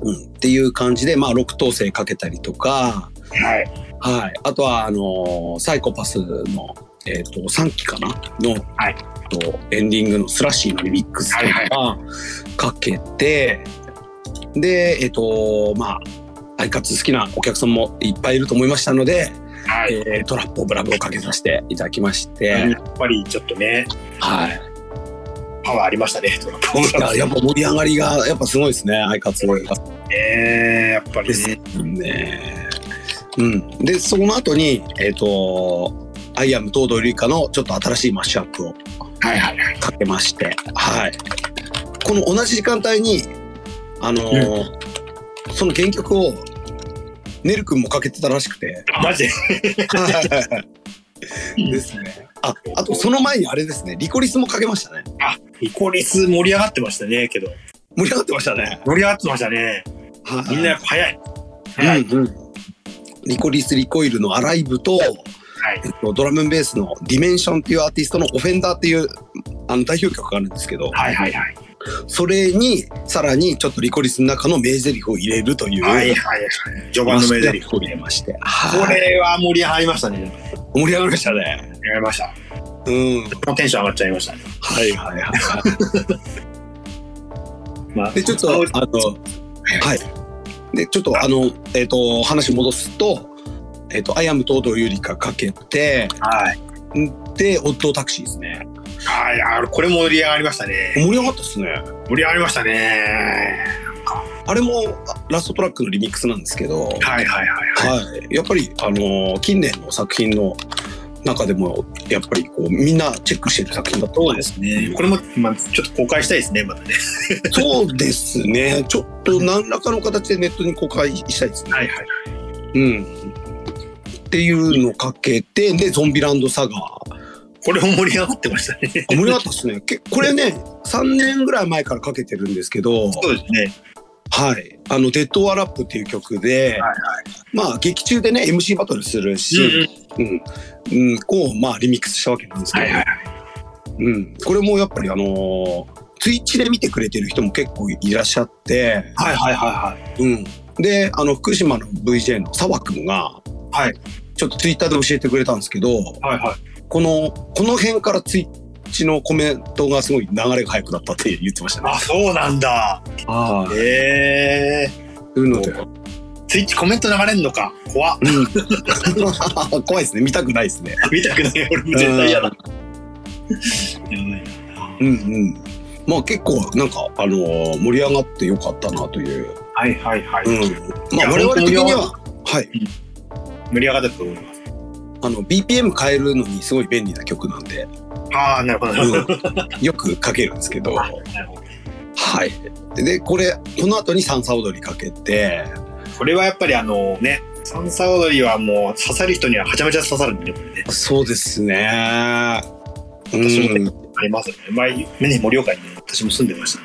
Speaker 1: うん、っていう感じで、まあ、6等星かけたりとか、
Speaker 2: はい。
Speaker 1: はい、あとはあのーサイコパスの、えー、と3期かなの、
Speaker 2: はい
Speaker 1: とエンディングのスラッシーのリミックスと
Speaker 2: はいはい
Speaker 1: かかけて、でえっ、とまあアイカツ好きなお客さんもいっぱいいると思いましたので、
Speaker 2: はい。
Speaker 1: えートラップオブラブをかけさせていただきまして、
Speaker 2: やっぱりちょっとね、
Speaker 1: はい、
Speaker 2: パワーありましたね。
Speaker 1: いややっぱ盛り上がりがやっぱすごいですねアイカツが
Speaker 2: えー、やっぱり
Speaker 1: です
Speaker 2: ね。
Speaker 1: ね。うん、でその後にえっ、と「アイアム東堂ゆりか」のちょっと新しいマッシュアップを
Speaker 2: はいはいはい。
Speaker 1: かけまして、はい、この同じ時間帯にあのーその原曲をねるくんもかけてたらしく
Speaker 2: (laughs)
Speaker 1: て
Speaker 2: あマジで
Speaker 1: ですねああとその前にあれですねリコリスもかけましたね
Speaker 2: リコリス盛り上がってましたね、けど。
Speaker 1: 盛り上がってましたね、
Speaker 2: 盛り上がってましたね。
Speaker 1: はい、
Speaker 2: みんなやっぱ早い。早い。
Speaker 1: うんうんリコリス・リコイルの「アライブと」
Speaker 2: はい
Speaker 1: えっとドラムンベースの「ディメンション」っていうアーティストの「オフェンダー」っていうあの代表曲があるんですけど
Speaker 2: はいはいはい。
Speaker 1: それにさらにちょっとリコリスの中の名台詞を入れるという、
Speaker 2: はいはいはい。序盤の名台詞。こ
Speaker 1: を入れまして、はい
Speaker 2: れは盛り上がりましたね。
Speaker 1: 盛り上がりましたね
Speaker 2: 盛り上がりました。
Speaker 1: うん
Speaker 2: テンション上がっちゃいましたね。
Speaker 1: はいはいはい
Speaker 2: まあ
Speaker 1: でちょっとあのはいでちょっとあの、えっと話戻すと「えっとアイアムとドゆりかかけて
Speaker 2: はい。
Speaker 1: で「オッドタクシー」ですね
Speaker 2: はいあー、これも盛り上がりましたね。
Speaker 1: 盛り上がったっすね
Speaker 2: 盛り上がりましたね。
Speaker 1: あれもあラストトラックのリミックスなんですけど、
Speaker 2: はいはいはい。
Speaker 1: はい、やっぱり、あのー近年の作品の中でもやっぱりこうみんなチェックしてる作品だった
Speaker 2: そうです
Speaker 1: ね
Speaker 2: これも、まあ、ちょっと公開したいですね、またね。
Speaker 1: そうですねちょっと何らかの形でネットに公開したいですね、
Speaker 2: はいは
Speaker 1: う
Speaker 2: い。
Speaker 1: ん、っていうのをかけてで「ゾンビランドサガー」
Speaker 2: これも盛り上がってましたね。
Speaker 1: あ盛り上がったです
Speaker 2: (laughs)
Speaker 1: ねけこれね3年ぐらい前からかけてるんですけど
Speaker 2: そうですね。
Speaker 1: はい「あのデッド・オア・ラップ」っていう曲で、
Speaker 2: はい
Speaker 1: まあ劇中でね MC バトルするし、うん、うん、こう、まあ、リミックスしたわけなんですけど、
Speaker 2: はいはい
Speaker 1: うん、これもやっぱり、あのーツイッチで見てくれてる人も結構いらっしゃって、
Speaker 2: はいはいはいはい。
Speaker 1: うん、で、あの、福島の VJ の沢くんが、
Speaker 2: はい
Speaker 1: ちょっとツイッターで教えてくれたんですけど、
Speaker 2: はいはい。
Speaker 1: この、この辺からツイッチのコメントがすごい流れが早くなったって言ってましたね。
Speaker 2: あ、そうなんだ。
Speaker 1: あ
Speaker 2: ええ
Speaker 1: というので、
Speaker 2: ツイッチコメント流れんのか。怖っ。
Speaker 1: うん、怖い (laughs) ですね。見たくないですね。
Speaker 2: 見たくない。俺も絶対嫌だ。やばい
Speaker 1: うんうん。まあ結構なんか、あのー盛り上がってよかったなという
Speaker 2: はいはいはい。
Speaker 1: うん、ま
Speaker 2: い
Speaker 1: あ
Speaker 2: や
Speaker 1: 我々的には、はい、
Speaker 2: 盛り上がったと思います。
Speaker 1: あの BPM 変えるのにすごい便利な曲なんで、
Speaker 2: ああ、なるほど。なるほど
Speaker 1: うんよくかけるんですけど、は
Speaker 2: なるほど
Speaker 1: い。でこれこの後に三叉踊りかけて、
Speaker 2: (laughs) これはやっぱりあのね、サンサ踊りはもう刺さる人にははちゃめちゃ刺さるんで、これね。
Speaker 1: そうですね。うん
Speaker 2: 私もありますよね。前、ね、盛岡にね、私も住んでました。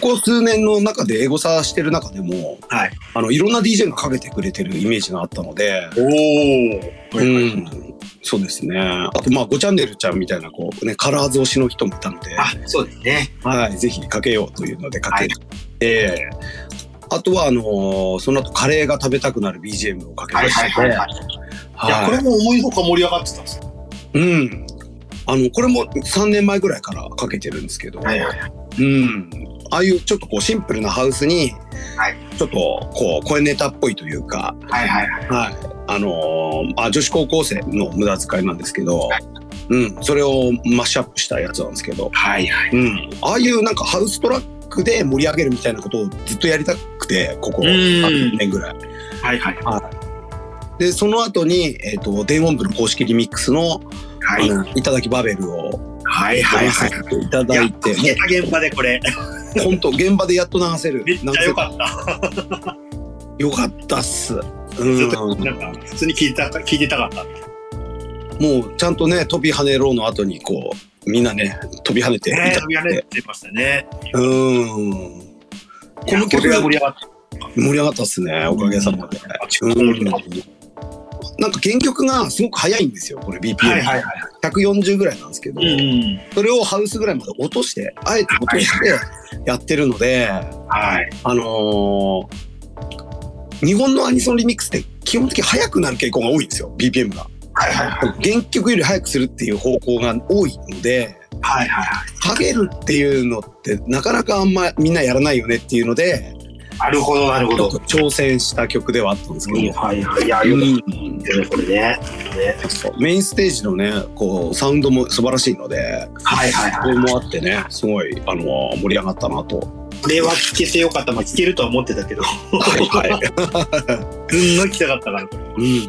Speaker 1: ここ数年の中でエゴサしてる中でも、
Speaker 2: はい
Speaker 1: あのいろんな DJ がかけてくれてるイメージがあったので、
Speaker 2: おお。
Speaker 1: うん、そうですねあとまあ5チャンネルちゃんみたいなこう、ね、カラーズ推しの人もいたので
Speaker 2: あ、そうですね。
Speaker 1: はい、ぜひかけようというのでかけて、あとはあのーその後カレーが食べたくなる BGM をかけましたね
Speaker 2: い。いや、これも思いのほか盛り上がってたんですよ。
Speaker 1: うんあのこれも3年前ぐらいからかけてるんですけど、
Speaker 2: い。
Speaker 1: うん、ああいうちょっとこうシンプルなハウスに、
Speaker 2: はい
Speaker 1: ちょっとこう声ネタっぽいというか、
Speaker 2: はいはいはい。
Speaker 1: はいあのーあ女子高校生の無駄遣いなんですけど、
Speaker 2: は
Speaker 1: うん、それをマッシュアップしたやつなんですけど、
Speaker 2: はいはい。
Speaker 1: うん、ああいうなんかハウストラックで盛り上げるみたいなことをずっとやりたくてここ
Speaker 2: うん
Speaker 1: 3年ぐらい
Speaker 2: はいはい。
Speaker 1: でその後に、えー、と電音部の公式リミックスの「
Speaker 2: はい
Speaker 1: あのいただきバベル」を
Speaker 2: はいはいはい。
Speaker 1: いただいて
Speaker 2: やっと現場でこれ。
Speaker 1: もう本当現場でやっと流せる
Speaker 2: めっちゃ良かった。
Speaker 1: 流せよかったっす、う
Speaker 2: ず
Speaker 1: ん
Speaker 2: っ、となんか普通に聞いた聞いてたかった。
Speaker 1: もうちゃんとね「飛び跳ねろ」の後にこうみんなね飛び跳ねていただい
Speaker 2: ね
Speaker 1: て、、
Speaker 2: やれてましたね。
Speaker 1: うんこの曲
Speaker 2: いや
Speaker 1: が
Speaker 2: これは盛り上がった。
Speaker 1: 盛り上がったっすねおかげさまで、
Speaker 2: あち
Speaker 1: う
Speaker 2: ょっと盛り
Speaker 1: ん
Speaker 2: 上がった
Speaker 1: なんか原曲がすごく速いんですよこれ BPM が、
Speaker 2: はいはいはい。
Speaker 1: 140ぐらいなんですけど、
Speaker 2: うん。
Speaker 1: それをハウスぐらいまで落としてあえて落としてやってるので、
Speaker 2: はい。
Speaker 1: あのー日本のアニソンリミックスって基本的に速くなる傾向が多いんですよ BPM が。
Speaker 2: はいはいはい。
Speaker 1: 原曲より速くするっていう方向が多いので
Speaker 2: はいはいは
Speaker 1: かけるっていうのってなかなかあんまみんなやらないよねっていうので
Speaker 2: い。なるほどなるほ
Speaker 1: ちょっと。
Speaker 2: ど
Speaker 1: 挑戦した曲ではあったんですけど、
Speaker 2: はいはい。いや、よかったね、これね。ね
Speaker 1: メインステージのねこうサウンドも素晴らしいので
Speaker 2: はいはい
Speaker 1: そ
Speaker 2: は
Speaker 1: れ
Speaker 2: い。
Speaker 1: もあってねすごい、あのー盛り上がったなと
Speaker 2: これは聞けてよかった。まあ、聞けるとは思ってたけど、
Speaker 1: はいは
Speaker 2: すんごい聞きたかったから、これ。
Speaker 1: い。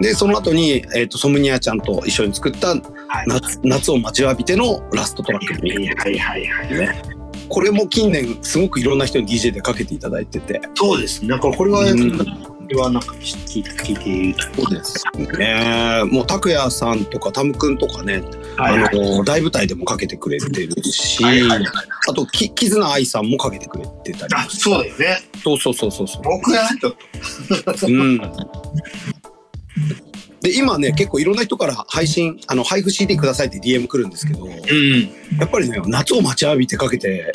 Speaker 1: でその後に、えー、とソムニアちゃんと一緒に作った
Speaker 2: はい
Speaker 1: 夏,、夏を待ちわびてのラストトラック
Speaker 2: はいはいはいはい。
Speaker 1: これも近年すごくいろんな人に DJ でかけていただいてて
Speaker 2: そうですね。なんかこれは、
Speaker 1: うん
Speaker 2: これはなんか聞いて聞いていると。
Speaker 1: そうですねもう拓哉さんとかタム君とかね、
Speaker 2: はいはい。
Speaker 1: あの大舞台でもかけてくれてるし、
Speaker 2: はいはいはい
Speaker 1: あときキズナ愛さんもかけてくれてたり
Speaker 2: あ、そうだよね。
Speaker 1: そうそうそうそうそう
Speaker 2: 僕がちょっと。
Speaker 1: うん、で今ね結構いろんな人から配信あの配布 CD くださいって DM 来るんですけどや
Speaker 2: うん。
Speaker 1: っぱりね夏を待ちわびてかけて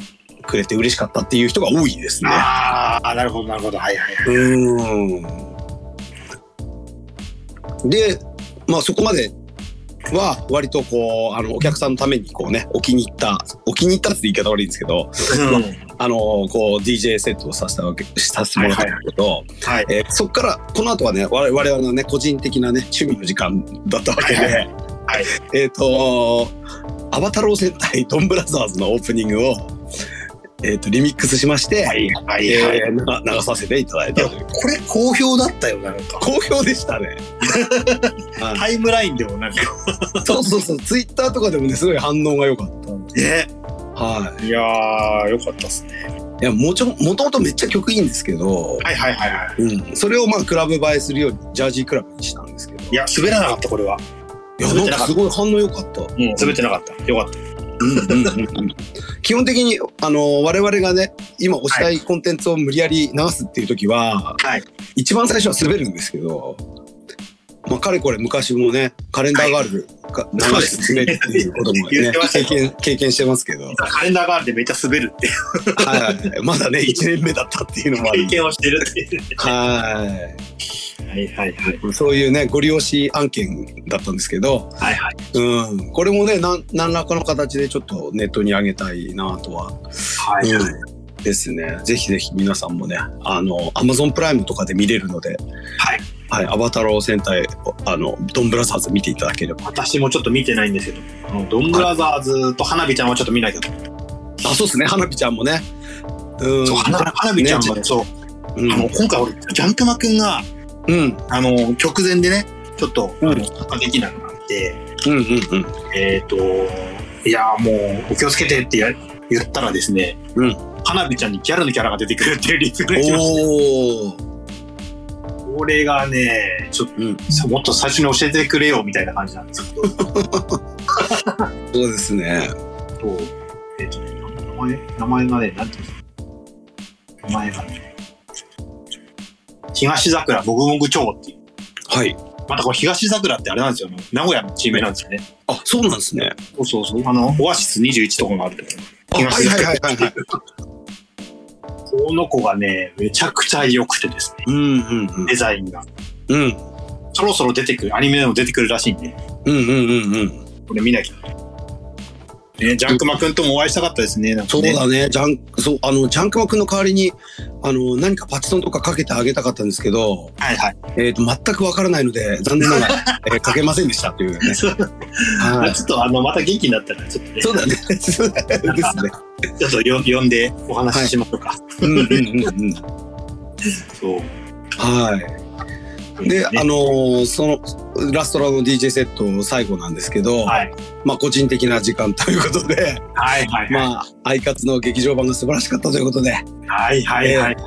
Speaker 1: くれて嬉しかったっていう人が多いですね。
Speaker 2: ああ、なるほど、なるほど。はいはいはい。
Speaker 1: うんでまあそこまでは割とこうあのお客さんのためにこうねお気に入ったお気に入ったって言い方悪いんですけど
Speaker 2: うん
Speaker 1: あのこう DJ セットをさせたわけさせてもらったんだけど、
Speaker 2: はい。
Speaker 1: えーそこからこの後はね我々我々のね個人的なね趣味の時間だったわけで、
Speaker 2: はいはいはい
Speaker 1: えっ、とアバタロー戦隊ドンブラザーズのオープニングを、えー、とリミックスしまして、
Speaker 2: はい。はい。はい。
Speaker 1: えー流流させていただい
Speaker 2: い
Speaker 1: た
Speaker 2: や、
Speaker 1: という
Speaker 2: これ好評だったよ、なんか。
Speaker 1: 好評でしたねは
Speaker 2: タイムラインでもなんか。
Speaker 1: いそうそうそうツイッターとかでもねすごい反応が良かったんで
Speaker 2: ね。
Speaker 1: はい
Speaker 2: やー、よかったっすね。
Speaker 1: いいやもちろんもともとめっちゃ曲いいんですけど、
Speaker 2: はいはいはいはい。
Speaker 1: うん、それをまあクラブ映えするようにジャージークラブにしたんですけど
Speaker 2: いや、滑らなかった、これは。
Speaker 1: いやなんかすごい反応良かった
Speaker 2: うん、滑ってなかった。よかった。
Speaker 1: 基本的にあの我々がね今推したいコンテンツを無理やり流すっていう時は、
Speaker 2: (laughs) はい
Speaker 1: 一番最初は滑るんですけど、まあ、かれこれ昔もねカレンダーガールが流
Speaker 2: そうで
Speaker 1: して
Speaker 2: す
Speaker 1: 滑るっていうことも、
Speaker 2: 言
Speaker 1: ね
Speaker 2: ってました
Speaker 1: 経
Speaker 2: よ
Speaker 1: 験経験してますけど、
Speaker 2: カレンダーがあるでめっちゃ滑るっていう
Speaker 1: はい、まだね1年目だったっていうのもある
Speaker 2: 経験をしてるっていう。
Speaker 1: は
Speaker 2: はいはいはい。
Speaker 1: いそういうねご利用し案件だったんですけど、
Speaker 2: はいはい。
Speaker 1: うん、これもねなん何らかの形でちょっとネットに上げたいなとは
Speaker 2: はいはい。
Speaker 1: うん、ですね。ぜひぜひ皆さんもね、あの、アマゾンプライムとかで見れるので、
Speaker 2: はい。
Speaker 1: はい、アバタロー戦隊、あの、ドンブラザーズ見ていただければ。
Speaker 2: 私もちょっと見てないんですけど、あのドンブラザーズと花火ちゃんはちょっと見ないけど、
Speaker 1: あ、そうですね、花火ちゃんもね。うん。
Speaker 2: そう花花火ちゃんもね、そう、
Speaker 1: う
Speaker 2: あの
Speaker 1: ん。
Speaker 2: 今回俺、ジャンクマくんが、
Speaker 1: うん。うん
Speaker 2: あの、直前でね、ちょっと、あ
Speaker 1: うん
Speaker 2: の、参加できなくなって、
Speaker 1: うんうん。
Speaker 2: えっ、と、いやーもう、お気をつけてってや言ったらですね、
Speaker 1: うん
Speaker 2: 花火ちゃんにギャルのキャラが出てくるっていうリプが来まし
Speaker 1: おお。
Speaker 2: た。これがね、ちょっ
Speaker 1: うん。
Speaker 2: とさ、もっと最初に教えてくれよみたいな感じなんですけど、
Speaker 1: そうですね。
Speaker 2: そうえっ、とね、名前、名前がね、なんていうんですか名前がね、東桜もぐもぐ町っていう。
Speaker 1: はい。
Speaker 2: またこれ東桜ってあれなんですよ、ね。名古屋の地名なんですよね。
Speaker 1: あ、そうなんですね。
Speaker 2: そうそうそう。あの、オアシス21とかがあるとこ
Speaker 1: あはい
Speaker 2: 東
Speaker 1: はい
Speaker 2: 桜
Speaker 1: はいはいはい。
Speaker 2: この子がね、めちゃくちゃ良くてですね、
Speaker 1: うんうんうん
Speaker 2: デザインが。
Speaker 1: うん。
Speaker 2: そろそろ出てくる、アニメでも出てくるらしいんで、
Speaker 1: うんうんうんうん。
Speaker 2: これ見なきゃ。ね、ジャンクマくんともお会いしたかったですね、なんか
Speaker 1: そう
Speaker 2: ね。
Speaker 1: だね、ジャン、そう、あの、ジャンクマ君の代わりに、あの、何かパチソンとかかけてあげたかったんですけど、
Speaker 2: はいはい。
Speaker 1: えー、と全くわからないので残念なが (laughs) ら、えーかけませんでしたという、ね、は
Speaker 2: ちょっとあの、また元気になったら、ちょっとね、
Speaker 1: いそうだねそうだねですね
Speaker 2: ちょっとよ呼んでお話ししましょうか。
Speaker 1: うんうんうんうん
Speaker 2: そう。
Speaker 1: はいで、
Speaker 2: ね
Speaker 1: あのーそのラストラの DJ セット最後なんですけど、
Speaker 2: はい。
Speaker 1: まあ個人的な時間ということで、
Speaker 2: はいはいはい。
Speaker 1: まあアイカツの劇場版が素晴らしかったということで
Speaker 2: はいはいはい。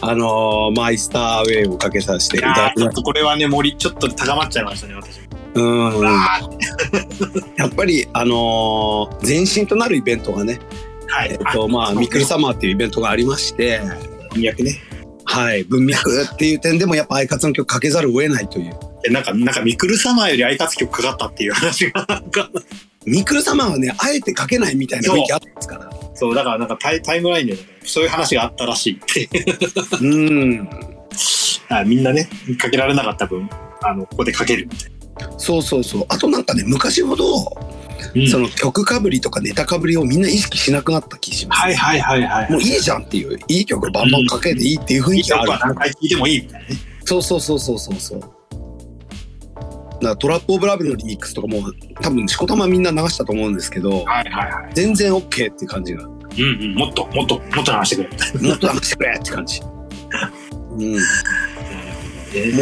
Speaker 1: あのーマイスターウェイをかけさせていただ
Speaker 2: あ
Speaker 1: き
Speaker 2: ーちょ
Speaker 1: ま
Speaker 2: っ
Speaker 1: し
Speaker 2: とこれはね、森、ちょっと高まっちゃいましたね、私。
Speaker 1: たうん
Speaker 2: あー
Speaker 1: やっぱりあのー前身となるイベントがね、
Speaker 2: はい。
Speaker 1: えっとまあミックルサマーっていうイベントがありまして、
Speaker 2: こんにゃくね。
Speaker 1: はい、文脈っていう点でもやっぱ相方の曲かけざるを得ないという。
Speaker 2: でなんか、なんか、ミクルサマーよりアイカツ曲かかったっていう話が、 (laughs) なんか、
Speaker 1: ミクル様はね、あえてかけないみたいな雰囲気あったんですから。
Speaker 2: そう、だからなんかタイタイムラインで、そういう話があったらしいって。
Speaker 1: うん。
Speaker 2: あみんなね、かけられなかった分、あの、ここでかけるみたい
Speaker 1: そうそうそう。あとなんかね、昔ほど、
Speaker 2: な。
Speaker 1: その曲かぶりとかネタかぶりをみんな意識しなくなった気します。
Speaker 2: はいはいはいはい。
Speaker 1: もういいじゃんっていう、いい曲バンバンかけていいっていう雰囲気
Speaker 2: や
Speaker 1: が
Speaker 2: っぱ
Speaker 1: あ
Speaker 2: 何
Speaker 1: る。
Speaker 2: 回聞いてもいいみたいなね。
Speaker 1: そうそうそうそうそうそう。だからトラップオブラブのリミックスとかも多分しこたまみんな流したと思うんですけど、
Speaker 2: はいはいは
Speaker 1: 全然 OK っていう感じが、も
Speaker 2: い。うんうん、もっと、もっと、もっと流してくれみたい
Speaker 1: っと流してくれって感じ。うん。
Speaker 2: な。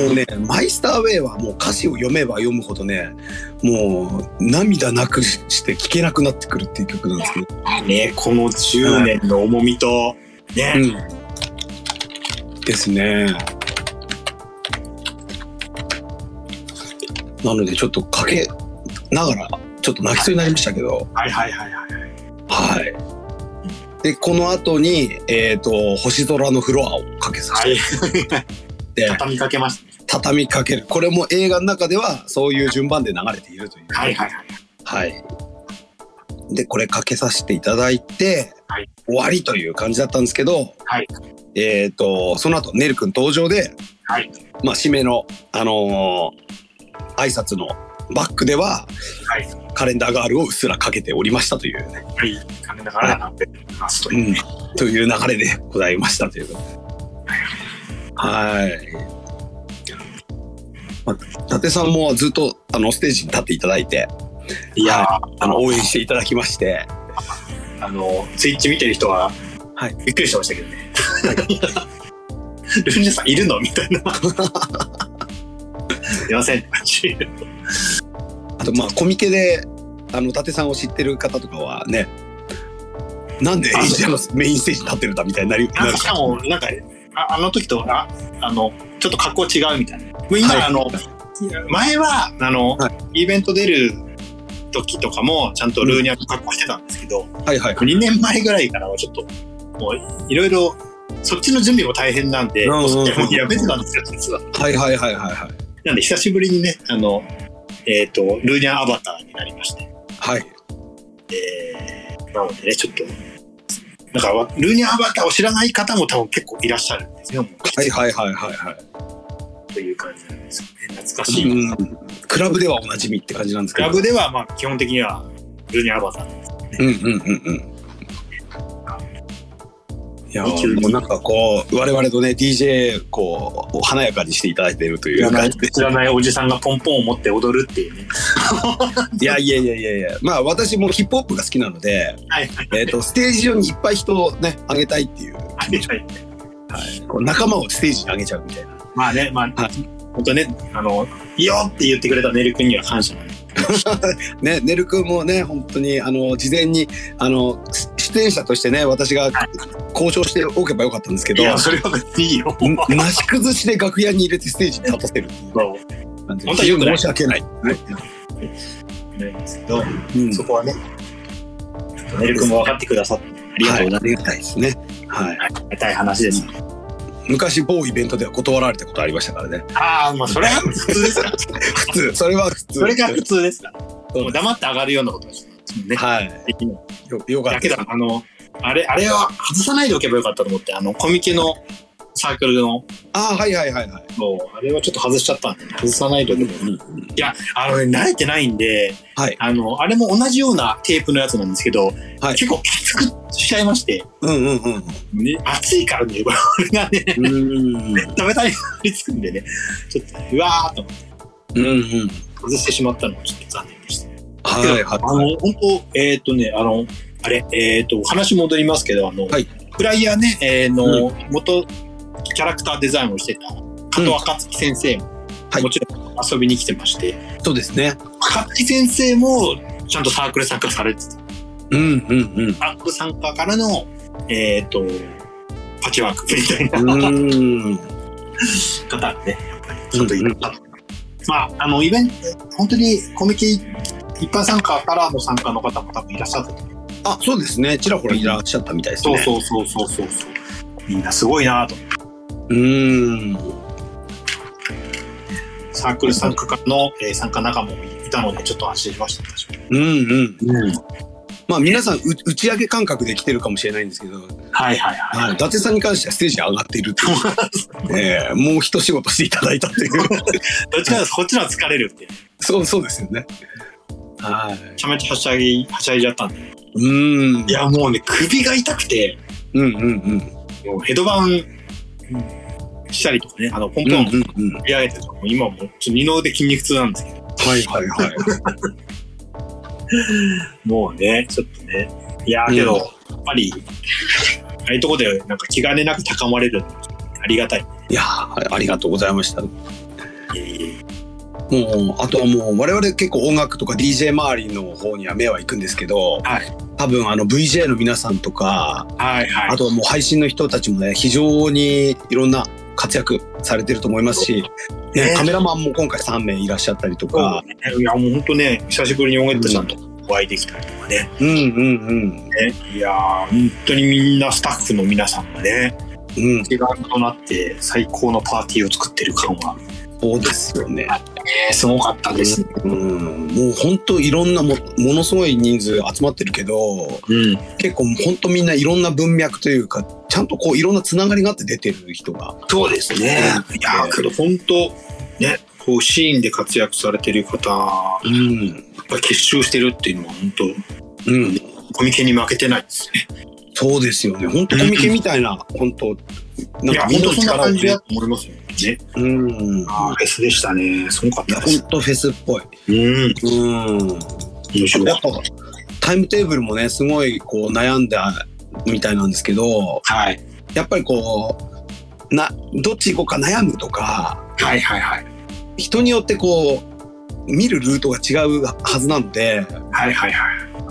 Speaker 1: もうね、マイスターウェイはもう歌詞を読めば読むほどね、もう涙なくして聴けなくなってくるっていう曲なんですけど。
Speaker 2: ね、この10年の重みと、ね、
Speaker 1: うん。ですね。なのでちょっとかけながら、ちょっと泣きそうになりましたけど、
Speaker 2: はいはいはいはい。
Speaker 1: はい。で、この後に、えっ、と、星空のフロアをかけさせ
Speaker 2: はい。
Speaker 1: て、
Speaker 2: 畳みかけましたね。
Speaker 1: 畳みかける。これも映画の中ではそういう順番で流れているという。
Speaker 2: はいはいは
Speaker 1: は
Speaker 2: い。
Speaker 1: い。で、これかけさせていただいて、
Speaker 2: はい
Speaker 1: 終わりという感じだったんですけど、
Speaker 2: はい
Speaker 1: えっ、と、その後、ねるくん登場で、
Speaker 2: はい。
Speaker 1: まあ、締めの、あのー挨拶のバックでは、
Speaker 2: はい
Speaker 1: カレンダーガールをうっすらかけておりましたというね、
Speaker 2: はい。残念ながらなってますと
Speaker 1: う
Speaker 2: いう。
Speaker 1: ん、という流れでございましたというはい。まあ、伊達さんもずっとあのステージに立っていただいて
Speaker 2: いやー、
Speaker 1: あの応援していただきまして
Speaker 2: あの、ツイッチ見てる人は、
Speaker 1: はい
Speaker 2: びっくりしてましたけどね。ルンジャさんいるのみたいな。すいませんって感じ。
Speaker 1: あとまあコミケであの伊達さんを知ってる方とかはねなんでエイジアのメインステージに立ってるんだみたいになりな
Speaker 2: なん
Speaker 1: る
Speaker 2: かしかも、なんか、ああの時と、あ、あの、ちょっと格好違うみたいな。もう今、
Speaker 1: はい
Speaker 2: あの、前は、あの、
Speaker 1: は
Speaker 2: イベント出る時とかも、ちゃんとルーニャの格好してたんですけど、
Speaker 1: はいはい
Speaker 2: 2年前ぐらいからはちょっと、もう、いろいろ、そっちの準備も大変なんで、
Speaker 1: うんうんうん
Speaker 2: もうやめてたんですよ、実は。
Speaker 1: はいはいはいはいはい
Speaker 2: なんで久しぶりにね、あの、えっ、と、ルーニャンアバターになりまして、
Speaker 1: はい
Speaker 2: えー、なのでね、ちょっと、なんかわ、ルーニャンアバターを知らない方も多分結構いらっしゃるんですよ、もう
Speaker 1: はいはいはいはいはい
Speaker 2: という感じなんですよね。懐かしい。
Speaker 1: うんクラブではおなじみって感じなんです
Speaker 2: ク
Speaker 1: けど
Speaker 2: ラブでは、まあ、基本的には、ルーニャンアバター。
Speaker 1: うんうんうんうんいやもうなんかこう我々とね DJ こう華やかにしていただいているという感じで
Speaker 2: 知らないおじさんがポンポンを持って踊るっていうね。
Speaker 1: いやいやいやいやいやまあ私もヒップホップが好きなので
Speaker 2: はいはい
Speaker 1: えー、とステージ上にいっぱい人をね上げたいっていう
Speaker 2: はい。
Speaker 1: こう仲間をステージに上げちゃうみたいな
Speaker 2: まあね、まあ、
Speaker 1: はい
Speaker 2: 本当ね、あの、いいよって言ってくれたねる君には感謝なんで
Speaker 1: ねねるくんもね本当にあの事前にあのす出演者としてね私が交渉しておけばよかったんですけ
Speaker 2: い
Speaker 1: ど
Speaker 2: や、それは別にいいよ。
Speaker 1: んなし崩しで楽屋に入れてステージに立たせるっていう
Speaker 2: そう
Speaker 1: 感じで
Speaker 2: 本当は良くない
Speaker 1: 申し訳ない、
Speaker 2: 思いますけど、
Speaker 1: うん
Speaker 2: そこはね、メル君も分かってくださって、ありがとうござ
Speaker 1: は
Speaker 2: い
Speaker 1: いありがたいですね、はい、
Speaker 2: ます。ありがたい話です。
Speaker 1: 昔某イベントでは断られたことありましたからね (laughs)
Speaker 2: ああ、まあ、それは普通ですから。
Speaker 1: 普通それは普通
Speaker 2: (laughs) それが普通ですから。
Speaker 1: そう
Speaker 2: もう黙って上がるようなことです。ね。
Speaker 1: はい
Speaker 2: できない
Speaker 1: よよかった
Speaker 2: だけ
Speaker 1: です
Speaker 2: ど、あの、あれ、あれは外さないでおけばよかったと思って、あの、コミケのサークルの、
Speaker 1: ああはいはいはいはい、
Speaker 2: もう、あれはちょっと外しちゃったんで、外さないでおけばよかった。いや、あのね、慣れてないんで、
Speaker 1: はい
Speaker 2: あの、あれも同じようなテープのやつなんですけど、
Speaker 1: はい
Speaker 2: 結構きつくしちゃいまして、
Speaker 1: うんうんうん
Speaker 2: ね、暑いからね、これ (laughs) がね、
Speaker 1: うん
Speaker 2: 食べたりりつくんでね、ちょっと、うわーっと思って
Speaker 1: うんうん
Speaker 2: 外してしまったのがちょっと残念でした。
Speaker 1: はい
Speaker 2: あ
Speaker 1: は
Speaker 2: の、本当えっ、とね、あの、あれ、えっ、と、話戻りますけど、あの、
Speaker 1: はい
Speaker 2: フライヤーね、えーの、元キャラクターデザインをしてた加藤若月先生も、
Speaker 1: はい
Speaker 2: もちろん遊びに来てまして、
Speaker 1: いそうですね
Speaker 2: 若月先生もちゃんとサークル参加されてて
Speaker 1: うんうん
Speaker 2: サークル参加からの、えっ、と、パッチワークみたいな
Speaker 1: うんうん
Speaker 2: 方がね、やっぱりちょっといろいろあったまあ、あの、イベント、本当にコミケ一般参加からの参加の方も多分いらっしゃったと思う
Speaker 1: あそうですねちらほらいらっしゃったみたいです
Speaker 2: そう
Speaker 1: ねう
Speaker 2: そうそうそうそうそう。みんなすごいなと。
Speaker 1: ううん
Speaker 2: サークル参加からの、えー参加仲間もいたので、ちょっと安心しました。確かに
Speaker 1: うんうんまあ皆さんう打ち上げ感覚で来てるかもしれないんですけど、
Speaker 2: はいはい
Speaker 1: は、
Speaker 2: はいい。
Speaker 1: 伊達さんに関してはステージに上がっているってい
Speaker 2: (laughs)
Speaker 1: う、ええもう一仕事していただいたっていう (laughs)
Speaker 2: どっちかというと、こっちのは疲れるって。
Speaker 1: そうそうですよねはい
Speaker 2: めちゃめちゃはしゃぎ、はしゃいじゃったんで。
Speaker 1: うん
Speaker 2: いや、もうね、首が痛くて、
Speaker 1: うんうんうん
Speaker 2: もうヘドバンしたりとかね、あの、ポン
Speaker 1: うん
Speaker 2: ポ
Speaker 1: う
Speaker 2: ン
Speaker 1: んうん
Speaker 2: 振り上げてとか、もう今もうちょっと二の腕筋肉痛なんですけど、
Speaker 1: はいはいはい
Speaker 2: もうね、ちょっとね。いやーけど、
Speaker 1: うん
Speaker 2: やっぱり、ああいうとこで、なんか気兼ねなく高まれる。ありがたい。
Speaker 1: いやーありがとうございました
Speaker 2: いえいえ
Speaker 1: もうあとはもう我々結構音楽とか DJ 周りの方には目は行くんですけど、
Speaker 2: はい
Speaker 1: 多分あの VJ の皆さんとか
Speaker 2: はいはい。
Speaker 1: あとはもう配信の人たちもね非常にいろんな活躍されてると思いますし、ね
Speaker 2: ね
Speaker 1: カメラマンも今回3名いらっしゃったりとか、
Speaker 2: そうねいやもう本当ね久しぶりに音楽ちゃんとお会いできたりとかね,、
Speaker 1: うん、うんうん
Speaker 2: ねいやー本当にみんなスタッフの皆さんがね
Speaker 1: うん
Speaker 2: 一丸となって最高のパーティーを作ってる感は、ね、
Speaker 1: そうですよね、
Speaker 2: すごかったですね、
Speaker 1: うん、もう本当いろんなもものすごい人数集まってるけど
Speaker 2: うん、
Speaker 1: 結構本当みんないろんな文脈というかちゃんとこういろんなつながりがあって出てる人が
Speaker 2: そうですねいやーけど本当ねこうシーンで活躍されてる方や
Speaker 1: うん。
Speaker 2: っぱり結集してるっていうのは本当
Speaker 1: うん。
Speaker 2: コミケに負けてないですね
Speaker 1: そうですよね。本当コミケみたいな、本当ないん
Speaker 2: や
Speaker 1: か
Speaker 2: 本
Speaker 1: みんな
Speaker 2: 当
Speaker 1: の
Speaker 2: そんな
Speaker 1: 力を
Speaker 2: 感じ
Speaker 1: ね
Speaker 2: だ。と思いますよね
Speaker 1: うん。い
Speaker 2: ああフェスでしたねすごかっ
Speaker 1: や、
Speaker 2: たで
Speaker 1: 本
Speaker 2: す
Speaker 1: 当フェスっぽい。
Speaker 2: うん
Speaker 1: うん。
Speaker 2: 面白
Speaker 1: や
Speaker 2: か
Speaker 1: っ
Speaker 2: っ
Speaker 1: ぱタイムテーブルもね、すごいこう悩んだみたいなんですけど、
Speaker 2: たはい
Speaker 1: やっぱりこう、な、どっち行こうか悩むとか、
Speaker 2: はいはいはい
Speaker 1: 人によってこう、見るルートが違うはずなので、
Speaker 2: はいはいはい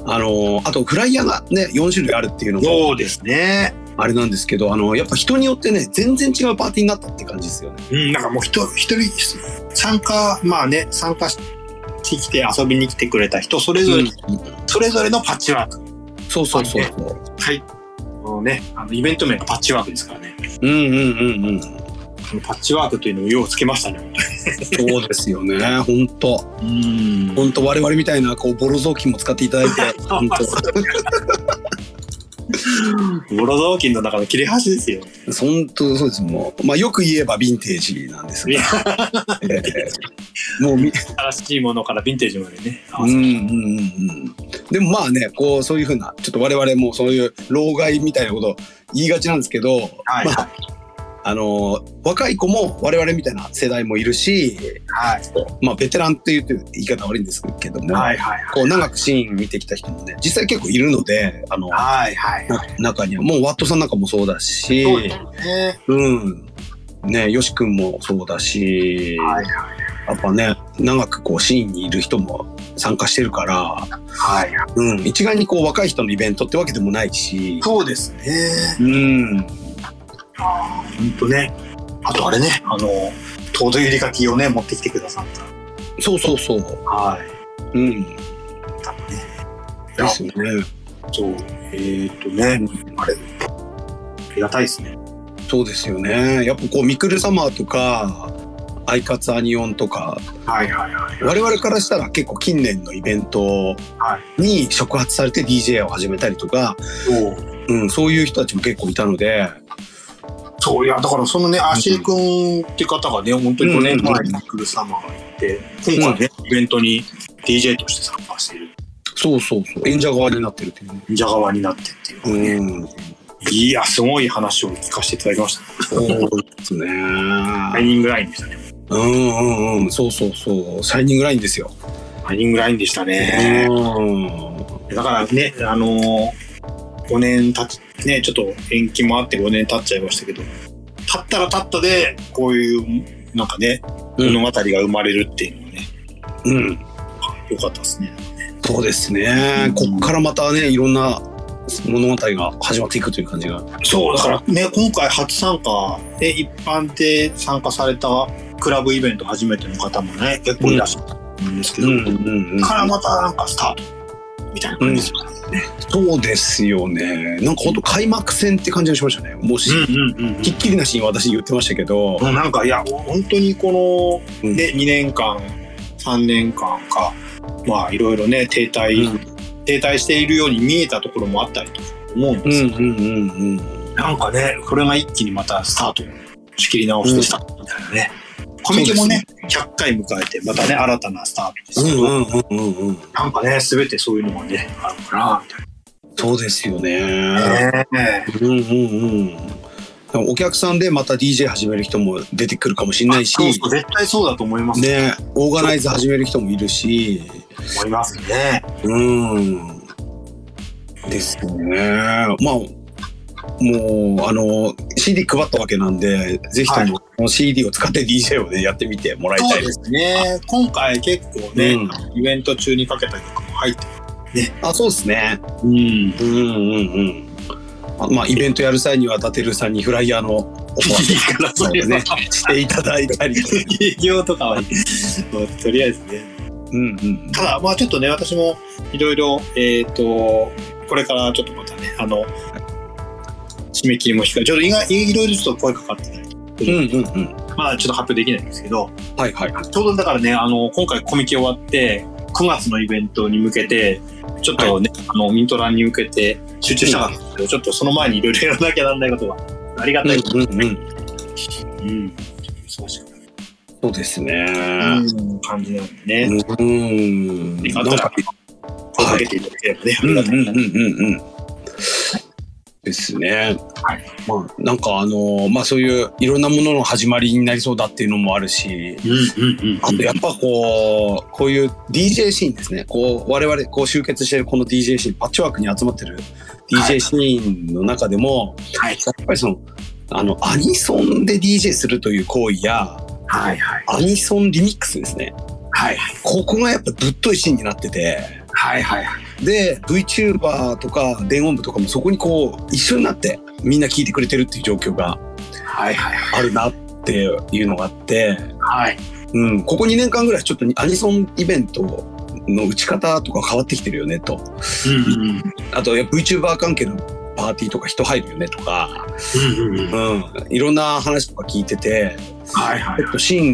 Speaker 1: あの、あとフライヤーがね、4種類あるっていうのも、
Speaker 2: そうですね
Speaker 1: あれなんですけど、あの、やっぱ人によってね、全然違うパーティーになったって感じですよね。
Speaker 2: うんなんかもう一人一人参加まあね参加してきて遊びに来てくれた人それぞれ、それぞれのパッチワーク
Speaker 1: そうそうそうそう。
Speaker 2: はいもうねあのイベント名がパッチワークですからね
Speaker 1: うんうんうんうん。
Speaker 2: このパッチワークというのをようつけましたね
Speaker 1: そうですよね。本当
Speaker 2: うん
Speaker 1: 本当我々みたいなこうボロ雑巾も使っていただいて、本
Speaker 2: (laughs) ボロ雑巾の中の切れ端ですよ。
Speaker 1: 当本当そうですもう。まあよく言えばヴィンテージなんです
Speaker 2: い
Speaker 1: が
Speaker 2: や、
Speaker 1: ええもうみ
Speaker 2: 新しいものからヴィンテージまでね。
Speaker 1: うんうんうんうん。でもまあね、こうそういうふうなちょっと我々もそういう老害みたいなこと言いがちなんですけど、
Speaker 2: はい
Speaker 1: まああの若い子も我々みたいな世代もいるし、
Speaker 2: はい
Speaker 1: まあベテランっていうと言い方悪いんですけども。
Speaker 2: はいはい
Speaker 1: こう長くシーン見てきた人もね実際結構いるのであの
Speaker 2: はいはい。
Speaker 1: な中にはもうワットさんなんかもそうだし
Speaker 2: そうですね。
Speaker 1: うんねよし君もそうだし、
Speaker 2: はい
Speaker 1: やっぱね長くこうシーンにいる人も参加してるから、
Speaker 2: はい。
Speaker 1: うん、一概にこう若い人のイベントってわけでもないし
Speaker 2: そうですね。
Speaker 1: うん
Speaker 2: ああ、本当ね。あとあれね、あの、糖度ゆりかきをね、持ってきてくださっ
Speaker 1: そうそうそう
Speaker 2: た。はい。
Speaker 1: うん
Speaker 2: や
Speaker 1: ですよね
Speaker 2: そう。えーっとね、あれ、ありがたいですね。
Speaker 1: そうですよねやっぱこうミクルサマーとかアイカツアニオンとか
Speaker 2: はいはいはい。
Speaker 1: 我々からしたら結構近年のイベントに触発されて DJ を始めたりとか、
Speaker 2: そう。
Speaker 1: うん、そういう人たちも結構いたので
Speaker 2: そういやだからそのね、足井くんって方がね、本当に5年前に来るサマーが行って、今回ね、イベントに DJ として参加してる
Speaker 1: そうそうそう演者側になってるっていうね。
Speaker 2: 忍者側になってっていうのがね、
Speaker 1: うん、
Speaker 2: いや、すごい話を聞かせていただきました。
Speaker 1: そうですね。
Speaker 2: ライニングラインでしたね。
Speaker 1: うんうんうん、そうそうそう、シャイニングラインですよ。
Speaker 2: ライニングラインでしたね。
Speaker 1: うん、
Speaker 2: だからね、あのー、5年経ち、ね、ちょっと延期もあって5年経っちゃいましたけど、経ったら経ったで、こういう、なんかね、
Speaker 1: うん
Speaker 2: 物語が生まれるっていうのはね、
Speaker 1: うん、
Speaker 2: 良かったですね。
Speaker 1: そうですね。こっからまたね、いろんな物語が始まっていくという感じが。
Speaker 2: そう、だからね、今回初参加、ね、一般で参加されたクラブイベント初めての方もね、結構いらっしゃったと思うんですけ
Speaker 1: う
Speaker 2: ど、
Speaker 1: んうんうん。
Speaker 2: からまたなんかスタートみたいな感じですよね。
Speaker 1: そうですよね。なんか本当開幕戦って感じがしましたね。もし、
Speaker 2: うんうんうん
Speaker 1: ひっきりなしに私言ってましたけど、
Speaker 2: もうなんかいや本当にこの、
Speaker 1: うん
Speaker 2: ね2年間3年間かまあいろいろね停滞、停滞しているように見えたところもあったりと思うん
Speaker 1: う
Speaker 2: で
Speaker 1: ん
Speaker 2: す
Speaker 1: う
Speaker 2: け
Speaker 1: ん
Speaker 2: ど、
Speaker 1: うんうん
Speaker 2: なんかねこれが一気にまたスタート仕切り直しでしたみたいなね、コミケもね100回迎えてまたね新たなスタートですけど、
Speaker 1: うんうんうんうんうん。
Speaker 2: なんかね全てそういうのがねあるか
Speaker 1: そうですよね。
Speaker 2: らみたいなね
Speaker 1: うんうんうん。でもお客さんでまた DJ 始める人も出てくるかもしれないし、
Speaker 2: そうそう絶対そうだと思います、
Speaker 1: ね、オーガナイズ始める人もいるし、
Speaker 2: 思いますね
Speaker 1: うん。ですよね。まあ、もう、あの、CD 配ったわけなんで、ぜひとも、この CD を使って DJ をね、やってみてもらいた
Speaker 2: そう
Speaker 1: い
Speaker 2: ですね今回結構ね、
Speaker 1: うん
Speaker 2: イベント中にかけた曲も入って
Speaker 1: あ、そうですね。
Speaker 2: うん
Speaker 1: うんうんうん。あまあ、イベントやる際には、伊達さんにフライヤーのオファー
Speaker 2: いいから (laughs) そういうの (laughs)
Speaker 1: ねしていただいたり。
Speaker 2: 営業とかは、まあとりあえずね
Speaker 1: うんうん。
Speaker 2: ただまあちょっとね私もいろいろえっ、とこれからちょっとまたねあの締め切りも控えちょっといがいろいろちょっと声かかってたり
Speaker 1: うんうんうん。
Speaker 2: まあちょっと発表できないんですけど
Speaker 1: はいはい。
Speaker 2: ちょうどだからねあの今回コミケ終わって9月のイベントに向けてちょっとね、あのミントランに向けて集中したかったんですけど、ちょっとその前にいろいろやらなきゃなんないことがありがたいこと
Speaker 1: うんうんうん。
Speaker 2: うん。忙しくなる
Speaker 1: そうですね。
Speaker 2: うん、感じなんでね。
Speaker 1: うん。
Speaker 2: あとは、声かけていただければね。あ
Speaker 1: うん
Speaker 2: り
Speaker 1: う
Speaker 2: が
Speaker 1: ん
Speaker 2: たい
Speaker 1: うんうんうん。ですね。
Speaker 2: はい
Speaker 1: まあなんかあのまあそういういろんなものの始まりになりそうだっていうのもあるし。
Speaker 2: うんうんうん。
Speaker 1: あとやっぱこう、こういう DJ シーンですね。こう、我々こう集結しているこの DJ シーン、パッチワークに集まってる DJ シーンの中でも、
Speaker 2: はい
Speaker 1: やっぱりその、あの、アニソンで DJ するという行為や、
Speaker 2: はいはい。
Speaker 1: アニソンリミックスですね。
Speaker 2: はい
Speaker 1: ここがやっぱぶっといシーンになってて、
Speaker 2: はいはいはい。
Speaker 1: で、VTuber とか電音部とかもそこにこう、一緒になってみんな聴いてくれてるっていう状況が
Speaker 2: はいはいはい。
Speaker 1: あるなっていうのがあって、
Speaker 2: はい。
Speaker 1: うん、ここ2年間ぐらいちょっとアニソンイベントの打ち方とか変わってきてるよねと
Speaker 2: うんうん
Speaker 1: あといや VTuber 関係のパーティーとか人入るよねとか、
Speaker 2: うんうんうん。
Speaker 1: うん、いろんな話とか聞いてて
Speaker 2: はいはい
Speaker 1: ちょっとシーン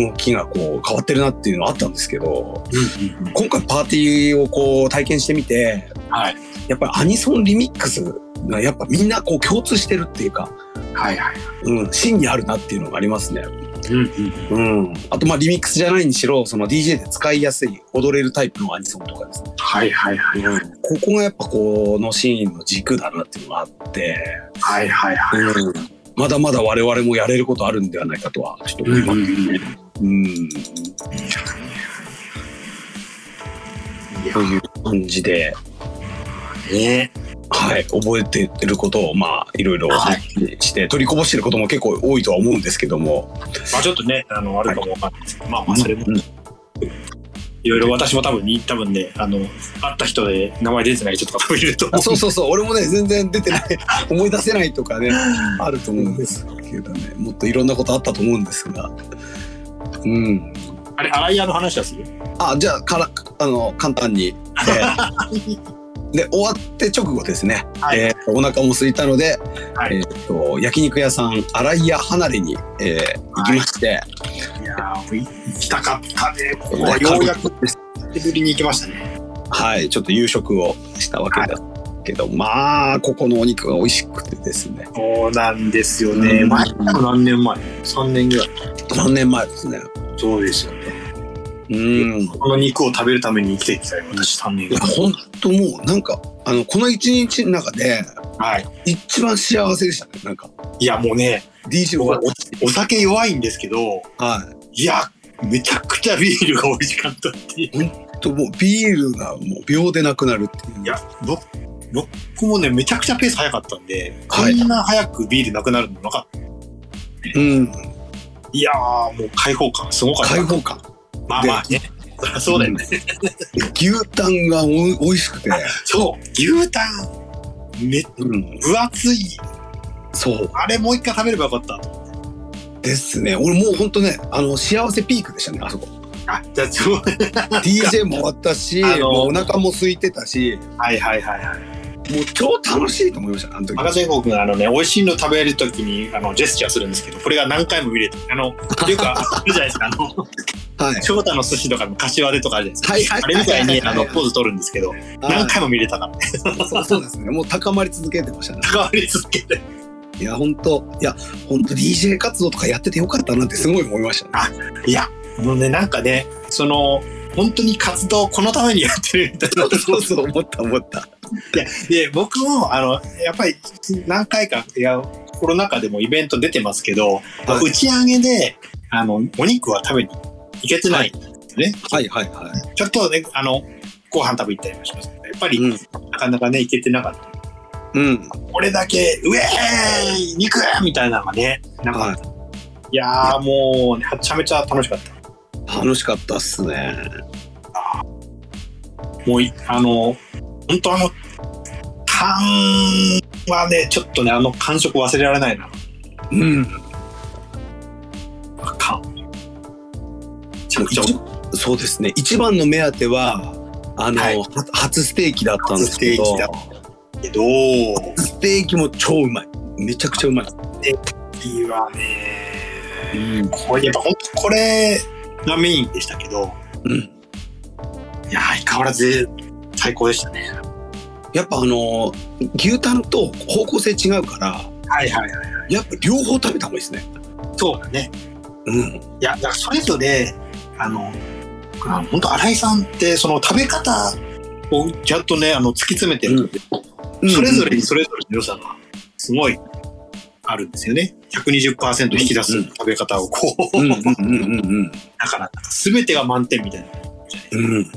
Speaker 1: の動きがこう変わってるなっていうのはあったんですけど
Speaker 2: うんうんうん。
Speaker 1: 今回パーティーをこう体験してみて
Speaker 2: はい
Speaker 1: やっぱりアニソンリミックスがやっぱみんなこう共通してるっていうか、
Speaker 2: はいはい。
Speaker 1: うん、芯にあるなっていうのがありますね。
Speaker 2: うんうん。
Speaker 1: うん、あとまあリミックスじゃないにしろその DJ で使いやすい踊れるタイプのアニソンとかですね
Speaker 2: はいはいはいはい。
Speaker 1: ここがやっぱこのシーンの軸だなっていうのがあって、
Speaker 2: はいはいはい。
Speaker 1: まだまだ我々もやれることあるんではないかとはちょっと思
Speaker 2: う
Speaker 1: い
Speaker 2: んう
Speaker 1: ま
Speaker 2: ん
Speaker 1: す
Speaker 2: うん
Speaker 1: ね。うん、
Speaker 2: いや
Speaker 1: という感じで、
Speaker 2: ね
Speaker 1: はい、覚えてることをまあいろいろお話しして、取りこぼしてることも結構多いとは思うんですけども、
Speaker 2: まあちょっとね、あの、あるかもわかんないですけど、まあまあそれも
Speaker 1: うん、
Speaker 2: いろいろ私も多分に、多分ね、あの、会った人で名前出てない人とか多分いると思
Speaker 1: あそうそうそう俺もね全然出てない (laughs) 思い出せないとかねあると思うんですけどねもっといろんなことあったと思うんですが。うん、
Speaker 2: う。あれ、アライアの話はする
Speaker 1: あじゃあからあの簡単に、えー
Speaker 2: (laughs)
Speaker 1: で終わって直後ですね、
Speaker 2: はい
Speaker 1: えーお腹も空いたので、
Speaker 2: はい
Speaker 1: えーと焼肉屋さん新井屋離れに、えー行きまして、
Speaker 2: いやー、行きたかったね。ここ
Speaker 1: は
Speaker 2: はいようやく
Speaker 1: です
Speaker 2: 久しぶりに行きましたね。
Speaker 1: はい、ちょっと夕食をしたわけだけど、まあここのお肉が美味しくてですね
Speaker 2: そうなんですよ
Speaker 1: う
Speaker 2: ね。
Speaker 1: ん
Speaker 2: 前も何年前 ?3 年ぐらい。
Speaker 1: 3年前ですね
Speaker 2: そうですよね。
Speaker 1: うんい
Speaker 2: この肉を食べるために生きてきたよ、私3年ぐ
Speaker 1: や
Speaker 2: らい。
Speaker 1: 本当もうなんかあのこの一日の中で
Speaker 2: はい。
Speaker 1: 一番幸せでしたねなんか
Speaker 2: いや、もうね、
Speaker 1: DJ
Speaker 2: 僕は
Speaker 1: は
Speaker 2: おお酒弱いんですけど、
Speaker 1: はい
Speaker 2: や、めちゃくちゃビールが美味しかったっていう。
Speaker 1: いともうビールがもう秒でなくなるっていう
Speaker 2: いや、僕、僕もね、めちゃくちゃペース早かったんで、
Speaker 1: はい
Speaker 2: こんな早くビールなくなるのなかった。
Speaker 1: うん
Speaker 2: いやー、もう開放感すごかった。
Speaker 1: 開放感
Speaker 2: まあまあね。そりゃそうだよね。
Speaker 1: 牛タンがおい美味しくて、
Speaker 2: そう、牛タン、め、
Speaker 1: うん、
Speaker 2: 分厚い。
Speaker 1: そう
Speaker 2: あれもう一回食べればよかったと。
Speaker 1: ですね俺もうほんとねあの幸せピークでしたねあそこ
Speaker 2: あ、じゃあ、そう。
Speaker 1: DJ も終わったし、
Speaker 2: あの
Speaker 1: もうお腹も空いてたし
Speaker 2: はいはいはいはい。
Speaker 1: もう超楽しいと思いましたあの時
Speaker 2: 赤ちゃん国があのね、美味しいの食べるときに、あの、ジェスチャーするんですけど、これが何回も見れて、あの、ってい
Speaker 1: (laughs)
Speaker 2: うか、あるじゃないですか、あの、
Speaker 1: はい
Speaker 2: 翔太の寿司とかの柏でとかあるじゃな
Speaker 1: はいい
Speaker 2: ですか。
Speaker 1: はい
Speaker 2: あれみたいに
Speaker 1: は
Speaker 2: あ
Speaker 1: いはい
Speaker 2: のポーズ取るんですけど、
Speaker 1: は
Speaker 2: 何
Speaker 1: い
Speaker 2: 回も見れたから、
Speaker 1: そうそうですねもう高まり続けてましたね
Speaker 2: 関わり続けて。
Speaker 1: いや本当いや本当 DJ 活動とかやっててよかったなってすごい思いましたね
Speaker 2: いや、もうね、なんかね、その、本当に活動このためにやってるみたいな。
Speaker 1: そうそう思った思った
Speaker 2: で、僕も、あの、やっぱり何回か、いや、コロナ禍でもイベント出てますけど、
Speaker 1: はい
Speaker 2: 打ち上げで、あの、お肉は食べに行けてないんですよね。
Speaker 1: はいはいは
Speaker 2: ちょっとね、あの、ご飯食べ行ったりもしますけど、やっぱ
Speaker 1: い
Speaker 2: り、
Speaker 1: うん、
Speaker 2: なかなかね、行けてなかった。
Speaker 1: うん、
Speaker 2: これだけ、ウェーイ肉みたいなのがね、なんか、
Speaker 1: はい
Speaker 2: いやーもう、はちゃめちゃ楽しかった。
Speaker 1: 楽しかったっすね
Speaker 2: もうい、あの、本当あの、缶はね、ちょっとね、あの感触忘れられないな。
Speaker 1: うん
Speaker 2: 缶。ちょっと、
Speaker 1: 一そうですね一番の目当てはあの、
Speaker 2: はい
Speaker 1: は初ステーキだったんですけど
Speaker 2: 初ステーキだっけど、
Speaker 1: ステーキも超うまいめちゃくちゃうまい、
Speaker 2: いいわね。
Speaker 1: うん
Speaker 2: これ、やっぱ本当これがメインでしたけど、いや、相変わらず最高でしたね。
Speaker 1: やっぱあの牛タンと方向性違うから
Speaker 2: はいはいはい。
Speaker 1: やっぱ両方食べた方がいいですね
Speaker 2: そうだね。
Speaker 1: うん。
Speaker 2: いや、だからそれぞれ、あの、あ本当新井さんって、その食べ方をちゃんとね、あの、突き詰めてる、
Speaker 1: うん
Speaker 2: それぞれにそれぞれの良さが、すごい、あるんですよね。120%引き出す食べ方を、こう、 (laughs)
Speaker 1: うんう
Speaker 2: だ
Speaker 1: んうんうん
Speaker 2: から、全てが満点みたいな。
Speaker 1: うん。うん。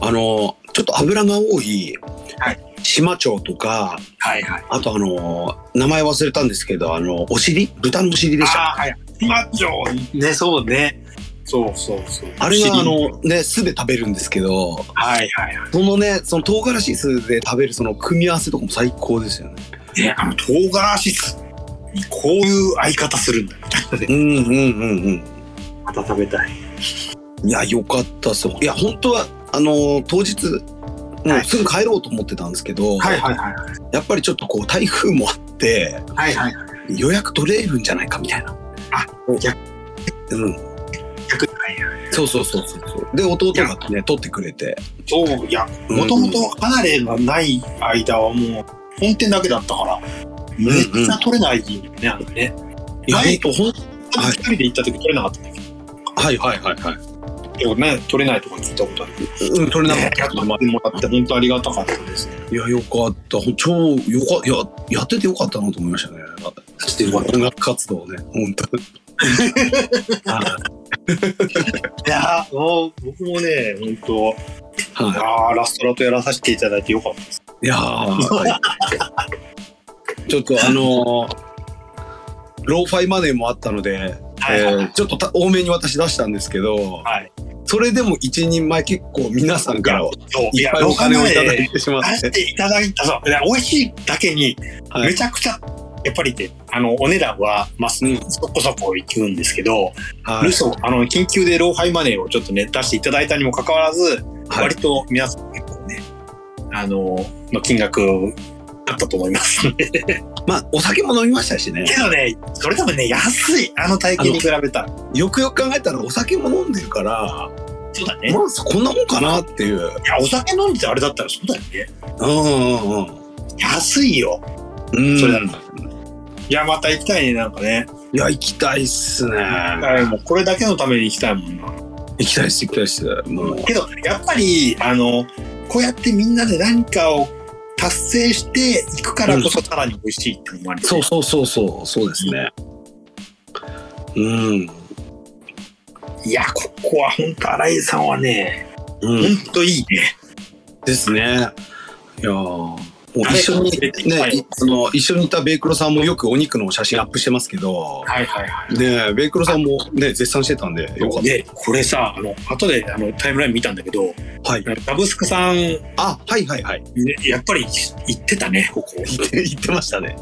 Speaker 1: あの、ちょっと油が多い、
Speaker 2: は
Speaker 1: 島町とか、
Speaker 2: はいはい。
Speaker 1: あとあの、名前忘れたんですけど、あの、お尻豚のお尻でした。
Speaker 2: ああ、はい。マッチョね、そうね。そうそうそう。
Speaker 1: あれはあ
Speaker 2: 不思議、
Speaker 1: の、ね、酢で食べるんですけど、
Speaker 2: はいはいは
Speaker 1: そのね、その唐辛子酢で食べるその組み合わせとかも最高ですよね。
Speaker 2: い。ね、あの、唐辛子酢にこういう相方するんだ。
Speaker 1: うんうんうん
Speaker 2: また食べたい。
Speaker 1: うん。いや、よかったっすよ。いや、本当は、あの、当日、もうすぐ帰ろうと思ってたんですけど、
Speaker 2: はいはいはい。
Speaker 1: やっぱりちょっとこう台風もあって、
Speaker 2: はいはい。
Speaker 1: 予約取れるんじゃないかみたいな。
Speaker 2: あ、逆
Speaker 1: うん。
Speaker 2: 逆はいはい
Speaker 1: そうそうそうそうそう。で、弟がね、取ってくれて。
Speaker 2: そう、いや、もともと離れがない間はもう、本店だけだったから、めっちゃ取れないよね、あのね。
Speaker 1: いや、
Speaker 2: はい
Speaker 1: ほんと、ほんはい
Speaker 2: 一人で行った時取れなかったんだけ
Speaker 1: はいはいはいはい。
Speaker 2: ど、でもね、取れないとか聞いたことあるけど、
Speaker 1: うん、取れなかった。
Speaker 2: やっと待ってもらって、本当ありがたかったですね。
Speaker 1: いや、よかった。ほん超よかや、やっててよかったなと思いましたね。
Speaker 2: してよかった
Speaker 1: 音楽活動ね、本当に。はい
Speaker 2: やー、もう僕もね、本
Speaker 1: い
Speaker 2: 当、
Speaker 1: は
Speaker 2: あーラストラとやらさせていただいてよかった。
Speaker 1: い。いやー、ちょっとあのーローファイマネーもあったので、
Speaker 2: はいはい
Speaker 1: えーちょっとた多めに私出したんですけど、
Speaker 2: はい。
Speaker 1: それでも一人前結構皆さんからい
Speaker 2: そう、い
Speaker 1: っ
Speaker 2: や、
Speaker 1: ぱい
Speaker 2: お
Speaker 1: お金
Speaker 2: 金
Speaker 1: を
Speaker 2: を
Speaker 1: い
Speaker 2: い
Speaker 1: た
Speaker 2: た
Speaker 1: だ
Speaker 2: だ
Speaker 1: い
Speaker 2: い
Speaker 1: てしまって
Speaker 2: 出。していただいた、そう、で美味しいだけに、
Speaker 1: はい
Speaker 2: めちゃくちゃ、やっぱりね、あの、お値段は、まあ、
Speaker 1: うん
Speaker 2: そこそこいくんですけど、
Speaker 1: は
Speaker 2: 留
Speaker 1: い。
Speaker 2: 守をあの、緊急で老廃マネーをちょっとね、出していただいたにもかかわらず、
Speaker 1: はい
Speaker 2: 割と皆さん結構ね、あの、の金額だったと思います。け
Speaker 1: まあ、お酒も飲みましたしね。
Speaker 2: どね、それでもね、安い、あの体験に比べたら。
Speaker 1: よくよく考えたらお酒も飲んでるから、
Speaker 2: そうだね。い
Speaker 1: まあ、こんなもんかなっていう。
Speaker 2: や、お酒飲んでてあれだったらそうだよね。
Speaker 1: うんうん
Speaker 2: 安いよ。
Speaker 1: うん。うん。
Speaker 2: それだいや、また行きたいね、なんかね。
Speaker 1: いや、行きたいっすね。
Speaker 2: はい、もうこれだけのために行きたいもんな。
Speaker 1: 行きたいっす、行きたいっす。もう。
Speaker 2: けどやっぱりあのこうやってみんなで何かを達成していくからこそさらに美味しいって思われて、
Speaker 1: そうそうそうそう、そうですね。うん。
Speaker 2: いやここは本当新井さんはね
Speaker 1: うん。
Speaker 2: 本当いいね
Speaker 1: ですね。いやーもう一緒に
Speaker 2: 誰か連れて行きた
Speaker 1: ね
Speaker 2: い、
Speaker 1: その一緒にいたベイクロさんもよくお肉の写真アップしてますけど、
Speaker 2: はいはいは
Speaker 1: ねえベイクロさんもね絶賛してたんでよかっ
Speaker 2: でこれさあの後であのタイムライン見たんだけど
Speaker 1: た。はい。
Speaker 2: ダブスクさん、ね、
Speaker 1: あ、はいはいはい。
Speaker 2: やっぱり行ってたねここ
Speaker 1: (laughs) 言って言ってました
Speaker 2: (laughs)
Speaker 1: ね。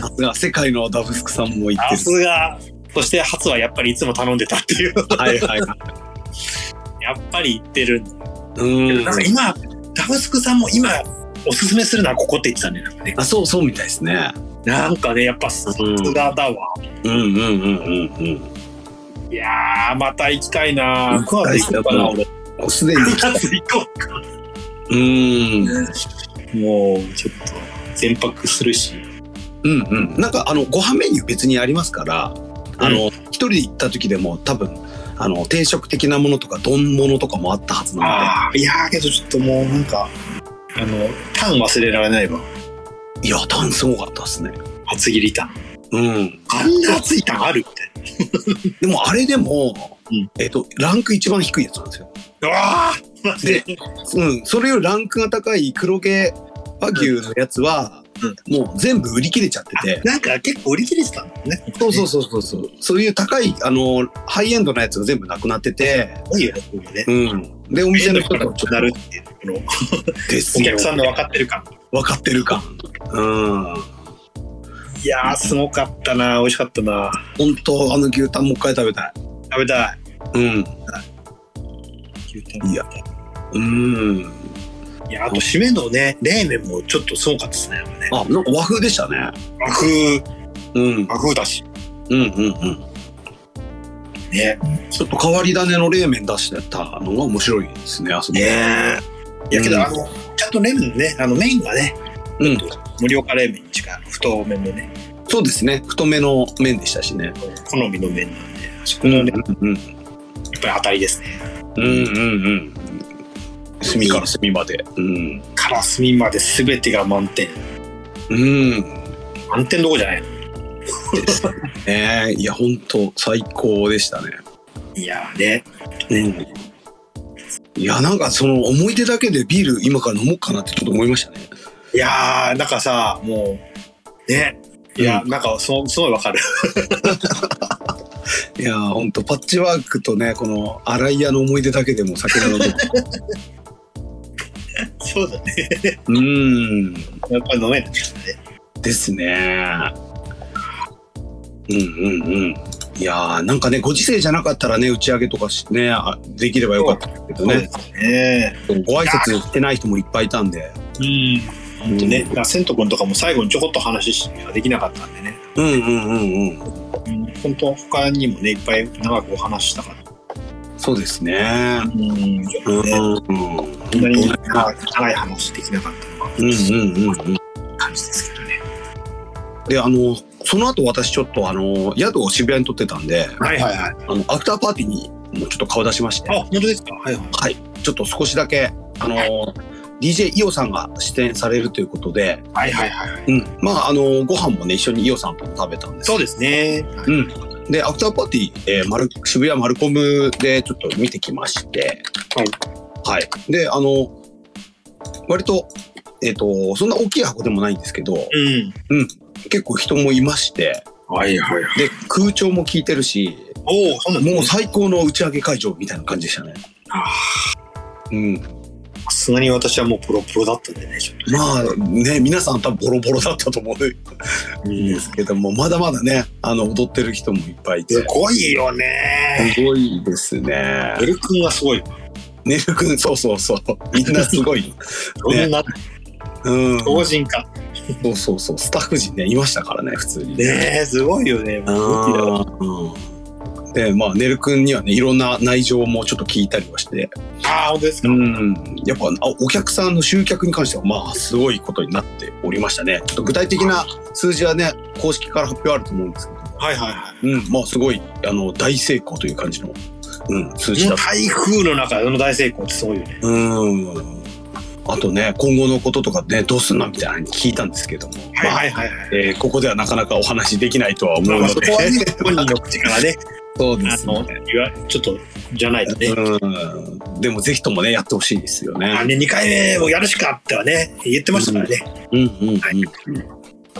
Speaker 1: さすが世界のダブスクさんも言って
Speaker 2: さ
Speaker 1: る
Speaker 2: す。がそして初はやっぱりいつも頼んでたっていう
Speaker 1: はいはいはい。
Speaker 2: (laughs) やっぱり行ってるんだ
Speaker 1: うん
Speaker 2: なんか。今ダブスクさんも今おすすめするのはここって言ってたねなんかね
Speaker 1: あ、そうそうみたいですね。
Speaker 2: なんかねやっぱさすがだわ、
Speaker 1: うんうんうんうん
Speaker 2: いやー、また行きたいな
Speaker 1: 行きたいっすよ
Speaker 2: 9月行こうかな、俺。
Speaker 1: うん。すでに。
Speaker 2: 9月行こうか
Speaker 1: うん。
Speaker 2: もう、ちょっと、全泊するし。
Speaker 1: うんうん。なんかあのご飯メニュー別にありますから、あの一人で行った時でも多分あの定食的なものとか丼物とかもあったはずな
Speaker 2: ああ、いやー、けどちょっともう、なんか、あの、タン忘れられないわ。
Speaker 1: ので、いやタンすごかったですね。
Speaker 2: 厚切りタン。
Speaker 1: うん。
Speaker 2: あんな厚いタンあるみたい
Speaker 1: でもあれでも、
Speaker 2: うん
Speaker 1: えっとランク一番低いやつなんですよ。
Speaker 2: な。うわーマジで。
Speaker 1: うん、それよりランクが高い黒毛和牛のやつは、もう全部売り切れちゃってて、
Speaker 2: なんか結構売り切れてたんだよね。
Speaker 1: そうそうそうそうそうそういう高いあのハイエンドのやつが全部なくなってて、
Speaker 2: すごいよね、こういうね。
Speaker 1: うん、でお店の人とちょっ
Speaker 2: な
Speaker 1: と
Speaker 2: るっていうこの
Speaker 1: です
Speaker 2: お
Speaker 1: よ
Speaker 2: 客さんの分かってる感
Speaker 1: 分かってる感うん
Speaker 2: いやーすごかったな美味しかったな
Speaker 1: 本当あの牛タンもう一回食べたい
Speaker 2: 食べたい
Speaker 1: うんいやうん
Speaker 2: いやあと締めのね冷麺もちょっとすごかったですね
Speaker 1: あなんか和風でしたね
Speaker 2: 和風
Speaker 1: うん
Speaker 2: 和風だし
Speaker 1: うんうんうん
Speaker 2: ね
Speaker 1: ちょっと変わり種の冷麺出してたのが面白いですねあそこ
Speaker 2: ねいやけど、あのちゃんと麺のねあの麺がね
Speaker 1: うん
Speaker 2: 無料化冷麺にしか不透明のね
Speaker 1: そうですね。太めの麺でしたしね。
Speaker 2: 好みの麺なんで、そこのね、やっ
Speaker 1: うん
Speaker 2: ぱり当たりですね。
Speaker 1: うんうんうん。隅から隅まで。うん。
Speaker 2: から隅まで全てが満点。
Speaker 1: うん。
Speaker 2: 満点どころじゃない
Speaker 1: ええいや、本当最高でしたね。
Speaker 2: いやーね。
Speaker 1: うん。いや、なんかその思い出だけでビール今から飲もうかなってちょっと思いましたね。
Speaker 2: いやー、なんかさ、もう、ね。いや、
Speaker 1: う
Speaker 2: なんかそ、すごいわかる。 (laughs)
Speaker 1: いやー、本当パッチワークとね、この洗い屋の思い出だけでも酒の飲む。
Speaker 2: そうだね。
Speaker 1: (laughs) うん。
Speaker 2: やっぱり飲めない。
Speaker 1: ですね。うんうんうん。いやーなんかねご時世じゃなかったらね打ち上げとかしねあできればよかったんですけどね
Speaker 2: そうですね。
Speaker 1: ご挨拶してない人もいっぱいいたんで
Speaker 2: うん。本当ね。だから、セント君とかも最後にちょこっと話しかできなかったんでね。
Speaker 1: うんうんうんうん
Speaker 2: うん、本当他にもね、いっぱい長くお話したから。
Speaker 1: そうですね。
Speaker 2: うん。ね、
Speaker 1: うんうん
Speaker 2: 本
Speaker 1: う
Speaker 2: 当
Speaker 1: ん
Speaker 2: に長い長い話できなかったのが
Speaker 1: うんうん。
Speaker 2: 感じですけどね。
Speaker 1: で、あの、その後私ちょっとあの、宿を渋谷に取ってたんで、
Speaker 2: はいはいはい。
Speaker 1: あの、アフターパーティーにもうちょっと顔出しまして、
Speaker 2: あ、本当ですかはいはい。
Speaker 1: はい。ちょっと少しだけ、あの、DJ イオさんが出演されるということで、
Speaker 2: はいはいはい。
Speaker 1: うん。まあ、あの、ご飯もね、一緒にイオさんとも食べたんです。
Speaker 2: そうですね。
Speaker 1: うん。で、アフターパーティー、えーマル渋谷マルコムでちょっと見てきまして、。
Speaker 2: はい
Speaker 1: はい。で、あの、割と、えっ、と、そんな大きい箱でもないんですけど、
Speaker 2: うん。
Speaker 1: 結構人もいまして、
Speaker 2: はいはいはい。
Speaker 1: で、空調も効いてるし、
Speaker 2: おお、そうなんですね
Speaker 1: もう最高の打ち上げ会場みたいな感じでしたね。
Speaker 2: あ
Speaker 1: うん。
Speaker 2: さすがに私はもうプロプロだったんでね、ちょっとね。
Speaker 1: まあね、皆さん多分ボロボロだったと思うんですけども、まだまだね、あの、踊ってる人もいっぱいいて。
Speaker 2: すごいよね。
Speaker 1: すごいですね
Speaker 2: エ。ル君はすごい。
Speaker 1: ねるくん、そうそうそう。みんなすごい。
Speaker 2: どんな
Speaker 1: うん。
Speaker 2: 老人か。
Speaker 1: そうそうそう。スタッフ陣ね、いましたからね、普通に。
Speaker 2: ねえ、すごいよね。
Speaker 1: あーうんで、まあ、ねるくんにはね、いろんな内情もちょっと聞いたりはして、
Speaker 2: ああ、本当ですか。
Speaker 1: うん、やっぱあお客さんの集客に関してはまあすごいことになっておりましたね。ちょっと具体的な数字はね公式から発表あると思うんですけど、
Speaker 2: はいはいはい。
Speaker 1: うん、まあすごいあの大成功という感じの、うん、数字だっ
Speaker 2: 台風の中であの大成功ってすごいよね。
Speaker 1: た。うん。あとね今後のこととかねどうすんのみたいなのに聞いたんですけども、まあ
Speaker 2: いはいはい。
Speaker 1: えーここではなかなかお話できないとは思
Speaker 2: まあ
Speaker 1: う
Speaker 2: まあ、
Speaker 1: の
Speaker 2: そこ
Speaker 1: で、
Speaker 2: はね、本人の口から (laughs) ね、
Speaker 1: そうで
Speaker 2: あ
Speaker 1: す
Speaker 2: の
Speaker 1: ね。、
Speaker 2: いわちょっと、じゃないとね。
Speaker 1: うん、でもぜひともねやってほしいですよね
Speaker 2: あ。ね、2回目をやるしかってはね、言ってましたからね。
Speaker 1: うんうんうん
Speaker 2: はい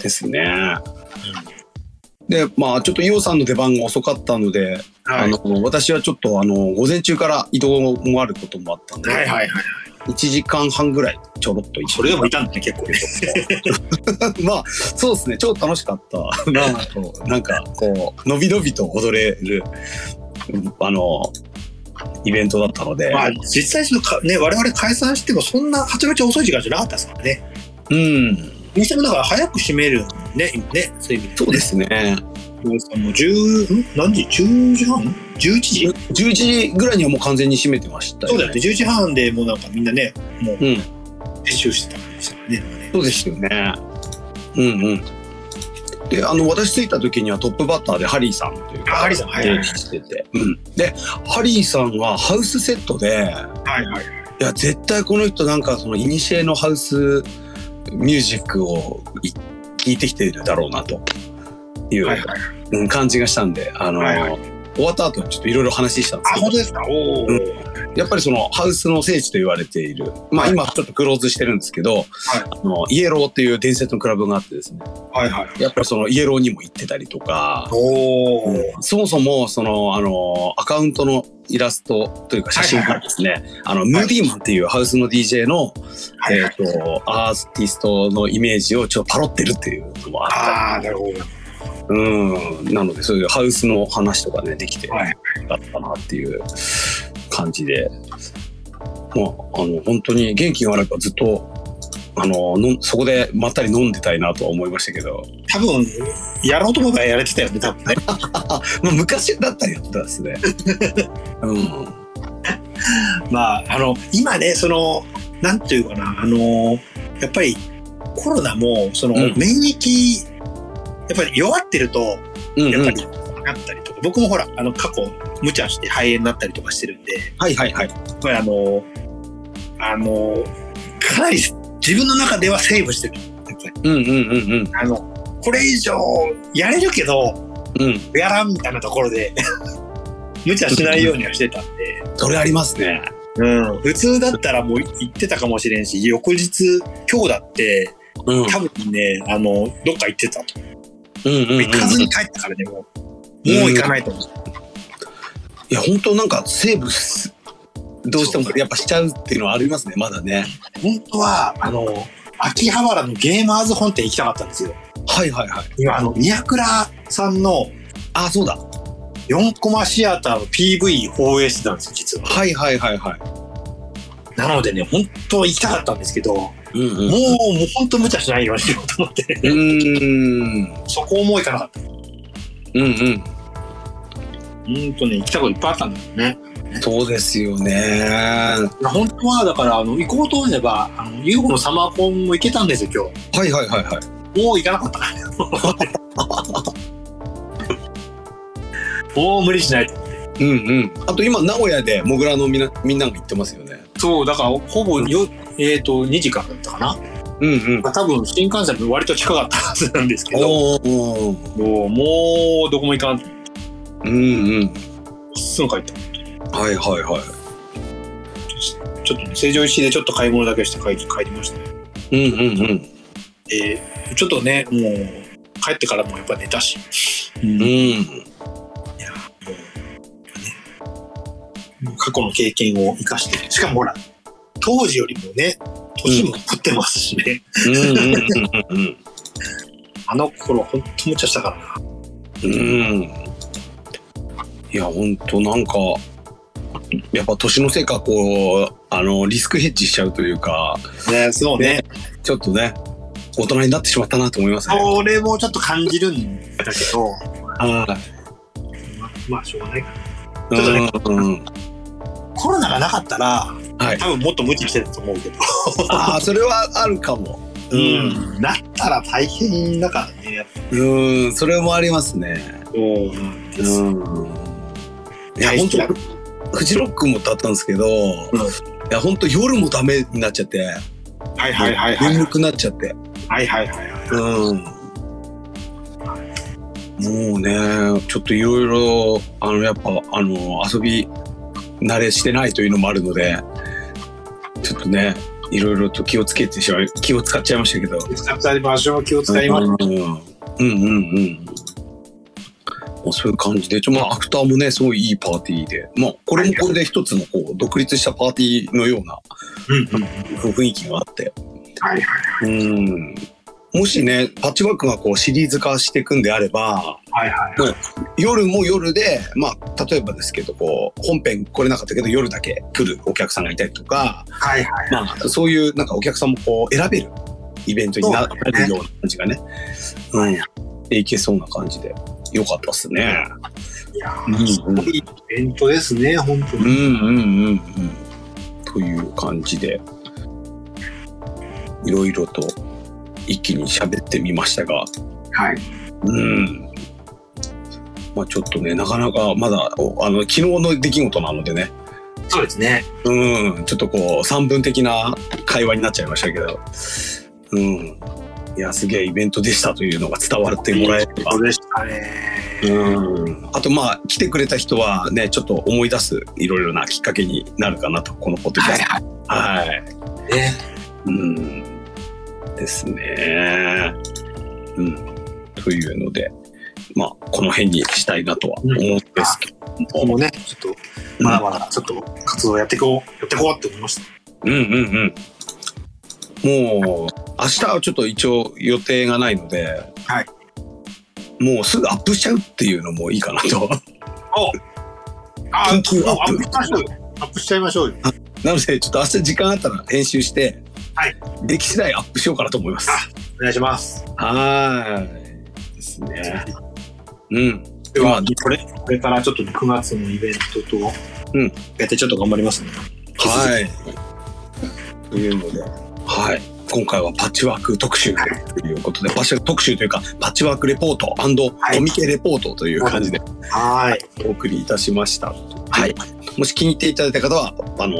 Speaker 1: ですね。でまあちょっと伊オさんの出番が遅かったので、
Speaker 2: は
Speaker 1: あ
Speaker 2: い。
Speaker 1: の私はちょっとあの午前中から移動もあることもあったんで、
Speaker 2: はいはいはい。
Speaker 1: 1時間半ぐらいちょろっと一
Speaker 2: それでもいたんだね、結構。
Speaker 1: 緒に (laughs) まあそうですね超楽しかったなあとなんかこうのびのびと踊れるうんあのイベントだったので、
Speaker 2: (laughs) まあ、実際そのか、ね、我々解散しても、そんな、はちゃめちゃ遅い時間じゃなかったですからね。
Speaker 1: うん
Speaker 2: にしても、だから早く閉めるね、今ね、そういう意味
Speaker 1: そうですね
Speaker 2: もう10、ん何時 ?10 時半 ?11 時
Speaker 1: 11時ぐらいにはもう完全に閉めてました
Speaker 2: そ
Speaker 1: よ
Speaker 2: うだよね、
Speaker 1: ね
Speaker 2: 10時半でもうなんかみんなね、もう
Speaker 1: うん
Speaker 2: 撤収してたんですよね。
Speaker 1: そうですよね。うんうん。で、あの、私着いた時にはトップバッターでハリーさんという
Speaker 2: あ
Speaker 1: か、
Speaker 2: ハリーさんはいはいはい
Speaker 1: してて。うん。で、ハリーさんはハウスセットで、
Speaker 2: はいはい。
Speaker 1: いや、絶対この人なんかその、イニシエのハウスミュージックをい聞いてきてるだろうなという、
Speaker 2: はいはい、
Speaker 1: うん感じがしたんで、あの、
Speaker 2: はいは
Speaker 1: 終わった後にちょっといろいろ話したんです
Speaker 2: あ、
Speaker 1: け
Speaker 2: 本
Speaker 1: ど
Speaker 2: 当ですかおお、
Speaker 1: うやっぱりそのハウスの聖地と言われているまあ今ちょっとクローズしてるんですけど、あのイエローっていう伝説のクラブがあってですね
Speaker 2: はいはい。
Speaker 1: やっぱりそのイエローにも行ってたりとか、
Speaker 2: おお、
Speaker 1: そもそもそのあのアカウントのイラストというか写真からですね、あのムーディーマンっていうハウスの DJ の、
Speaker 2: はい
Speaker 1: え
Speaker 2: は
Speaker 1: っ
Speaker 2: い。
Speaker 1: とアーティストのイメージをちょっとパロってるっていうのもあっ
Speaker 2: ああ、なるほど。
Speaker 1: たうんなのでそういうハウスの話とかねできてよ
Speaker 2: はい
Speaker 1: かったなっていう感じで、まあ、あの本当に元気があればずっとあののそこでまったり飲んでたいなとは思いましたけど、
Speaker 2: 多分、やろうと思えばやれてたよね、多分ね。
Speaker 1: (laughs) まあ、昔だったらやってたですね。うん
Speaker 2: まあ、あの、今ね、その、なんていうかな、あの、やっぱりコロナも、その、
Speaker 1: うん
Speaker 2: 免疫やっぱり弱ってると、
Speaker 1: うんうん
Speaker 2: やっぱり、なったりとか、僕もほら、あの、過去、無茶して肺炎になったりとかしてるんで、
Speaker 1: はいはいはい。
Speaker 2: やっぱりあの、あの、かなり自分の中ではセーブしてる。やっぱり、
Speaker 1: うんうんうんうん。
Speaker 2: あの、これ以上やれるけど、
Speaker 1: うん。
Speaker 2: やらんみたいなところで、 (laughs) 無茶しないようにはしてたんで、
Speaker 1: それありますね。
Speaker 2: うん、普通だったらもう行ってたかもしれんし、翌日、今日だって、
Speaker 1: うん。うん
Speaker 2: 多分ね、あの、どっか行ってたと。
Speaker 1: うんうん、うん。
Speaker 2: 行かずに帰ったからね、もう。もう行かないと思う。
Speaker 1: いや、本当なんか、セーブすどうしてもやっぱしちゃうっていうのはありますね、まだね。
Speaker 2: 本当は、あの、秋葉原のゲーマーズ本店行きたかったんですよ。
Speaker 1: はいはいはい。
Speaker 2: 今、あの、宮倉さんの
Speaker 1: あ、そうだ。
Speaker 2: 4コマシアターの PV 放映してたんですよ、実は。
Speaker 1: はいはいはいはい。
Speaker 2: なのでね、本当は行きたかったんですけど、も
Speaker 1: うんう
Speaker 2: う、
Speaker 1: ん
Speaker 2: もう本当無茶しないようにしようと思って、
Speaker 1: うーん。
Speaker 2: そこも行かなかった。
Speaker 1: うん
Speaker 2: 本当ね、行きたいこといっぱいあったんだよね。
Speaker 1: うん。そうですよね。
Speaker 2: 本当はだからあの行こうと思えばあの UFO のサマーコンも行けたんですよ
Speaker 1: はいはいはいはい。
Speaker 2: 今日もう行かなかった (laughs) からもう無理しないと
Speaker 1: うんうん。あと今、名古屋でモグラのみなみんなが行ってますよね。
Speaker 2: そうだからほぼよ、えー、と2時間だったかな、
Speaker 1: うんうん。
Speaker 2: まあ、多分新幹線も割と近かったはずなんですけど
Speaker 1: おお。
Speaker 2: もうもうどこも行かん
Speaker 1: うんうん。
Speaker 2: すぐ帰った
Speaker 1: はいはいはい。
Speaker 2: ちょっとね成城石井でちょっと買い物だけして帰り帰りましたね
Speaker 1: うんうんうん。
Speaker 2: えーちょっとねもう帰ってからもやっぱ寝たし、
Speaker 1: う
Speaker 2: も
Speaker 1: ん。
Speaker 2: うね過去の経験を生かしてしかもほら当時よりもね年も取ってますしね、
Speaker 1: うんうんうんうん。
Speaker 2: あの頃ほんと無茶したからな
Speaker 1: うん。いや、ほんとなんか、やっぱ年のせいか、こう、あの、リスクヘッジしちゃうというか、
Speaker 2: ねそうね
Speaker 1: ちょっとね、大人になってしまったなと思いますね。
Speaker 2: それもちょっと感じるんだけど
Speaker 1: はい
Speaker 2: ままあしょうがないか
Speaker 1: う
Speaker 2: ちょっとね
Speaker 1: んうんうん
Speaker 2: コロナがなかったら、
Speaker 1: はい
Speaker 2: 多分もっと無茶してたと思うけど、
Speaker 1: あ (laughs) あ、それはあるかも。うん。
Speaker 2: うんなったら大変だからねやっぱ
Speaker 1: うん、それもありますね。
Speaker 2: そうなんです
Speaker 1: うん。いや、
Speaker 2: 大
Speaker 1: 本
Speaker 2: 好き
Speaker 1: 当
Speaker 2: だ
Speaker 1: フジロックもだったんですけど、いや、本当夜もダメになっちゃって、
Speaker 2: はいはいはいはい
Speaker 1: 眠くなっちゃって。
Speaker 2: はいはいはいはい
Speaker 1: うん。もうね、ちょっといろいろ、あの、やっぱ、あの、遊び慣れしてないというのもあるので、ちょっとね、いろいろと気をつけてしまい、気を使っちゃいましたけど。
Speaker 2: 使ったり場所も気を使います、
Speaker 1: うんうんうん。まあ、そういう感じで、ちょまあ、アクターもね、すごいいいパーティーで、まあ、これもこれで一つの、こう、独立したパーティーのような
Speaker 2: うんうん、
Speaker 1: 雰囲気があって、
Speaker 2: はいはい
Speaker 1: うんもしねパッチワークがこうシリーズ化していくんであれば
Speaker 2: はいはい
Speaker 1: 夜も夜で、まあ、例えばですけどこう本編来れなかったけど夜だけ来るお客さんがいたりとか、
Speaker 2: はいはい
Speaker 1: まあ、そういうなんかお客さんもこう選べるイベントにな
Speaker 2: そう
Speaker 1: なるような感じがね、うん、でいけそうな感じでよかったっすね。
Speaker 2: いやー
Speaker 1: うんうん
Speaker 2: すごいイベントですね、本当
Speaker 1: うん
Speaker 2: に。
Speaker 1: うんうんうん、という感じでいろいろと一気に喋ってみましたが。
Speaker 2: はい。
Speaker 1: うん。まあちょっとね、なかなかまだ、おあの、昨日の出来事なのでね、
Speaker 2: そうですね。
Speaker 1: うん、ちょっとこう、散文的な会話になっちゃいましたけど、うん。いや、すげえイベントでしたというのが伝わってもらえれば
Speaker 2: そう。でしたね。
Speaker 1: うん、あとまあ来てくれた人はねちょっと思い出すいろいろなきっかけになるかなとこのポッドキャス
Speaker 2: は
Speaker 1: トはい、
Speaker 2: い。ね。
Speaker 1: うんですね。うん。というので、まあ、この辺にしたいなとは思うんですけ
Speaker 2: ここ
Speaker 1: ども。
Speaker 2: もね、ちょっと、まだまだちょっと活動やっていこう、やっていこうって思いました。
Speaker 1: うんうんうん。もう、明日はちょっと一応予定がないので、
Speaker 2: はい
Speaker 1: もうすぐアップしちゃうっていうのもいいかなと。 (laughs)
Speaker 2: あ
Speaker 1: 緊急ア
Speaker 2: ア
Speaker 1: ップ
Speaker 2: ップしましょうよ。アップしちゃいましょうよ。
Speaker 1: なので、ちょっと明日時間あったら編集して、
Speaker 2: はい
Speaker 1: でき次第アップしようかなと思います。
Speaker 2: お願いします。
Speaker 1: はーい。ですね。うん。
Speaker 2: で
Speaker 1: ま
Speaker 2: は
Speaker 1: あ、
Speaker 2: これ、これからちょっと9月のイベントと、
Speaker 1: うん
Speaker 2: やってちょっと頑張りますね。
Speaker 1: はい。というので、はい。今回はパッチワーク特集ということで、パッチワーク特集というか、パッチワークレポート
Speaker 2: い
Speaker 1: コミケレポートという感じで
Speaker 2: はい。
Speaker 1: お送りいたしました。はい。もし気に入っていただいた方は、あの、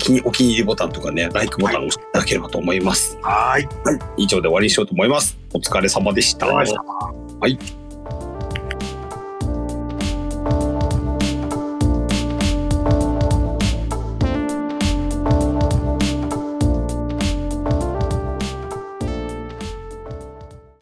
Speaker 1: 気にお気に入りボタンとかね、ライクボタンを押していただければと思います。
Speaker 2: はい。
Speaker 1: 以上で終わりにしようと思います。お疲れ様でした。
Speaker 2: お疲れ様でした
Speaker 1: はい。